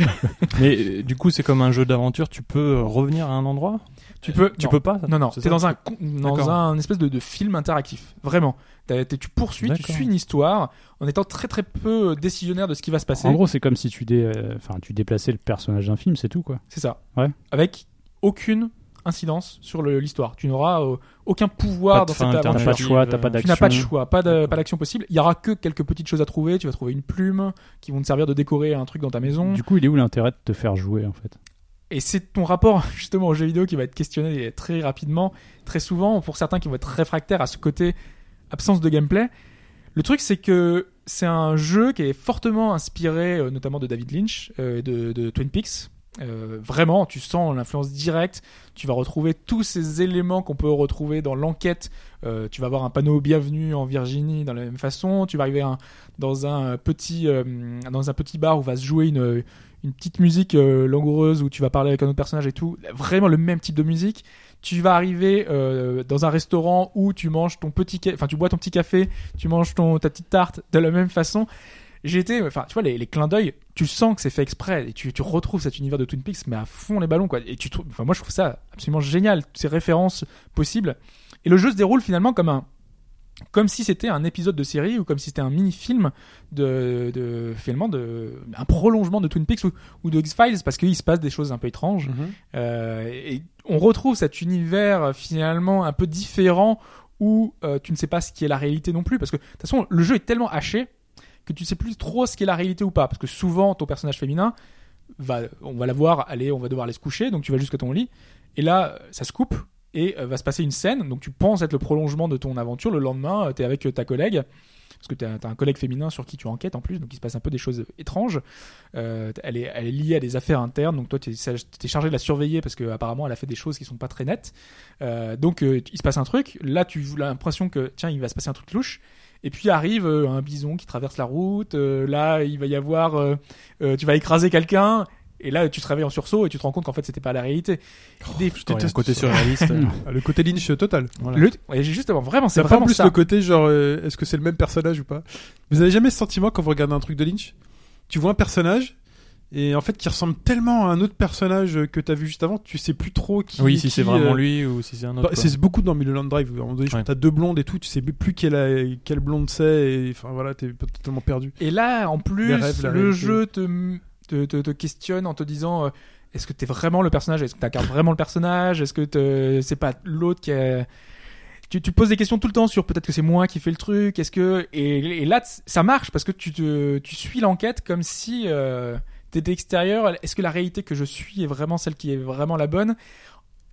Mais euh, du coup, c'est comme un jeu d'aventure, tu peux euh, revenir à un endroit
tu peux.
Tu
non.
peux pas
Non, non,
c'est
t'es
ça
dans un, con- dans
D'accord.
un espèce de, de film interactif. Vraiment. T'as- t'es- tu poursuis, tu
D'accord.
suis une histoire en étant très très peu décisionnaire de ce qui va se passer.
en gros, c'est comme si tu, dé... euh, enfin, tu déplaçais le personnage d'un film, c'est tout quoi.
C'est ça.
Ouais.
Avec aucune incidence sur le- l'histoire. Tu n'auras euh, aucun
Pas
pouvoir
de
dans
fin
cette
T'as pas de
aventure.
alternative,
choix, t'as pas
euh,
Tu
d'action.
n'as pas de choix, pas de-
D'accord.
pas d'action possible. Il y aura que quelques petites choses à trouver. Tu vas trouver une plume qui vont te servir de décorer un truc dans ta maison.
Du coup, il est où l'intérêt de te faire jouer en fait
Et c'est ton rapport justement aux jeux vidéo qui va être questionné très rapidement, très souvent, pour certains qui vont être réfractaires à ce côté absence de gameplay. Le truc, c'est que c'est un jeu qui est fortement inspiré euh, notamment de David Lynch, euh, de, de Twin Peaks. Euh, vraiment, tu sens l'influence directe. Tu vas retrouver tous ces éléments qu'on peut retrouver dans l'enquête. Euh, tu vas avoir un panneau bienvenue en Virginie dans la même façon. Tu vas arriver à un- dans un petit euh, dans un petit bar où va se jouer une une petite musique euh, langoureuse où tu vas parler avec un autre personnage et tout. Vraiment le même type de musique. Tu vas arriver euh, dans un restaurant où tu manges ton petit, ca- enfin tu bois ton petit café, tu manges ton ta petite tarte de la même façon. J'étais, enfin tu vois les, les clins d'œil, tu sens que c'est fait exprès et tu, tu retrouves cet univers de Twin Peaks mais à fond les ballons quoi. Et tu trouves, enfin moi je trouve ça absolument génial toutes ces références possibles. Et le jeu se déroule finalement comme un comme si c'était un épisode de série ou comme si c'était un mini-film de, de finalement de un prolongement de Twin Peaks ou, ou de X-Files parce qu'il se passe des choses un peu étranges euh, et on retrouve cet univers euh, finalement un peu différent où euh, tu ne sais pas ce qui est la réalité non plus parce que de toute façon le jeu est tellement haché que tu ne sais plus trop ce qui est la réalité ou pas parce que souvent ton personnage féminin va on va la voir aller on va devoir aller se coucher donc tu vas jusqu'à ton lit et là euh, ça se coupe et euh, va se passer une scène donc tu penses être le prolongement de ton aventure le lendemain tu es avec euh, ta collègue parce que tu as un collègue féminin sur qui tu enquêtes en plus, donc il se passe un peu des choses étranges. Euh, elle, est, elle est liée à des affaires internes, donc toi tu es, chargé de la surveiller parce qu'apparemment elle a fait des choses qui sont pas très nettes. Euh, donc euh, il se passe un truc, là tu as l'impression que tiens il va se passer un truc louche. Et puis arrive euh, un bison qui traverse la route, euh, là il va y avoir, euh, euh, tu vas écraser quelqu'un, et là tu te réveilles en sursaut et tu te rends compte qu'en fait c'était pas la réalité.
Oh,
Des-
Putain, il y a un côté
ça.
surréaliste.
Ah, Le côté Lynch euh, total.
Voilà.
Le- ouais, justement, vraiment, c'est
T'as pas en
vraiment
plus
ça.
le côté genre euh, est-ce que c'est le même personnage ou pas Vous avez jamais ce sentiment quand vous regardez un truc de Lynch Tu vois un personnage et en fait qui ressemble tellement à un autre personnage euh, que t'as vu juste avant, tu sais plus trop qui.
Oui, si
qui,
c'est vraiment
euh,
lui ou si c'est un autre.
bah,
quoi.
c'est beaucoup dans Mulholland Drive. À un moment donné, je crois
Ouais.
que t'as deux blondes et tout, tu sais plus quelle, euh, quelle blonde c'est. et Enfin voilà, t'es totalement perdu.
Et là, en plus,
Les rêves, la
le
réalité.
jeu te, te, te- te questionne en te disant euh, est-ce que t'es vraiment le personnage Est-ce que t'incarnes vraiment le personnage Est-ce que te- c'est pas l'autre qui a... tu, tu poses des questions tout le temps sur peut-être que c'est moi qui fais le truc Est-ce que et, et là, t- ça marche parce que tu, te, tu suis l'enquête comme si euh, t'étais extérieur. Est-ce que la réalité que je suis est vraiment celle qui est vraiment la bonne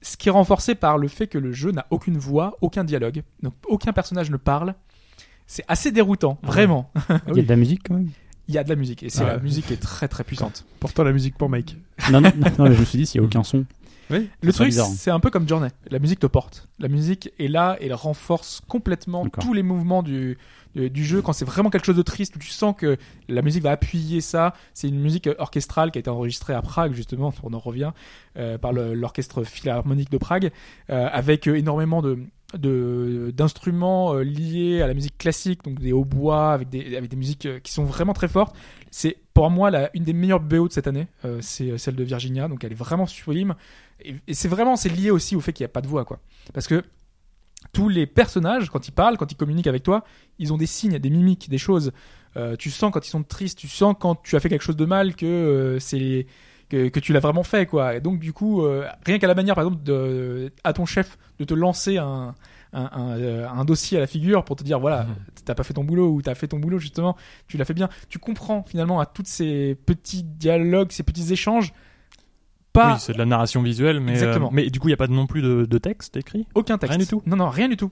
ce qui est renforcé par le fait que le jeu n'a aucune voix, aucun dialogue, donc aucun personnage ne parle. C'est assez déroutant,
Ouais.
vraiment
Il y a de la musique quand même
il y a de la musique et c'est
Ah
la
ouais.
musique qui est très très puissante.
Pourtant la musique pour Mike.
non, non, non, non, mais je me suis dit, s'il n'y a aucun son.
Le
C'est
truc,
bizarre. hein.
c'est un peu comme Journey. La musique te porte. La musique est là et elle renforce complètement
D'accord.
tous les mouvements du, du, du jeu. Quand c'est vraiment quelque chose de triste, où tu sens que la musique va appuyer ça. C'est une musique orchestrale qui a été enregistrée à Prague, justement, on en revient, euh, par le- l'orchestre philharmonique de Prague, euh, avec euh, énormément de de- d'instruments euh, liés à la musique classique donc des hautbois avec des avec des musiques euh, qui sont vraiment très fortes c'est pour moi la, une des meilleures BO de cette année, euh, c'est euh, celle de Virginia, donc elle est vraiment sublime. Et, et c'est vraiment, c'est lié aussi au fait qu'il n'y a pas de voix, quoi. Parce que tous les personnages, quand ils parlent, quand ils communiquent avec toi, ils ont des signes, des mimiques, des choses. Euh, tu sens quand ils sont tristes, tu sens quand tu as fait quelque chose de mal que euh, c'est que, que tu l'as vraiment fait, quoi. Et donc, du coup, euh, rien qu'à la manière, par exemple, de, à ton chef de te lancer un, un, un, euh, un dossier à la figure pour te dire, voilà,
Mhm.
t'as pas fait ton boulot ou t'as fait ton boulot, justement, tu l'as fait bien. Tu comprends, finalement, à tous ces petits dialogues, ces petits échanges, pas
Oui, c'est de la narration visuelle, mais,
Exactement.
euh, mais du coup, il n'y a pas non plus de, de texte écrit.
aucun texte.
Rien du tout.
Non, non, rien du tout.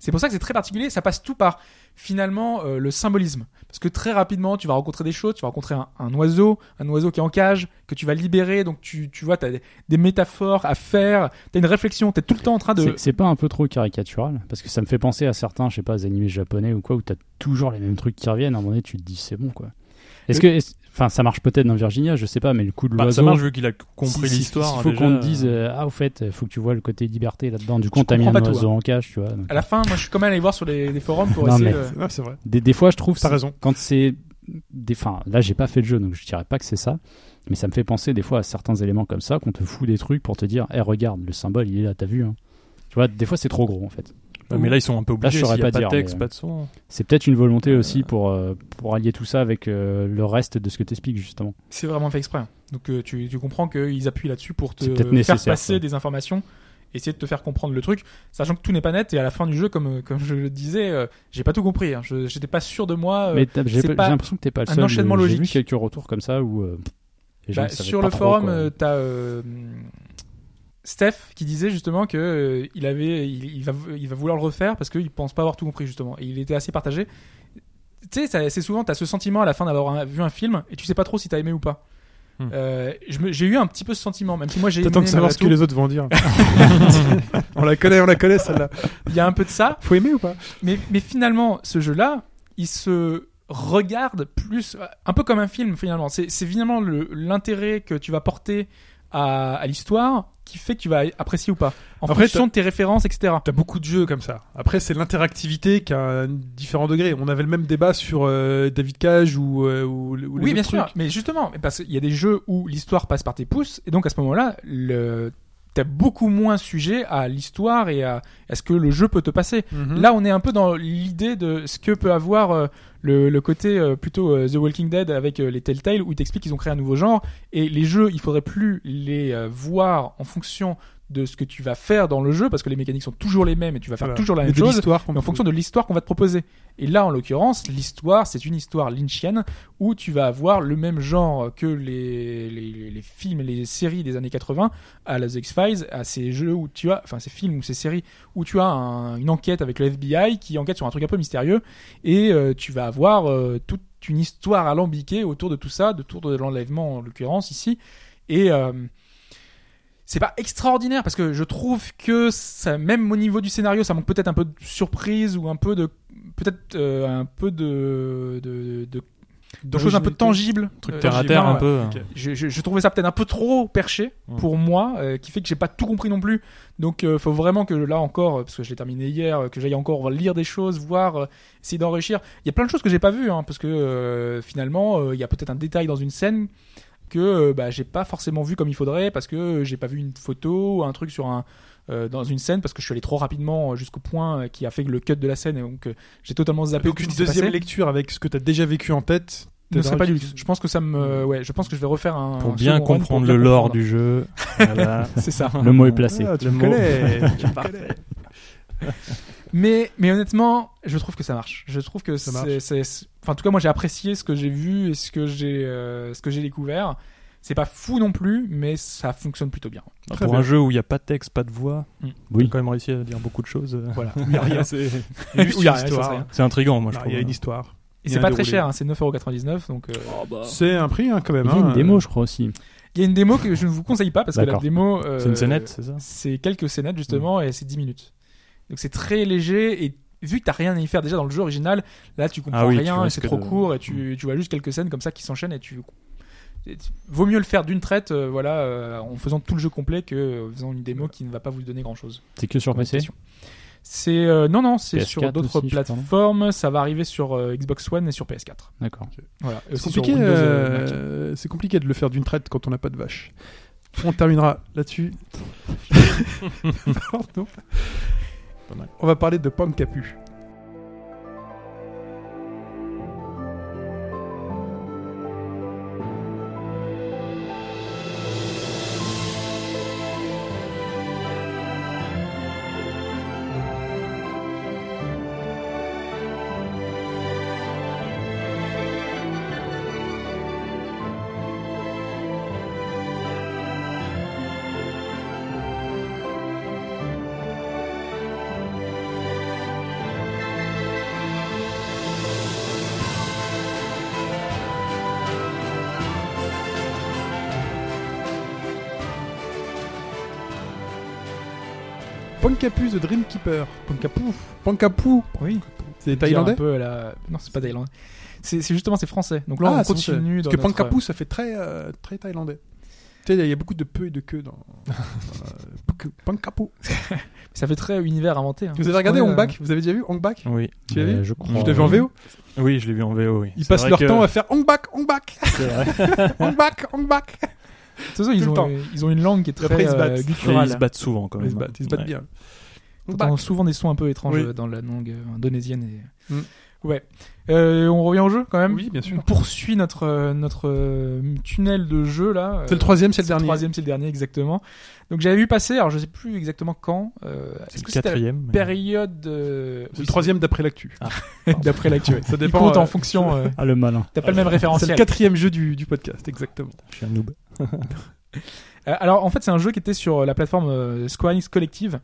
C'est pour ça que c'est très particulier. Ça passe tout par finalement euh, le symbolisme. Parce que très rapidement, tu vas rencontrer des choses. Tu vas rencontrer un, un oiseau, un oiseau qui est en cage, que tu vas libérer. Donc tu, tu vois, tu as des, des métaphores à faire. Tu as une réflexion. Tu es tout le temps en train de.
C'est- C'est pas un peu trop caricatural Parce que ça me fait penser à certains, je sais pas, animés japonais ou quoi, où t'as toujours les mêmes trucs qui reviennent. À un moment donné, tu te dis, c'est bon quoi. Est-ce que. est-ce- Enfin, ça marche peut-être dans Virginia, je sais pas, mais le coup de
Bah,
l'oiseau.
ça marche vu qu'il a
si-
compris
si-
l'histoire.
Il
hein,
faut
déjà.
qu'on te dise, euh, ah, au fait, faut que tu vois le côté liberté là-dedans. Du coup, on
Je
t'a mis
comprends
un
pas tout,
oiseau en cage, tu vois. donc.
À la fin, moi, je suis quand même allé voir sur les, les forums pour
Non,
essayer. euh,
mais-
de-
Non, Ah, c'est vrai.
Des, des fois, je trouve.
T'as
c'est-
raison.
Quand c'est. Des, enfin, là, j'ai pas fait le jeu, donc je dirais pas que c'est ça. Mais ça me fait penser des fois à certains éléments comme ça, qu'on te fout des trucs pour te dire, eh, regarde, le symbole, il est là, t'as vu. hein. Tu vois, des fois, c'est trop gros en fait.
Ouais, bah, mais là, ils sont un peu
je
obligés.
saurais
S'il n'y
pas
a pas
dire,
de texte,
mais,
pas de son.
C'est peut-être une volonté aussi pour, euh, pour allier tout ça avec euh, le reste de ce que t'expliques justement.
C'est vraiment fait exprès. Donc euh, tu, tu comprends qu'ils appuient là-dessus pour te
C'est peut-être
faire
nécessaire,
passer
ouais.
des informations, essayer de te faire comprendre le truc, sachant que tout n'est pas net et à la fin du jeu, comme, euh, comme je le disais, euh, j'ai pas tout compris. hein. Je- J'étais pas sûr de moi. euh,
Mais t'as- j'ai
c'est
pas-
pas
j'ai l'impression que t'es pas le
un
seul.
enchaînement
J'ai
logique.
vu quelques retours comme ça où. euh, les gens
Bah,
ne savaient
sur
pas
le
trop,
forum,
quoi.
euh, t'as euh, Steph qui disait justement que euh, il avait, il, il va, il va vouloir le refaire parce qu'il pense pas avoir tout compris justement. Et il était assez partagé. Tu sais, ça- c'est souvent t'as ce sentiment à la fin d'avoir un- vu un film et tu sais pas trop si t'as aimé ou pas.
Hmm.
Euh, je me- j'ai eu un petit peu ce sentiment, même si moi j'ai aimé.
T'attends de savoir
malgré
ce que
tout.
les autres vont dire. on la connaît, on la connaît celle-là.
Il y a un peu de ça,
Faut aimer ou pas
mais, mais finalement, ce jeu-là, il se regarde plus, un peu comme un film finalement. C'est c'est finalement le- l'intérêt que tu vas porter à, à l'histoire qui fait que tu vas apprécier ou pas. En
Après,
fonction
t'as-
de tes références, etc.
T'as beaucoup de jeux comme ça. Après, c'est l'interactivité qui a un différent degré. On avait le même débat sur euh, David Cage ou, euh, ou, ou les
Oui,
autres
bien
trucs.
sûr. Mais justement, mais parce qu'il y a des jeux où l'histoire passe par tes pouces, et donc à ce moment-là, le... t'as beaucoup moins sujet à l'histoire et à... à ce que le jeu peut te passer.
Mhm.
Là, on est un peu dans l'idée de ce que peut avoir euh, le, le côté euh, plutôt euh, The Walking Dead avec euh, les Telltale, où ils t'expliquent qu'ils ont créé un nouveau genre, et les jeux, il faudrait plus les euh, voir en fonction de ce que tu vas faire dans le jeu, parce que les mécaniques sont toujours les mêmes, et tu vas faire
Voilà.
toujours la
Mais
même
de
chose
l'histoire qu'on
mais en fonction de l'histoire qu'on va te proposer. Et là, en l'occurrence, l'histoire, c'est une histoire lynchienne où tu vas avoir le même genre que les, les, les- les films et les séries des années 80 à la The X-Files, à ces jeux où tu as, enfin ces films ou ces séries où tu as un- une enquête avec le FBI qui enquête sur un truc un peu mystérieux et euh, tu vas avoir euh, toute une histoire alambiquée autour de tout ça, autour de l'enlèvement en l'occurrence ici. Et euh, c'est pas extraordinaire parce que je trouve que ça, même au niveau du scénario, ça manque peut-être un peu de surprise ou un peu de peut-être euh, un peu de de, de, de choses un peu tangibles,
Un truc
Euh,
terre à
j'ai-
terre,
non,
un
ouais.
peu.
ok.
Je, je- je trouvais ça peut-être un peu trop perché
Mmh.
Mm.
pour moi, euh, qui fait que j'ai pas tout compris non plus. Donc euh, faut vraiment que là encore, euh, parce que je l'ai terminé hier, euh, que j'aille encore lire des choses, voir, euh, essayer d'enrichir. Il y a plein de choses que j'ai pas vues, hein, parce que euh, finalement euh, il y a peut-être un détail dans une scène que euh, bah, j'ai pas forcément vu comme il faudrait, parce que euh, j'ai pas vu une photo ou un truc sur un euh, dans une scène parce que je suis allé trop rapidement euh, jusqu'au point euh, qui a fait que le cut de la scène et donc euh, j'ai totalement zappé
Donc
tout ce
une
qui s'est
deuxième
passé.
lecture avec ce que t'as déjà vécu en tête.
ne serait pas du
du
luxe. Je pense que ça me,
Mmh.
ouais, je pense que je vais refaire un
Pour
un
bien
second run pour
comprendre
bien
le lore
comprendre. Ah,
du jeu. Voilà.
C'est ça.
Le mot est placé.
Ah, tu
Le
me
mot.
connais. Tu me connais.
Mais, mais honnêtement, je trouve que ça marche. Je trouve que
Ça
c'est, c'est- c'est- enfin, en tout cas, moi, j'ai apprécié ce que j'ai vu et ce que j'ai, euh, ce que j'ai découvert. C'est pas fou non plus, mais ça fonctionne plutôt bien. Mm.
Très
Pour
bien.
un jeu où il n'y a pas de texte, pas de voix,
Oui.
j'ai quand même réussi à dire beaucoup de choses.
Voilà.
c'est
Il y a
Juste
il y a
une
rien,
histoire.
ça, c'est rien.
c'est intriguant, moi, je
Non,
trouve.
Il y a une histoire.
Et
Il y
c'est
a un
pas très
déroulé.
cher, hein, c'est 9,99€. Donc, euh,
C'est un prix hein, quand même.
Il y a une
hein.
démo, je crois aussi.
il y a une démo que je ne vous conseille pas parce que la
D'accord.
démo, euh,
C'est une scénette, c'est ça
c'est quelques scénettes justement et c'est 10 minutes. Donc c'est très léger et vu que t'as rien à y faire déjà dans le jeu original, là tu comprends
Ah oui, tu
rien et c'est
risques
trop
de-
court et tu, tu vois juste quelques scènes comme ça qui s'enchaînent et tu et tu- vaut mieux le faire d'une traite euh, voilà euh, en faisant tout le jeu complet que euh, en faisant une démo qui ne va pas vous donner grand chose.
C'est que sur PC.
C'est euh, non non, c'est sur
PS4
d'autres
aussi, je crois, non
plateformes, ça va arriver sur euh, Xbox One et sur PS4.
D'accord.
Voilà, et
C'est
aussi sur
compliqué,
Windows, euh, Mac.
euh, c'est compliqué de le faire d'une traite quand on n'a pas de vache. On terminera là-dessus. Pardon.
Pas mal.
On va parler de Pancapu. Ponkapu the Dreamkeeper. Ponkapu. Ponkapu.
Oui.
C'est
Dire un
thaïlandais
peu à la... Non, c'est pas thaïlandais. C'est c'est justement c'est français. Donc là,
Ah,
on
c'est
continue.
Parce
dans
que
notre-
Pankapu, ça fait très, euh, très thaïlandais. Tu sais, il y a beaucoup de peu et de queue dans. dans, euh, Pankapu.
Ça fait très univers inventé. hein.
Vous avez regardé
Ouais,
Hong Bak Vous avez déjà vu Hong Bak
Oui.
Tu l'as
Mais
vu
Je
Je
crois. euh,
l'ai vu en VO.
Oui, je l'ai vu en VO, oui.
Ils
C'est
passent
vrai
leur
que-
temps à faire Hong Bak, Hong Bak,
c'est vrai.
Hong Bak, Hong Bak.
euh, De toute façon, ils
tout le temps.
ont, ils ont une langue qui est très
Après, ils se battent.
euh,
Et
gutturale.
ils se battent souvent quand même.
Ils se battent, ils se
Ouais.
battent bien.
On
Hong
entend
Bak.
souvent des sons un peu étranges
Oui.
euh, dans la langue euh, indonésienne. Et...
Mm.
Ouais. Euh, on revient au jeu quand même.
Oui, bien sûr.
On poursuit notre euh, notre euh, tunnel de jeu là.
C'est
Euh,
le troisième, c'est le dernier.
troisième, c'est le dernier exactement. Donc j'avais vu passer, alors je sais plus exactement quand. euh,
C'est
Est-ce
le
que c'était à la
quatrième. mais-
période euh,
C'est le troisième d'après l'actu.
Ah. d'après l'actu ouais.
Ça
Il
dépend.
compte
euh,
en fonction. euh,
Ah, le malin.
T'as pas le même
C'est le
référentiel.
quatrième jeu du, du podcast, exactement.
Je suis un noob.
Euh, Alors en fait c'est un jeu qui était sur la plateforme euh, Square Enix Collective.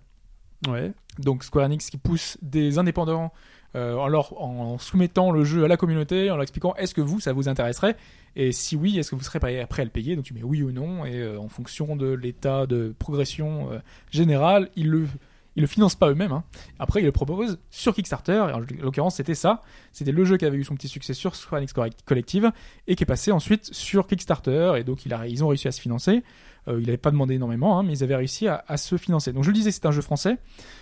Ouais.
donc Square Enix qui pousse des indépendants euh, en leur en soumettant le jeu à la communauté, en leur expliquant est-ce que vous ça vous intéresserait et si oui est-ce que vous serez prêt prêt à le payer donc tu mets oui ou non et euh, en fonction de l'état de progression euh, générale ils le ils le financent pas eux-mêmes. hein. Après, ils le proposent sur Kickstarter. Et en l'occurrence, c'était ça. C'était le jeu qui avait eu son petit succès sur Square Enix Correct- Collective et qui est passé ensuite sur Kickstarter. Et donc, il a- ils ont réussi à se financer. Euh, ils n'avaient pas demandé énormément, hein, mais ils avaient réussi à, à se financer. Donc, je le disais, c'est un jeu français.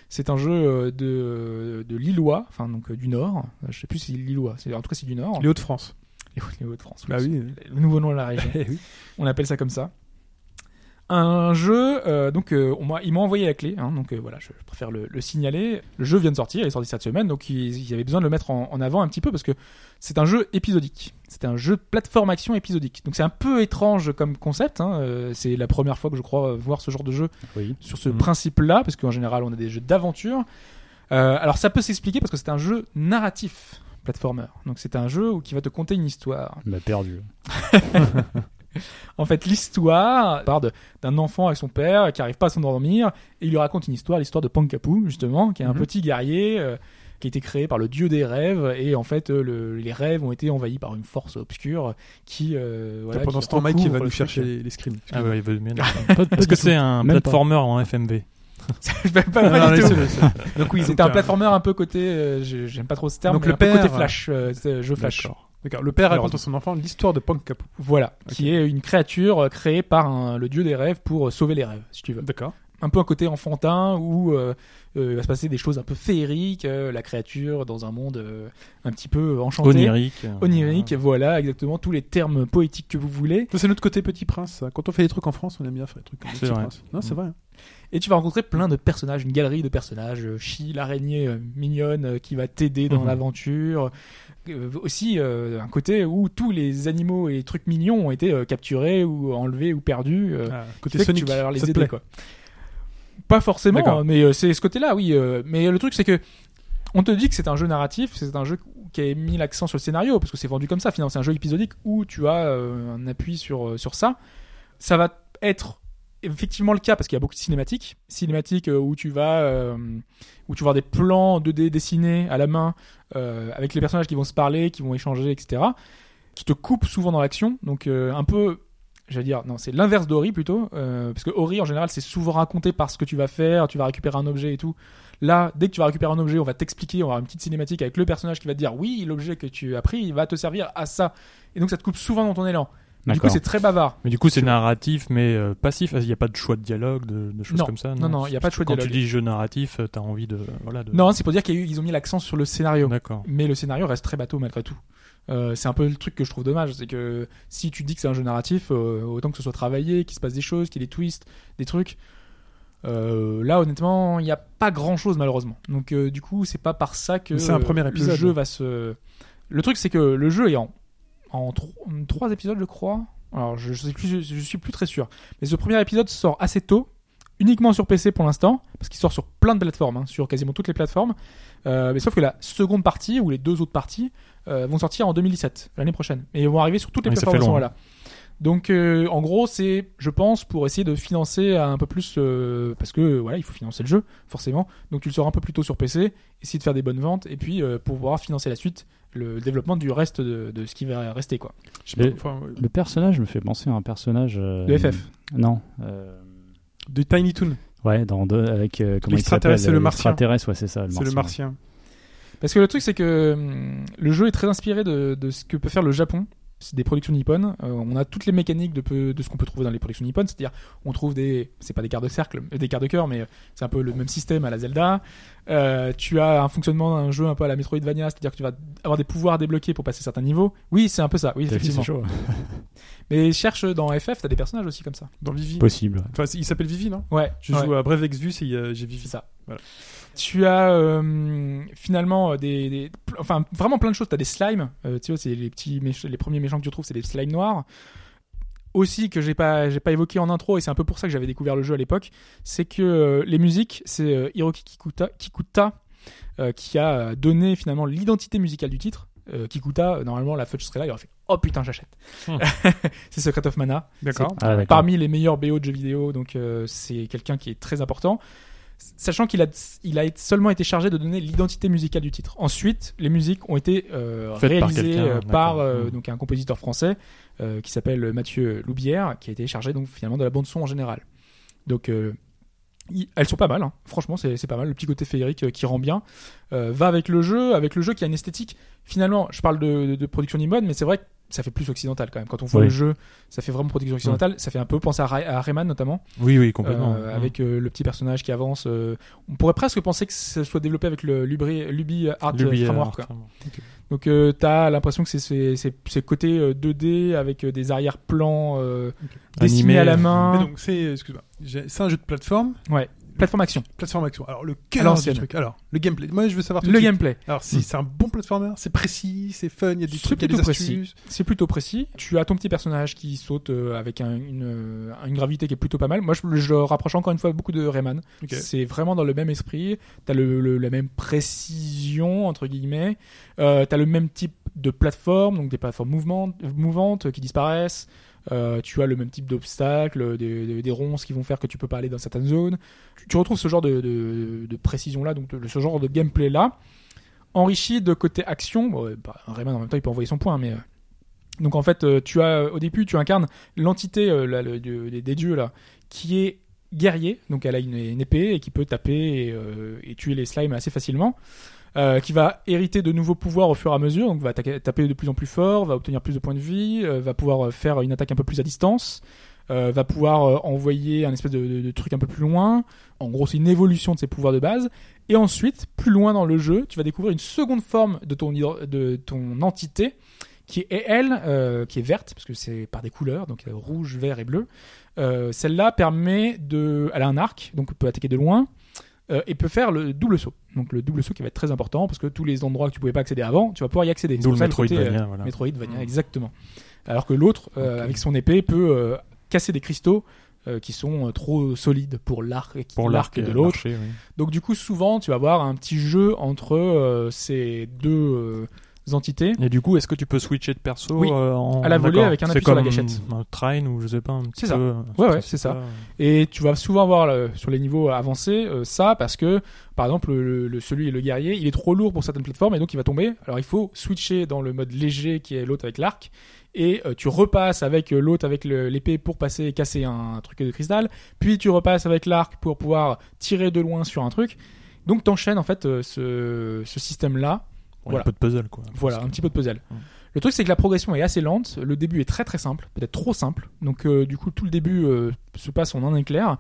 C'est un jeu euh, de, de Lillois, enfin donc euh, du Nord. Euh, Je sais plus si c'est Lillois, c'est- en tout cas c'est du Nord.
Les Hauts-de-France. Eh
Les Hauts- les Hauts-de-France.
Bah oui.
Le nouveau nom de la région. On appelle ça comme ça. Un jeu, euh, donc euh, on m'a- il m'a envoyé la clé, hein, donc euh, voilà, je, je préfère le, le signaler. Le jeu vient de sortir, il est sorti cette semaine, donc il, il y avait besoin de le mettre en, en avant un petit peu parce que c'est un jeu épisodique. C'est un jeu de plateforme action épisodique. Donc c'est un peu étrange comme concept. hein, euh, c'est la première fois que je crois euh, voir ce genre de jeu
Oui.
sur ce
Mhm.
principe-là, parce qu'en général, on a des jeux d'aventure. Euh, alors, ça peut s'expliquer parce que c'est un jeu narratif, platformer. Donc, c'est un jeu où- qui va te conter une histoire.
Il m'a perdu.
En fait, l'histoire part de- d'un enfant avec son père qui arrive pas à s'endormir et il lui raconte une histoire, l'histoire de Pankapu, justement, qui est un
Mhm.
petit guerrier euh, qui a été créé par le dieu des rêves et en fait, euh, le- les rêves ont été envahis par une force obsure qui. euh, voilà,
Pendant
qui
ce temps, Mike, il va
recouvre
nous
le truc.
chercher les, les screens.
Ah ouais, il veut bien.
Pas de- pas du
Est-ce
tout.
que c'est un
Même pas.
platformer en FMV
Je vais pas- pas
Non, non,
du tout.
laissez-le, laissez-le. Donc oui,
C'était
donc,
un
euh,
platformer un peu côté, euh, j'ai- j'aime pas trop ce terme,
Donc
mais
le
un peu
père,
côté flash, euh, c'est- jeu flash.
D'accord.
D'accord. Le père raconte
Alors-
à son enfant l'histoire de Pankapu.
Voilà, qui est une créature euh, créée par un- le dieu des rêves pour euh, sauver les rêves, si tu veux.
D'accord.
Un peu un côté enfantin où euh, euh, il va se passer des choses un peu féeriques, euh, la créature dans un monde euh, un petit peu enchanté.
Onirique. euh,
Onirique, voilà exactement tous les termes poétiques que vous voulez.
Ça, c'est notre côté petit prince. ça. Quand on fait des trucs en France, on aime bien faire des trucs comme
C'est
petit
vrai.
prince.
Mm.
Non, c'est vrai. hein.
Et tu vas rencontrer plein de personnages, une galerie de personnages. Euh, Chi, l'araignée euh, mignonne euh, qui va t'aider dans
Mhm.
l'aventure. Euh, aussi euh, un côté où tous les animaux et les trucs mignons ont été euh, capturés ou enlevés ou perdus. euh,
Ah,
qui
côté
fait que
Sonic,
tu vas avoir les
ça te
aider,
plaît.
quoi. Pas forcément,
D'accord.
hein, mais euh, c'est ce côté-là, oui. euh, mais le truc, c'est que on te dit que c'est un jeu narratif, c'est un jeu qui a mis l'accent sur le scénario, parce que c'est vendu comme ça, finalement, c'est un jeu épisodique où tu as euh, un appui sur, euh, sur ça. Ça va être effectivement le cas, parce qu'il y a beaucoup de cinématiques. Cinématiques euh, où tu vas euh, où tu vas avoir des plans 2D dessinés à la main, euh, avec les personnages qui vont se parler, qui vont échanger, etc., qui te coupent souvent dans l'action. Donc euh, un peu j'allais dire, non, c'est l'inverse d'Ori plutôt, euh, parce que Ori en général c'est souvent raconté par ce que tu vas faire, tu vas récupérer un objet et tout. Là, dès que tu vas récupérer un objet, on va t'expliquer, on va avoir une petite cinématique avec le personnage qui va te dire, oui, l'objet que tu as pris, il va te servir à ça. Et donc ça te coupe souvent dans ton élan. Du coup,
D'accord.
c'est très bavard.
Mais du coup, c'est narratif, mais euh, passif. Il n'y a pas de choix de dialogue, de, de choses
Non.
comme ça.
Non, non, il y a pas de choix de
Quand
dialogue.
tu euh, dis jeu narratif, euh, t'as envie de. Voilà, de...
Non, c'est pour dire qu'ils ont mis l'accent sur le scénario.
D'accord.
mais le scénario reste très bateau malgré tout. Euh, c'est un peu le truc que je trouve dommage, c'est que si tu dis que c'est un jeu narratif, euh, autant que ce soit travaillé, qu'il se passe des choses, qu'il y ait des twists, des trucs. Euh, là, honnêtement, il n'y a pas grand chose malheureusement. Donc, euh, du coup, c'est pas par ça que
Mais c'est un premier
le
épisode.
jeu va se. Le truc, c'est que le jeu est en, en, tro- en trois épisodes, je crois. Alors, je, je sais plus, je, je suis plus très sûr. Mais ce premier épisode sort assez tôt, uniquement sur PC pour l'instant, parce qu'il sort sur plein de plateformes, hein, sur quasiment toutes les plateformes. Euh, mais sauf que la seconde partie ou les deux autres parties euh, vont sortir en 2017, l'année prochaine, et vont arriver sur toutes les
Oui, ça
plateformes à
fait
ce
long,
moment-là. Donc, euh, en gros, c'est, je pense, pour essayer de financer un peu plus, euh, parce que voilà, il faut financer le jeu, forcément. Donc, tu le sors un peu plus tôt sur PC, essayer de faire des bonnes ventes, et puis euh, pour pouvoir financer la suite, le développement du reste de, de ce qui va rester, quoi.
Je sais
Et-
pas, enfin, euh,
Le personnage me fait penser à un personnage. euh,
De FF.
Non. euh,
de Tiny Toon.
Ouais, dans deux- avec euh, comment il s'appelle
L'extraterrestre, c'est le martien.
L'extraterrestre, ouais, c'est ça.
C'est le martien.
Parce que le truc, c'est que hum, le jeu est très inspiré de, de ce que peut faire le Japon. C'est des productions nippones. Euh, on a toutes les mécaniques de, peu- de ce qu'on peut trouver dans les productions nippones. C'est-à-dire, on trouve des. C'est pas des quarts de cercle, euh, des quarts de cœur, mais c'est un peu le même système à la Zelda. Euh, tu as un fonctionnement d'un jeu un peu à la Metroidvania, c'est-à-dire que tu vas avoir des pouvoirs débloqués pour passer certains niveaux. Oui, c'est un peu ça, oui,
T'as vu, c'est
effectivement.
chaud.
Mais cherche dans FF, t'as des personnages aussi comme ça.
Dans Vivi.
Possible. ouais.
Enfin, il s'appelle Vivi, non
Ouais,
Je
ouais.
joue à Brave Exvius et euh, j'ai Vivi.
C'est ça.
Voilà.
Tu as euh, finalement euh, des, des- pl- enfin vraiment plein de choses. Tu as des slimes, euh, tu vois, c'est les petits, méch- les premiers méchants que tu trouves, c'est des slimes noirs. Aussi que j'ai pas, j'ai pas évoqué en intro et c'est un peu pour ça que j'avais découvert le jeu à l'époque, c'est que euh, les musiques, c'est euh, Hiroki Kikuta, Kikuta euh, qui a euh, donné finalement l'identité musicale du titre. Euh, Kikuta, euh, normalement la fudge serait là, il aurait fait oh putain j'achète.
Hmm.
c'est Secret of Mana
D'accord.
Ah, d'accord.
parmi les meilleurs BO de jeux vidéo, donc euh, c'est quelqu'un qui est très important. S- Sachant qu'il a, il a été- seulement été chargé de donner l'identité musicale du titre. Ensuite, les musiques ont été euh,
Faites par
réalisées
quelqu'un,
euh, par,
d'accord.
euh,
Mmh.
donc un compositeur français euh, qui s'appelle Mathieu Loubière, qui a été chargé donc finalement de la bande son en général. Donc euh, y- elles sont pas mal, hein. franchement c'est c'est pas mal. Le petit côté féerique euh, qui rend bien euh, va avec le jeu, avec le jeu qui a une esthétique. Finalement, je parle de, de- de production Nimone, mais c'est vrai que ça fait plus occidental quand même. Quand on voit
Oui.
le jeu, ça fait
Hmm.
vraiment production occidentale. Ça fait un peu penser à, Ray- à Rayman notamment,
Oui, oui, complètement.
euh, avec euh, le petit personnage qui avance. euh, on pourrait presque penser que ce soit développé avec le Lubri- Lubi Art
Luby, euh,
Hum. Framework. quoi.
Art Framework.
Donc euh, t'as l'impression que c'est c'est- c'est- c'est côté euh, 2D avec euh, des arrière-plans euh,
Animé,
dessinés à la
euh,
main.
Mais donc, c'est, excuse-moi, j'ai- c'est un jeu de plateforme,
Plateforme action,
plateforme action. Alors, le
À
cœur du
l'ancienne.
truc. Alors, le gameplay. Moi, je veux savoir tout
le
de suite.
gameplay. Hmm.
Alors, si
Mm.
c'est un bon platformer, c'est précis, c'est fun, il y a des
C'est
trucs, il y a des
plutôt
astuces.
C'est plutôt précis. Tu as ton petit personnage qui saute euh, avec un- une, euh, une gravité qui est plutôt pas mal. Moi, je, je rapproche encore une fois beaucoup de Rayman.
Ok.
C'est vraiment dans le même esprit. T'as le, le- la même précision entre guillemets. Euh, T'as le même type de plateforme, donc des plateformes mouvantes, mouvantes qui disparaissent. Euh, tu as le même type d'obstacles, des, des- des ronces qui vont faire que tu peux pas aller dans certaines zones. Tu, tu retrouves ce genre de, de- de précision-là, donc de- ce genre de gameplay-là, enrichi de côté action. Bon, euh, bah, Rayman en même temps il peut envoyer son point, mais euh, donc en fait euh, tu as euh, au début tu incarnes l'entité euh, là, le- de- des, des dieux là qui est guerrier, donc elle a une, une épée et qui peut taper et, euh, et tuer les slimes assez facilement. euh, qui va hériter de nouveaux pouvoirs au fur et à mesure, donc va attaquer- taper de plus en plus fort, va obtenir plus de points de vie, euh, va pouvoir euh, faire une attaque un peu plus à distance, euh, va pouvoir euh, envoyer un espèce de, de- de truc un peu plus loin. En gros, c'est une évolution de ses pouvoirs de base. Et ensuite, plus loin dans le jeu, tu vas découvrir une seconde forme de ton, hydro- de ton entité qui est elle, euh, qui est verte, parce que c'est par des couleurs, donc euh, rouge, vert et bleu. Euh, Celle-là permet de... Elle a un arc, donc peut attaquer de loin, euh, et peut faire le double saut. Donc le double saut qui va être très important, parce que tous les endroits que tu pouvais pas accéder avant, tu vas pouvoir y accéder. C'est
D'où le
pour ça côté, euh,
Metroidvania, voilà.
Metroidvania,
Mm.
exactement. Alors que l'autre, euh,
Ok.
avec son épée, peut euh, casser des cristaux euh, qui sont euh, trop solides pour l'arc
Pour l'arc
de
euh,
l'autre.
l'archer, oui.
Donc du coup, souvent, tu vas avoir un petit jeu entre euh, ces deux euh, entités.
Et du coup, est-ce que tu peux switcher de perso
Oui.
euh, en...
À la volée
D'accord.
avec un
C'est
appui sur la
comme
gâchette.
Un train ou je sais pas, un petit
C'est ça.
peu, euh,
Ouais, ouais,
ce
c'est ça.
truc-là.
Et tu vas souvent avoir euh, sur les niveaux avancés euh, ça parce que par exemple le, le- celui le guerrier il est trop lourd pour certaines plateformes et donc il va tomber. Alors il faut switcher dans le mode léger qui est l'autre avec l'arc et euh, tu repasses avec euh, l'autre avec le- l'épée pour passer et casser un, truc de cristal. Puis tu repasses avec l'arc pour pouvoir tirer de loin sur un truc. Donc t'enchaînes en fait euh, ce, ce système là
Bon,
Voilà.
Un peu de puzzle, quoi.
Voilà, un petit peu de puzzle.
Mm.
Le truc, c'est que la progression est assez lente. Le début est très très simple, peut-être trop simple. Donc, euh, du coup, tout le début euh, se passe en un éclair.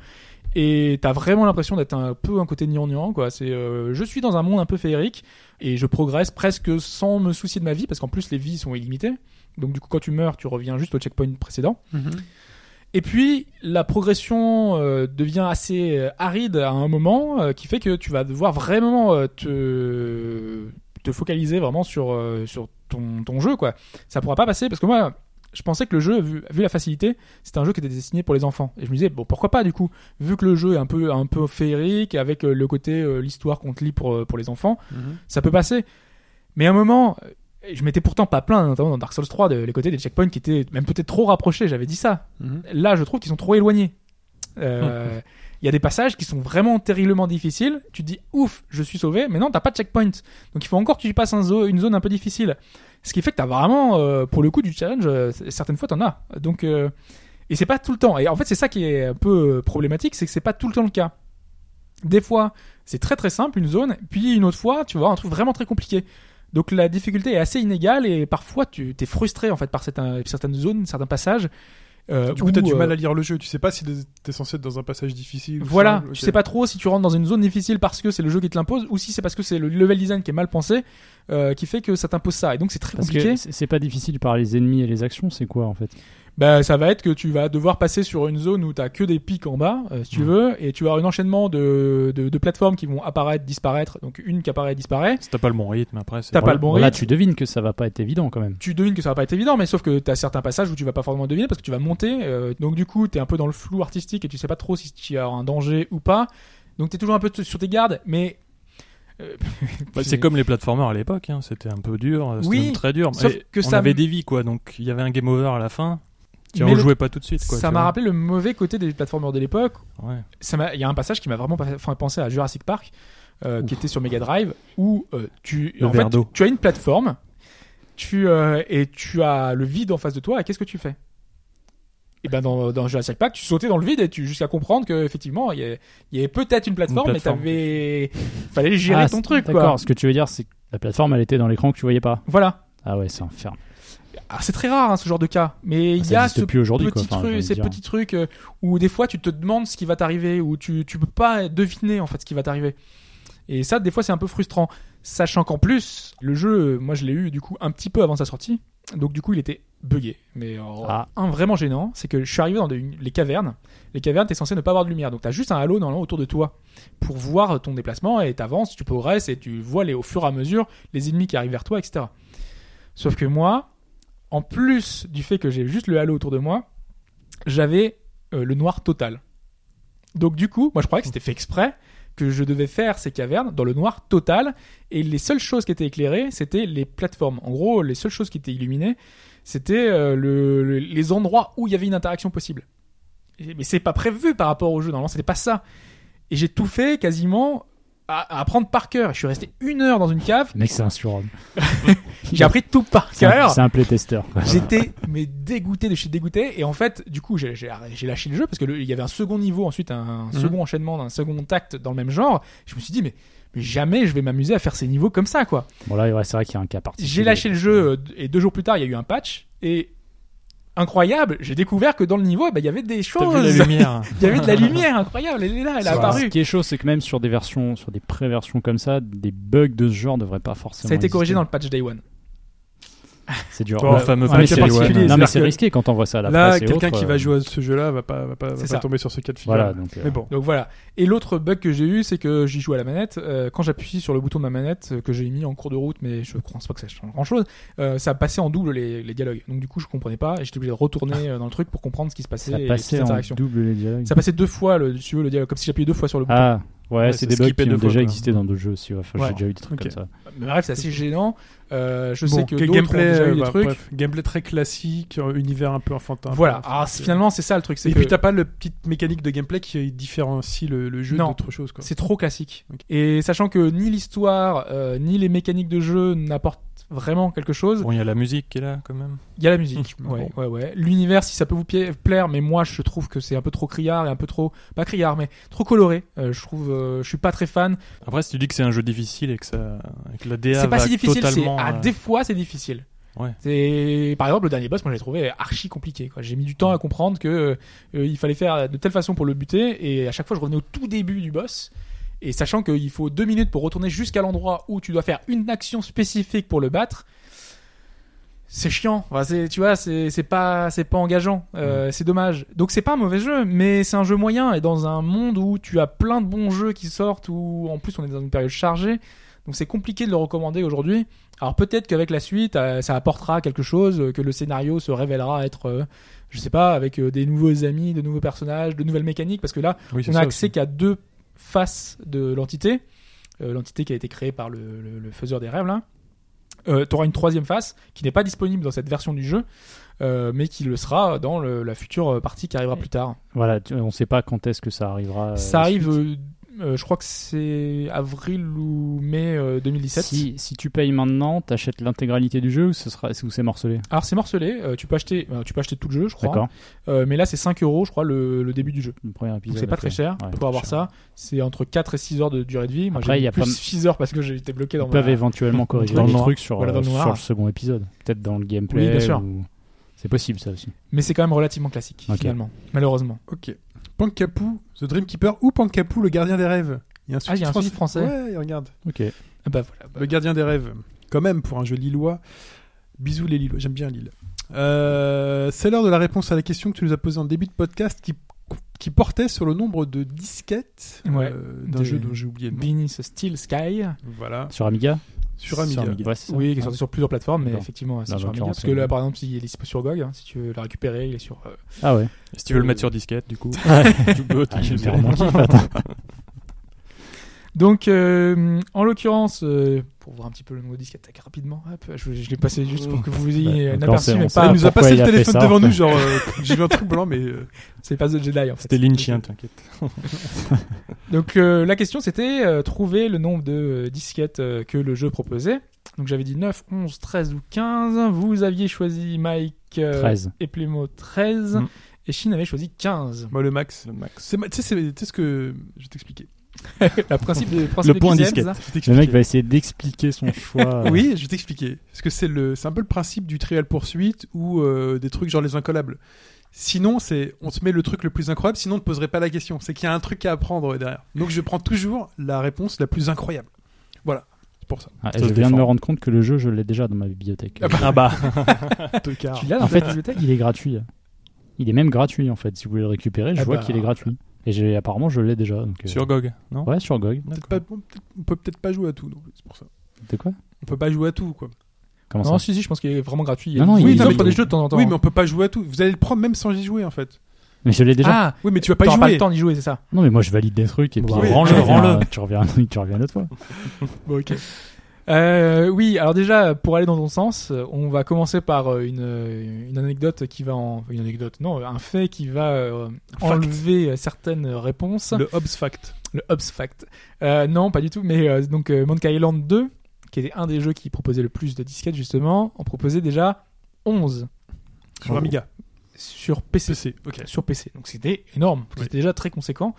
Et t'as vraiment l'impression d'être un peu un côté niant quoi. C'est, euh, je suis dans un monde un peu féerique et je progresse presque sans me soucier de ma vie parce qu'en plus les vies sont illimitées. Donc du coup, quand tu meurs, tu reviens juste au checkpoint précédent. Et puis, la progression euh, devient assez euh, aride à un moment, euh, qui fait que tu vas devoir vraiment euh, te, te focaliser vraiment sur, euh, sur ton, ton jeu, quoi. Ça pourra pas passer, parce que moi, je pensais que le jeu, vu, vu la facilité, c'était un jeu qui était destiné pour les enfants. Et je me disais, bon, pourquoi pas, du coup, vu que le jeu est un peu, un peu féerique, avec euh, le côté, euh, l'histoire qu'on te lit pour, euh, pour les enfants,
Mm-hmm.
ça peut passer. Mais à un moment, euh, je m'étais pourtant pas plaint, notamment dans Dark Souls 3, de, les côtés des checkpoints qui étaient même peut-être trop rapprochés, j'avais dit ça. Là, je trouve qu'ils sont trop éloignés. Euh,
Hum.
Il y a des passages qui sont vraiment terriblement difficiles. Tu te dis, ouf, je suis sauvé, mais non, t'as pas de checkpoint. Donc il faut encore que tu passes un zo- une zone un peu difficile. Ce qui fait que t'as vraiment, euh, pour le coup, du challenge, euh, c- certaines fois t'en as. Donc, euh, et c'est pas tout le temps. Et en fait, c'est ça qui est un peu euh, problématique, c'est que c'est pas tout le temps le cas. Des fois, c'est très très simple une zone, puis une autre fois, tu vois, un truc vraiment très compliqué. Donc la difficulté est assez inégale et parfois tu t'es frustré en fait par cette- euh, certaines zones, certains passages. euh,
Du coup, t'as
où,
du
euh,
mal à lire le jeu. Tu sais pas si t'es censé être dans un passage difficile. ou
Voilà,
simple.
tu
Ok.
sais pas trop si tu rentres dans une zone difficile parce que c'est le jeu qui te l'impose ou si c'est parce que c'est le level design qui est mal pensé euh, qui fait que ça t'impose ça. Et donc c'est très
Parce
compliqué.
que c'est c'est pas difficile par les ennemis et les actions, c'est quoi en fait
Bah, ça va être que tu vas devoir passer sur une zone où t'as que des pics en bas, euh, si tu
Mhm.
veux, et tu vas avoir un enchaînement de, de, de plateformes qui vont apparaître, disparaître. Donc une qui apparaît, disparaît.
Si t'as pas le bon rythme, après, c'est.
T'as pas
Voilà.
le bon
Là,
rythme.
tu devines que ça va pas être évident quand même.
tu devines que ça va pas être évident, mais sauf que t'as certains passages où tu vas pas forcément deviner parce que tu vas monter, euh, donc du coup t'es un peu dans le flou artistique et tu sais pas trop si tu as un danger ou pas, donc t'es toujours un peu t- sur tes gardes, mais euh,
Bah, c'est comme les plateformeurs à l'époque, hein, c'était un peu dur, euh, c'était
Oui,
même très dur.
sauf
mais
que
on
ça
avait
m-
des vies, quoi, donc il y avait un game over à la fin. Tu
Mais le-
rejouais pas tout de suite, quoi.
ça
tu
m'a
vois.
rappelé le mauvais côté des plateformeurs de l'époque.
Ouais.
Ça m'a- Il y a un passage qui m'a vraiment pas- enfin, pensé à Jurassic Park, euh, qui était sur Mega Drive, où euh, tu,
Le
en fait,
verre d'eau.
tu as une plateforme, tu euh, et tu as le vide en face de toi. Et qu'est-ce que tu fais et ben dans, dans Jurassic Park, tu sautais dans le vide et tu jusqu'à comprendre que effectivement il y avait, il y avait peut-être une plateforme,
Une
mais
plateforme.
t'avais fallait gérer
Ah,
ton
c'est-
truc quoi.
D'accord, ce que tu veux dire, c'est que la plateforme, elle était dans l'écran que tu voyais pas.
Voilà.
Ah ouais, c'est enfer.
Alors, c'est très rare hein, ce genre de cas, mais il
Ça
y a
n'existe
ce
plus aujourd'hui quoi.
petit
Enfin, j'ai
truc,
envie
ces
de dire.
petits trucs euh, où des fois tu te demandes ce qui va t'arriver, où tu, tu peux pas deviner en fait ce qui va t'arriver. Et ça, des fois, c'est un peu frustrant. Sachant qu'en plus, le jeu, euh, moi je l'ai eu du coup un petit peu avant sa sortie, donc du coup il était buggé. Mais oh, en-
Ah.
un vraiment gênant, c'est que je suis arrivé dans des- les cavernes. Les cavernes, t'es censé ne pas avoir de lumière, donc t'as juste un halo normalement autour de toi pour voir ton déplacement et t'avances, tu progresses et tu vois les, au fur et à mesure les ennemis qui arrivent vers toi, etc. Sauf que moi, en plus du fait que j'ai juste le halo autour de moi, j'avais euh, le noir total. Donc du coup, moi je croyais que c'était fait exprès, que je devais faire ces cavernes dans le noir total, et les seules choses qui étaient éclairées, c'était les plateformes. En gros, les seules choses qui étaient illuminées, c'était euh, le- le- les endroits où il y avait une interaction possible. Et- mais c'est pas prévu par rapport au jeu, normalement c'était pas ça. Et j'ai tout fait quasiment à, à apprendre par cœur. Je suis resté une heure dans une cave,
Mec, c'est un surhomme.
j'ai appris tout par
C'est un,
cœur.
c'est un playtester. quoi.
J'étais mais dégoûté de chez dégoûté et en fait du coup j'ai j'ai arrêté- j'ai lâché le jeu parce que le- il y avait un second niveau ensuite un,
Mhm.
second enchaînement un second acte dans le même genre je me suis dit mais, mais jamais je vais m'amuser à faire ces niveaux comme ça quoi
Bon là, ouais, c'est vrai qu'il y a un cas particulier.
j'ai lâché le jeu euh, et deux jours plus tard il y a eu un patch et incroyable j'ai découvert que dans le niveau eh ben, il y avait des
T'as vu
choses
la lumière
il y avait de la lumière incroyable elle est là elle
Ce
a
qui- Ce
apparu
qui est chaud, c'est que même sur des versions, sur des pré-versions comme ça, des bugs de ce genre devraient pas forcément.
ça a été corrigé
exister.
dans le patch day one
C'est dur. Ah,
Bon, le fameux
mais
patch
c'est
Day One.
risqué. Non, mais
C'est-à-dire
c'est
que-
risqué quand on voit ça à la
Là,
presse et
quelqu'un
autres,
qui
euh,
va jouer à ce jeu-là va pas, va pas, va
C'est
pas
ça.
tomber sur ce cas de figure.
Voilà, donc. euh,
Mais bon.
Donc voilà. Et l'autre bug que j'ai eu, c'est que j'y joue à la manette. Euh, quand j'appuie sur le bouton de ma manette, euh, que j'ai mis en cours de route, mais je ne pense pas que ça change grand chose, ça passait en double les, les dialogues. Donc du coup, je comprenais pas et j'étais obligé de retourner euh, dans le truc pour comprendre ce qui se passait
Ah. Ça
et
passait
cette
en
interaction.
double les dialogues.
Ça passait deux fois, le, si tu veux, le dialogue, comme si j'appuyais deux fois sur le bouton.
Ah, ouais,
Ouais,
c'est
ça
des bugs
skippait
qui
deux
ont
fois,
déjà
quoi.
existé dans d'autres jeux aussi. Enfin,
Ouais.
J'ai déjà eu des trucs
Ok.
comme ça.
Mais bref, c'est assez gênant. Euh, je sais
Bon,
que
quel
d'autres ont
gameplay,
déjà eu
euh,
des
bah,
trucs.
bref, gameplay très classique, euh, univers un peu enfantin.
Voilà.
Enfin,
Alors, c'est- finalement, c'est ça le truc. c'est
Et
que-
puis t'as pas la petite mécanique de gameplay qui différencie le, le jeu
Non.
d'autre chose. Quoi.
C'est trop classique.
Ok.
Et sachant que ni l'histoire, euh, ni les mécaniques de jeu n'apportent vraiment quelque chose,
Bon, il y a la musique qui est là quand même.
Il y a la musique.
Mmh,
ouais, ouais, ouais. L'univers, si ça peut vous pi- plaire, mais moi, je trouve que c'est un peu trop criard et un peu trop pas criard, mais trop coloré. Euh, je trouve, euh, je suis pas très fan.
Après, si tu dis que c'est un jeu difficile et que, ça... et que la DA
C'est
va
pas si difficile. C'est
totalement.
à
euh,
des fois, c'est difficile.
Ouais.
C'est par exemple le dernier boss, moi, j'ai trouvé archi compliqué. quoi. J'ai mis du temps à comprendre que euh, il fallait faire de telle façon pour le buter, et à chaque fois, je revenais au tout début du boss. Et sachant qu'il faut deux minutes pour retourner jusqu'à l'endroit où tu dois faire une action spécifique pour le battre, c'est chiant. Enfin, c'est, tu vois, c'est, c'est pas, c'est pas engageant. Euh, C'est dommage. Donc c'est pas un mauvais jeu, mais c'est un jeu moyen. Et dans un monde où tu as plein de bons jeux qui sortent, où en plus on est dans une période chargée, donc c'est compliqué de le recommander aujourd'hui. Alors peut-être qu'avec la suite, euh, ça apportera quelque chose, euh, que le scénario se révélera être, euh, je sais pas, avec euh, des nouveaux amis, de nouveaux personnages, de nouvelles mécaniques, parce que là,
oui, c'est
on a
ça
accès
aussi.
qu'à deux faces de l'entité, Euh, l'entité qui a été créée par le, le- le faiseur des rêves là. tu auras une troisième face qui n'est pas disponible dans cette version du jeu, euh, mais qui le sera dans le- la future euh, partie qui arrivera plus tard.
Voilà, tu- on sait pas quand est-ce que ça arrivera. euh,
ça
la
arrive
suite.
euh, euh, je crois que c'est avril ou mai euh, 2017.
Si, si tu payes maintenant, t'achètes l'intégralité du jeu ou ce sera ou c'est morcelé
Alors c'est morcelé, euh, tu peux acheter, euh, tu peux acheter tout le jeu, je crois.
D'accord.
Euh, mais là c'est 5 euros, je crois, le, le début du jeu.
Le premier
Donc
épisode.
c'est pas
après.
très cher
Ouais,
pour avoir
cher.
ça. C'est entre 4 et 6 heures de durée de vie. Moi,
Après,
j'ai
il y a
plus
pas-
6 heures parce que j'ai été bloqué dans
Ils peuvent
ma...
éventuellement corriger
dans le
des
noir.
trucs sur,
Voilà, dans le
euh,
noir.
sur le second épisode. Peut-être dans le gameplay.
Oui, bien sûr.
ou- C'est possible ça aussi.
Mais c'est quand même relativement classique,
Ok.
finalement. Malheureusement.
Ok. Pankapou, The Dream Keeper ou Pankapou, le gardien des rêves. Il y a un
Ah, il y a
sous-titre
un sous-titre français.
Ouais, regarde.
Ok.
Ah Bah voilà. bah,
Le gardien des rêves, quand même, pour un jeu lillois. Bisous les Lillois, j'aime bien Lille. Euh, c'est l'heure de la réponse à la question que tu nous as posée en début de podcast qui, qui portait sur le nombre de disquettes euh,
Ouais,
d'un
des-
jeu dont j'ai oublié le nom.
Beneath Steel Sky.
Voilà,
Sur Amiga
sur Amiga.
Ouais, c'est ça. Ah
Oui, qui est sorti sur plusieurs plateformes, mais
D'accord.
effectivement, c'est
Là,
sur Amiga.
l'occurrence,
Parce que là,
Amiga.
par exemple, il est dispo sur GOG. hein, si tu veux le récupérer, il est sur. euh,
Ah ouais.
Et si tu veux le mettre sur disquette, du coup, tu peux.
Ah, je
tu-
me fais remonter, attends.
Donc, euh, en l'occurrence, euh, pour voir un petit peu le nombre de disques attaque rapidement, hop, je, je l'ai passé juste pour que vous
Ouais,
ayez un
Bah, donc
aperçu,
on
mais
sait- on
Ah,
pas.
il nous a
pourquoi
passé
il
le
a fait
téléphone
ça,
devant
en fait.
nous, genre euh, j'ai vu un truc blanc, mais euh,
C'est pas The Jedi en fait.
C'était hein. Lynchien, t'inquiète.
Donc, euh, la question c'était euh, trouver le nombre de euh, disquettes euh, que le jeu proposait. Donc, j'avais dit 9, 11, 13 ou 15. Vous aviez choisi Mike euh,
13.
et Plémo 13.
Mm.
Et Shin avait choisi 15.
moi le max.
Le max.
C'est ma- Tu sais c'est- tu sais ce que je vais t'expliquer.
La principe de principe
Le point
de Kizels,
disquette.
Je vais t'expliquer.
Le mec va essayer d'expliquer son choix.
Oui, je vais t'expliquer. Parce que c'est le, c'est un peu le principe du trial poursuite ou euh, des trucs genre les incollables. Sinon, c'est, on se met le truc le plus incroyable. Sinon, on ne poserait pas la question. C'est qu'il y a un truc à apprendre derrière. Donc, je prends toujours la réponse la plus incroyable. Voilà, c'est pour ça.
Ah, je
Ça se
viens de
défend.
me rendre compte que le jeu, je l'ai déjà dans ma bibliothèque.
Ah bah,
Tu l'as dans
En
ta
fait,
bibliothèque
il est gratuit. Il est même gratuit en fait. Si vous voulez le récupérer, je
Ah
vois
bah.
qu'il est gratuit. Et j'ai- apparemment, je l'ai déjà. Donc, euh,
sur GOG, non
Ouais, sur GOG.
Peut-être pas- on, peut- on peut peut-être pas jouer à tout. non plus, C'est pour ça.
De quoi
On peut pas jouer à tout, quoi.
Comment
Non,
ça
si, si, je pense qu'il est vraiment gratuit.
Non, non,
il,
il-
oui,
il-
offre des jeux de temps en temps.
Oui, mais on peut pas jouer à tout. Vous allez le prendre même sans y jouer, en fait.
Mais je l'ai déjà.
Ah,
Oui, mais tu vas pas y
t'auras
jouer.
pas le temps d'y jouer, c'est ça
Non, mais moi, je valide des trucs et puis.
Oui,
euh,
rends-le,
tu reviens-
rends-le.
Tu reviens, tu reviens une autre fois.
Bon, ok. Euh, oui, alors déjà, pour aller dans ton sens, euh, on va commencer par euh, une, euh, une anecdote qui va en... Une anecdote, non, un fait qui va euh,
Fact.
enlever euh, certaines réponses. Le,
Le Hobbs Fact.
Hobbs Fact. Euh, non, pas du tout, mais euh, donc euh, Monkey Island 2, qui était un des jeux qui proposait le plus de disquettes, justement, en proposait déjà 11
Sur Amiga.
sur PC.
PC. Ok.
Sur PC, donc c'était énorme,
Oui.
c'était déjà très conséquent.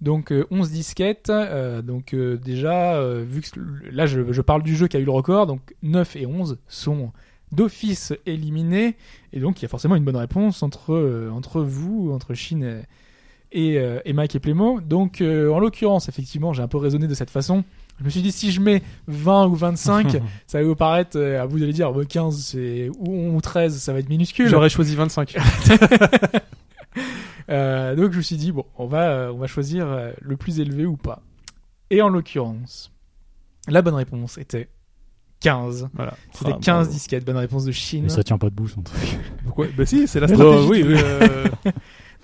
Donc euh, 11 disquettes, euh, donc euh, déjà, euh, vu que le- là je, je parle du jeu qui a eu le record, donc 9 et 11 sont d'office éliminés, et donc il y a forcément une bonne réponse entre, euh, entre vous, entre Chine euh, et, euh, et Mike et Plémo. Donc euh, en l'occurrence, effectivement, j'ai un peu raisonné de cette façon. Je me suis dit, si je mets 20 ou 25, ça va vous paraître, euh, vous allez dire, bah, 15 c'est- ou 11 ou 13, ça va être minuscule.
J'aurais choisi 25.
Euh, donc je me suis dit bon, on va euh, on va choisir euh, le plus élevé ou pas. Et en l'occurrence, la bonne réponse était 15.
voilà.
C'était
Ah,
15
bravo.
disquettes, bonne réponse de Chine.
Mais ça tient pas debout son truc.
Pourquoi Bah si, c'est la
Bah,
stratégie.
oui,
du- euh,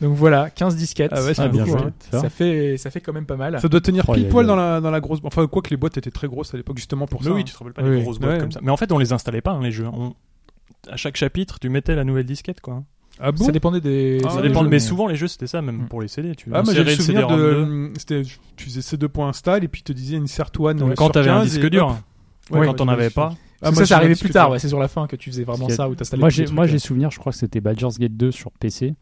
Donc voilà, 15 disquettes.
Ah ouais, c'est
Ah, bien
beaucoup,
joué.
hein.
Tu vois
ça fait ça fait quand même pas mal.
Ça doit tenir
Oh,
pile
y a-
poil
y a-
dans la, dans la grosse. Enfin, quoi que les boîtes étaient très grosses à l'époque, justement pour
Mais
ça.
oui,
hein.
tu te rappelles pas
Oui.
des grosses boîtes
Ouais.
comme ça. Mais en fait, on les installait pas, hein, les jeux. On... À chaque chapitre, tu mettais la nouvelle disquette, quoi.
Ah bon
Ça dépendait des
Ah,
des
ça
les
dépend.
jeux,
Mais, souvent, les jeux, c'était ça, même
Mm.
pour les CD. Tu
Ah, moi j'ai
insérais
le souvenir
CD-ROM deux.
de. c'était- Tu faisais ces deux points install et puis tu te disais une certoine.
Donc,
euh,
quand
sur
t'avais un
15 et
disque dur,
hop.
Ouais,
Ouais,
quand t'en
ouais,
avais
je-
pas,
Ah,
Parce que
moi,
ça, c'est
j'ai un
arrivé
disque
plus tard,
dur.
ouais, c'est sur la fin que tu faisais
Parce
vraiment
qu'il y a-
ça ou t'installais
Moi,
tous les
j'ai,
trucs,
moi,
euh.
j'ai souvenir, je crois que c'était Baldur's Gate 2 sur PC. Il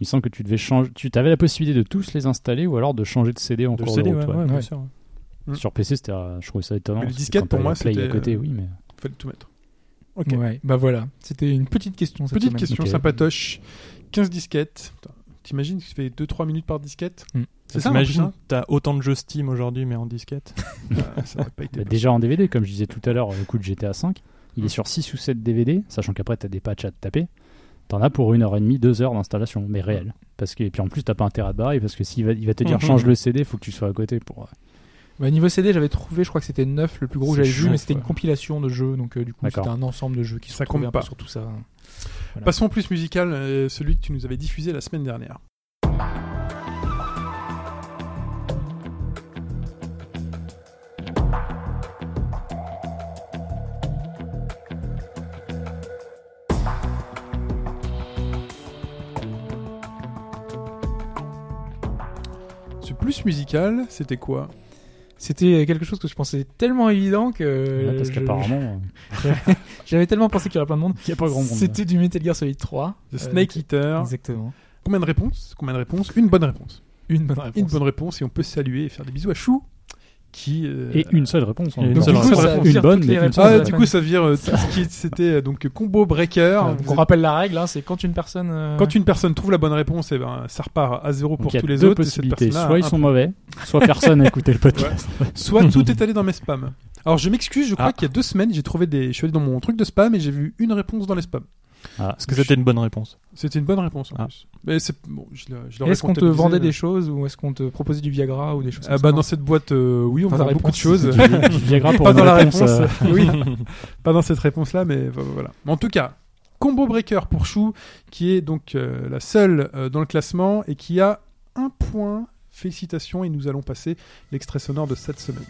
me semble que tu devais changer, tu avais la possibilité de tous les installer ou alors de changer de CD en
de
cours
CD,
de
ouais,
route. ouais.
ouais, bien
Ouais.
sûr.
ouais.
Sur PC, c'était, euh, je trouvais ça étonnant.
Mais le
parce que
disquette,
quand
pour
t'avais
moi,
le Play
c'était,
à côté,
euh,
oui, mais
Fallait tout mettre. Ok.
Ouais, bah voilà, c'était une petite question cette
Petite
semaine.
question
Ok.
sympatoche. 15 disquettes. Putain, T'imagines que tu fais 2-3 minutes par disquette
Hmm.
C'est ça, en plus,
T'imagines,
hein
t'as autant de jeux Steam aujourd'hui, mais en disquette.
Ah, Ça aurait pas été
Bah,
possible.
déjà en DVD, comme je disais tout à l'heure, le coup de GTA 5, il est sur 6 ou 7 DVD, sachant qu'après t'as des patchs à te taper. T'en as pour une heure et demie, deux heures d'installation, mais réel. Parce que, et puis en plus, t'as pas intérêt à te barrer, parce que s'il va, il va te dire
Mhm.
change le CD, faut que tu sois à côté pour. euh,
Bah, niveau CD, j'avais trouvé, je crois que c'était 9 le plus gros que
C'est
j'avais vu,
chouette,
mais c'était une
ouais.
compilation de jeux, donc euh, du coup
D'accord.
c'était un ensemble de jeux qui se
Ça
retrouvaient
compte
un peu
pas.
sur tout ça. Voilà.
Passons au plus musical, euh, celui que tu nous avais diffusé la semaine dernière. Ce plus musical, c'était quoi
C'était quelque chose que je pensais tellement évident que.
Ouais, parce
Euh, je-
qu'apparemment, euh,
J'avais tellement pensé qu'il y aurait plein de monde.
il n'y a pas grand monde.
C'était du Metal Gear Solid 3.
The
Euh,
Snake Eater.
Exactement.
Combien de réponses Combien de réponses Une bonne réponse.
Une bonne
Une
réponse.
bonne réponse et on peut saluer et faire des bisous à Chou qui. euh,
Et une seule réponse. en
Et
même
une
temps.
seule
Donc, du coup,
réponse.
ça-
Ça
une
vire
bonne,
toutes les
mais une
réponses.
seule
Ah,
réponse.
du coup, ça vire euh, tout ce qui- c'était euh, donc euh, combo breaker.
Euh,
Vous
on
êtes-
rappelle la règle, hein, c'est quand une personne. euh,
Quand une personne trouve la bonne réponse, et ben, ça repart à zéro
Donc,
pour
il y a
tous les
deux
autres. et cette
possibilités.
personne-là a
Soit ils
un
sont mauvais, soit personne n'a écouté le podcast.
Soit tout est allé dans mes spams. Alors je m'excuse, je crois
Ah.
qu'il y a deux semaines, j'ai trouvé des. Je suis allé dans mon truc de spam et j'ai vu une réponse dans les spams.
Ah,
Est-ce que c'était une bonne réponse
C'était une bonne réponse en
Ah.
plus. Mais c'est bon, je, l'ai- je l'aurais
Est-ce qu'on te
comptabilisé,
vendait
euh.
des choses ou est-ce qu'on te proposait du Viagra ou des choses
Ah
comme
bah
ça
dans cette boîte, euh, oui, on
Dans
vend
la
beaucoup de
réponse.
choses.
Du Viagra pour
Pas
une
dans la
réponse,
réponse.
euh,
oui. Pas dans cette réponse-là, mais vo- voilà. Mais en tout cas, combo breaker pour Chou, qui est donc euh, la seule euh, dans le classement et qui a un point. Félicitations et nous allons passer l'extrait sonore de cette semaine.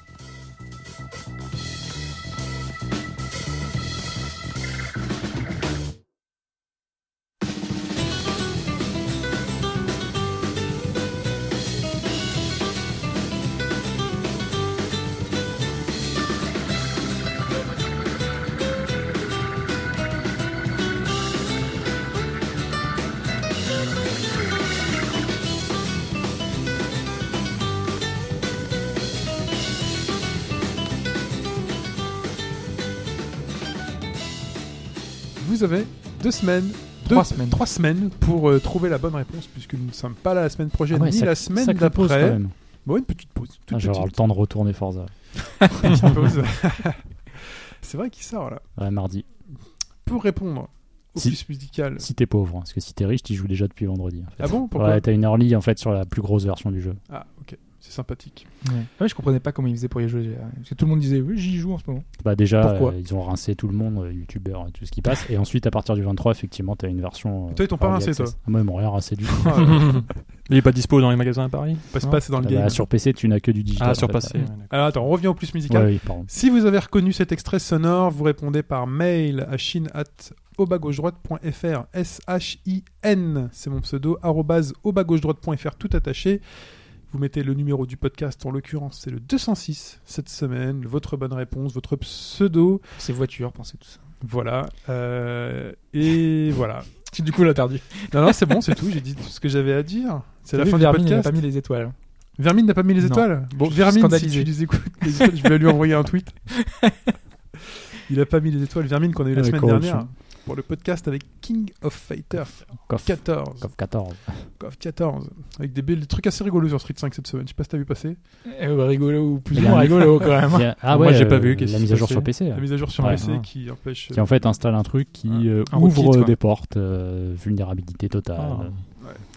Vous avez deux semaines. deux-
Trois semaines.
trois semaines pour euh, trouver la bonne réponse, puisque nous ne sommes pas là la semaine prochaine
Ah ouais,
ni
sac-
la semaine
sacrée pause, quand
d'après.
même.
Bon, une petite pause. Toute
Ah, je vais avoir le
petite,
temps de retourner Forza.
petite pause. C'est vrai qu'il sort là.
Ouais, mardi.
Pour répondre au
Si.
plus musical.
Si t'es pauvre, hein, parce que si t'es riche, t'y joues déjà depuis vendredi. en fait.
Ah bon Pourquoi
Ouais, t'as une early en fait sur la plus grosse version du jeu.
Ah, ok. C'est sympathique.
Ouais. Ah Ouais, je comprenais pas comment ils faisaient pour y jouer. euh, Parce que tout le monde disait, oui, j'y joue en ce moment.
Bah déjà,
Pourquoi
euh, ils ont rincé tout le monde, euh, youtubeurs et tout ce qui passe. Et ensuite, à partir du 23, effectivement, t'as une version. euh,
Toi, ils t'ont pas
early
rincé,
access. Ah, Moi, ils m'ont rien rincé du tout.
Ah, ouais.
Il est pas dispo dans les magasins à Paris
passe
Non.
pas, c'est dans
Ah
le
bah,
game.
sur PC, tu n'as que du digital. en
Ah,
fait.
surpassé.
ouais.
ouais, d'accord.
Alors attends, on revient au plus musical.
Ouais, oui, pardon.
Si vous avez reconnu cet extrait sonore, vous répondez par mail à chine at obagaugedroite.fr S-H-I-N, c'est mon pseudo, arrobase obagaugedroite.fr, tout attaché. Vous mettez le numéro du podcast, en l'occurrence c'est le 206 cette semaine, votre bonne réponse, votre pseudo,
Ces voitures, pensez tout ça.
voilà. euh, et voilà.
Du coup, l'a perdu.
Non, non, c'est bon, c'est tout, j'ai dit tout ce que j'avais à dire. C'est la
T'as vu,
fin du
Vermine, il a
podcast.
pas mis les étoiles.
Vermine n'a pas mis les
Non.
étoiles Bon,
suis
Vermine, si
scandalisé.
tu les écoutes, les étoiles, je vais lui envoyer un tweet. Il a pas mis les étoiles, Vermine, qu'on a eu la
Avec
semaine
Ah, corruption.
dernière pour le podcast avec King of Fighter
Coff.
14.
Coff 14.
Coff 14. Avec des, belles- des trucs assez rigolos sur Street 5 cette semaine. Je sais pas si t'as vu passer.
Eh ben, rigolo ou plus
Il
ou
y a
moins
un-
rigolo quand même.
Il y a- Ah ouais,
Moi, j'ai
euh,
pas vu, qu'est-ce
La
qui
mise
se
à jour
passait
sur PC.
La mise à Ah. jour sur
Ouais,
PC
hein.
qui empêche. euh,
Qui en fait installe un truc qui
Ouais.
euh,
Un
ouvre
rootkit,
euh,
quoi.
des portes, euh, vulnérabilité totale.
Ah.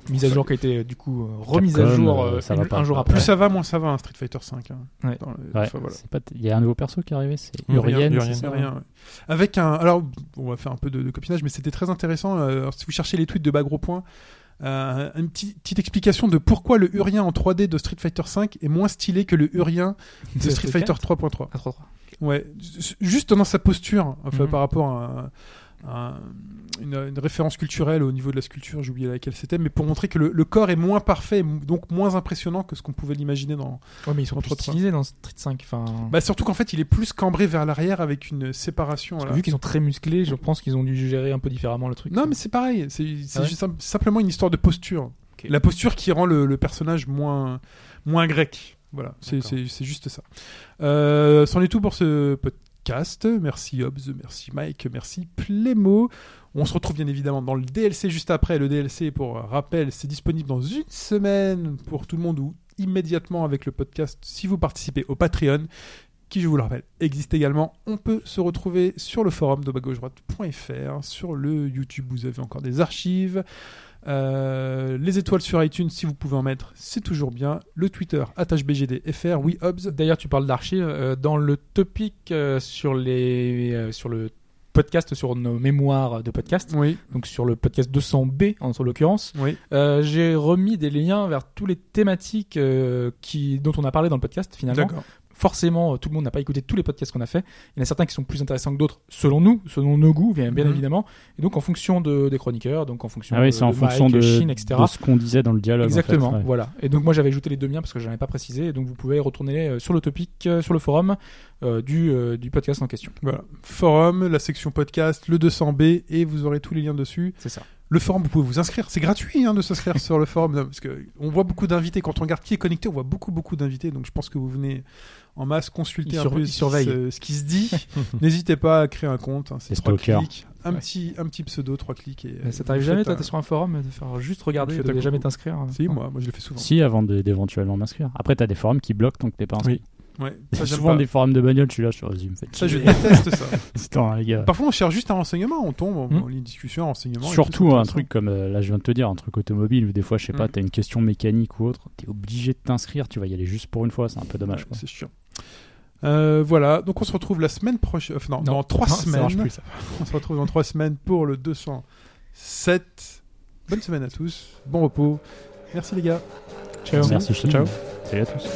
Mise à jour qui a été euh, du coup euh, remise à
Capcom,
jour
euh,
euh,
ça
une-
va pas.
un jour
Plus
après.
ça va, moins ça va, hein, Street Fighter 5. hein.
Ouais.
Dans le-
Ouais,
enfin, voilà.
c'est pas t- Il y a un nouveau perso qui est arrivé, c'est
Mm, Urien,
Urien.
Urien.
c'est ça
C'est rien, ouais. Avec un. Alors, on va faire un peu de, de copinage, mais c'était très intéressant. euh, alors, si vous cherchez les tweets de Bagro Point, euh, une petite, petite explication de pourquoi le Urien en 3D de Street Fighter 5 est moins stylé que le Urien de Street Fighter 3.3.
Ah, 3-3.
Ouais, ju- juste dans sa posture, enfin,
Mhm.
par rapport à, à une, une référence culturelle au niveau de la sculpture, j'ai oublié laquelle c'était, mais pour montrer que le, le corps est moins parfait, donc moins impressionnant que ce qu'on pouvait l'imaginer dans.
Ouais, mais ils sont plus
3-3.
stylisés dans Street 5. Enfin,
Bah, surtout qu'en fait, il est plus cambré vers l'arrière avec une séparation.
parce que
là.
vu qu'ils sont très musclés, je pense qu'ils ont dû gérer un peu différemment le truc.
Non, mais c'est pareil. C'est c'est
Ah ouais
juste sim- simplement une histoire de posture.
Ok.
La posture qui rend le, le personnage moins, moins grec. Voilà, c'est
D'accord.
c'est- c'est juste ça. Euh, C'en est tout pour ce podcast. Merci Hobbs, merci Mike, merci Plémo. On se retrouve bien évidemment dans le DLC juste après. Le DLC, pour rappel, c'est disponible dans une semaine pour tout le monde ou immédiatement avec le podcast si vous participez au Patreon qui, je vous le rappelle, existe également. On peut se retrouver sur le forum de bagaugedroite.fr, sur le YouTube, vous avez encore des archives. Euh, les étoiles sur iTunes, si vous pouvez en mettre, c'est toujours bien. Le Twitter, @bgdfr, oui, Hobbs.
D'ailleurs, tu parles d'archives. euh, dans le topic euh, sur, les, euh, sur le podcast, sur nos mémoires de podcast,
Oui,
donc sur le podcast 200B en l'occurrence,
oui.
euh, j'ai remis des liens vers toutes les thématiques euh, qui, dont on a parlé dans le podcast finalement.
D'accord.
forcément, euh, tout le monde n'a pas écouté tous les podcasts qu'on a fait. Il y en a certains qui sont plus intéressants que d'autres, selon nous, selon nos goûts, bien, bien
Mhm.
évidemment. Et donc, en fonction de, des chroniqueurs, donc en fonction
Ah oui,
de,
c'est en
de
fonction
Euh, Mike,
de,
Chine, etc.
de ce qu'on disait dans le dialogue. en fait,
Exactement,
ouais.
voilà. Et donc moi j'avais ajouté les deux miens parce que je n'avais pas précisé. Et donc vous pouvez retourner euh, sur le topic, euh, sur le forum euh, du, euh, du podcast en question.
Voilà. Forum, la section podcast, le 200B, et vous aurez tous les liens dessus.
C'est ça.
Le forum, vous pouvez vous inscrire. C'est gratuit hein, de s'inscrire sur le forum. non, parce que on voit beaucoup d'invités. Quand on regarde qui est connecté, on voit beaucoup, beaucoup d'invités. Donc je pense que vous venez en masse consulter
Ils
un
sur-
peu
ils
ce qui
surveillent.
se- ce qui se dit. N'hésitez pas à créer un compte. hein, c'est
Les
trois
stalkers.
clics. Un,
Ouais.
petit, un petit pseudo, trois clics. Et,
Mais ça t'arrive
Euh, vous
jamais,
faites
toi,
un-
t'es sur un forum, de faire juste
Vous
regarder,
faites
de
un
jamais
coucou.
t'inscrire. hein
Si, moi, moi je le fais souvent.
Si, avant de- d'éventuellement m'inscrire. Après, t'as des forums qui bloquent tant que t'es pas inscrit.
Oui.
Ouais,
Il y
ça,
a
j'aime
souvent
pas.
des forums de bagnole, je suis là, je suis vas-y, me faites
Ça, je
chier.
déteste ça.
Attends, hein, les gars.
Parfois, on cherche juste un renseignement. On tombe en
Hmm.
en ligne de discussion, un renseignement. et tout,
Surtout
c'est
un
intéressant.
truc comme, euh, là je viens de te dire, un truc automobile où des fois, je sais pas,
Mm.
t'as une question mécanique ou autre, t'es obligé de t'inscrire, tu vas y aller juste pour une fois, c'est un peu dommage.
Ouais,
quoi.
c'est chiant. Euh, voilà, donc on se retrouve la semaine prochaine. Enfin, non,
Non.
dans trois
Non, ça
semaines.
marche plus, ça.
On se retrouve dans trois semaines pour le 207. Bonne semaine à tous, bon repos. Merci les gars.
Ciao.
Merci, Chine.
Ciao.
Salut à tous.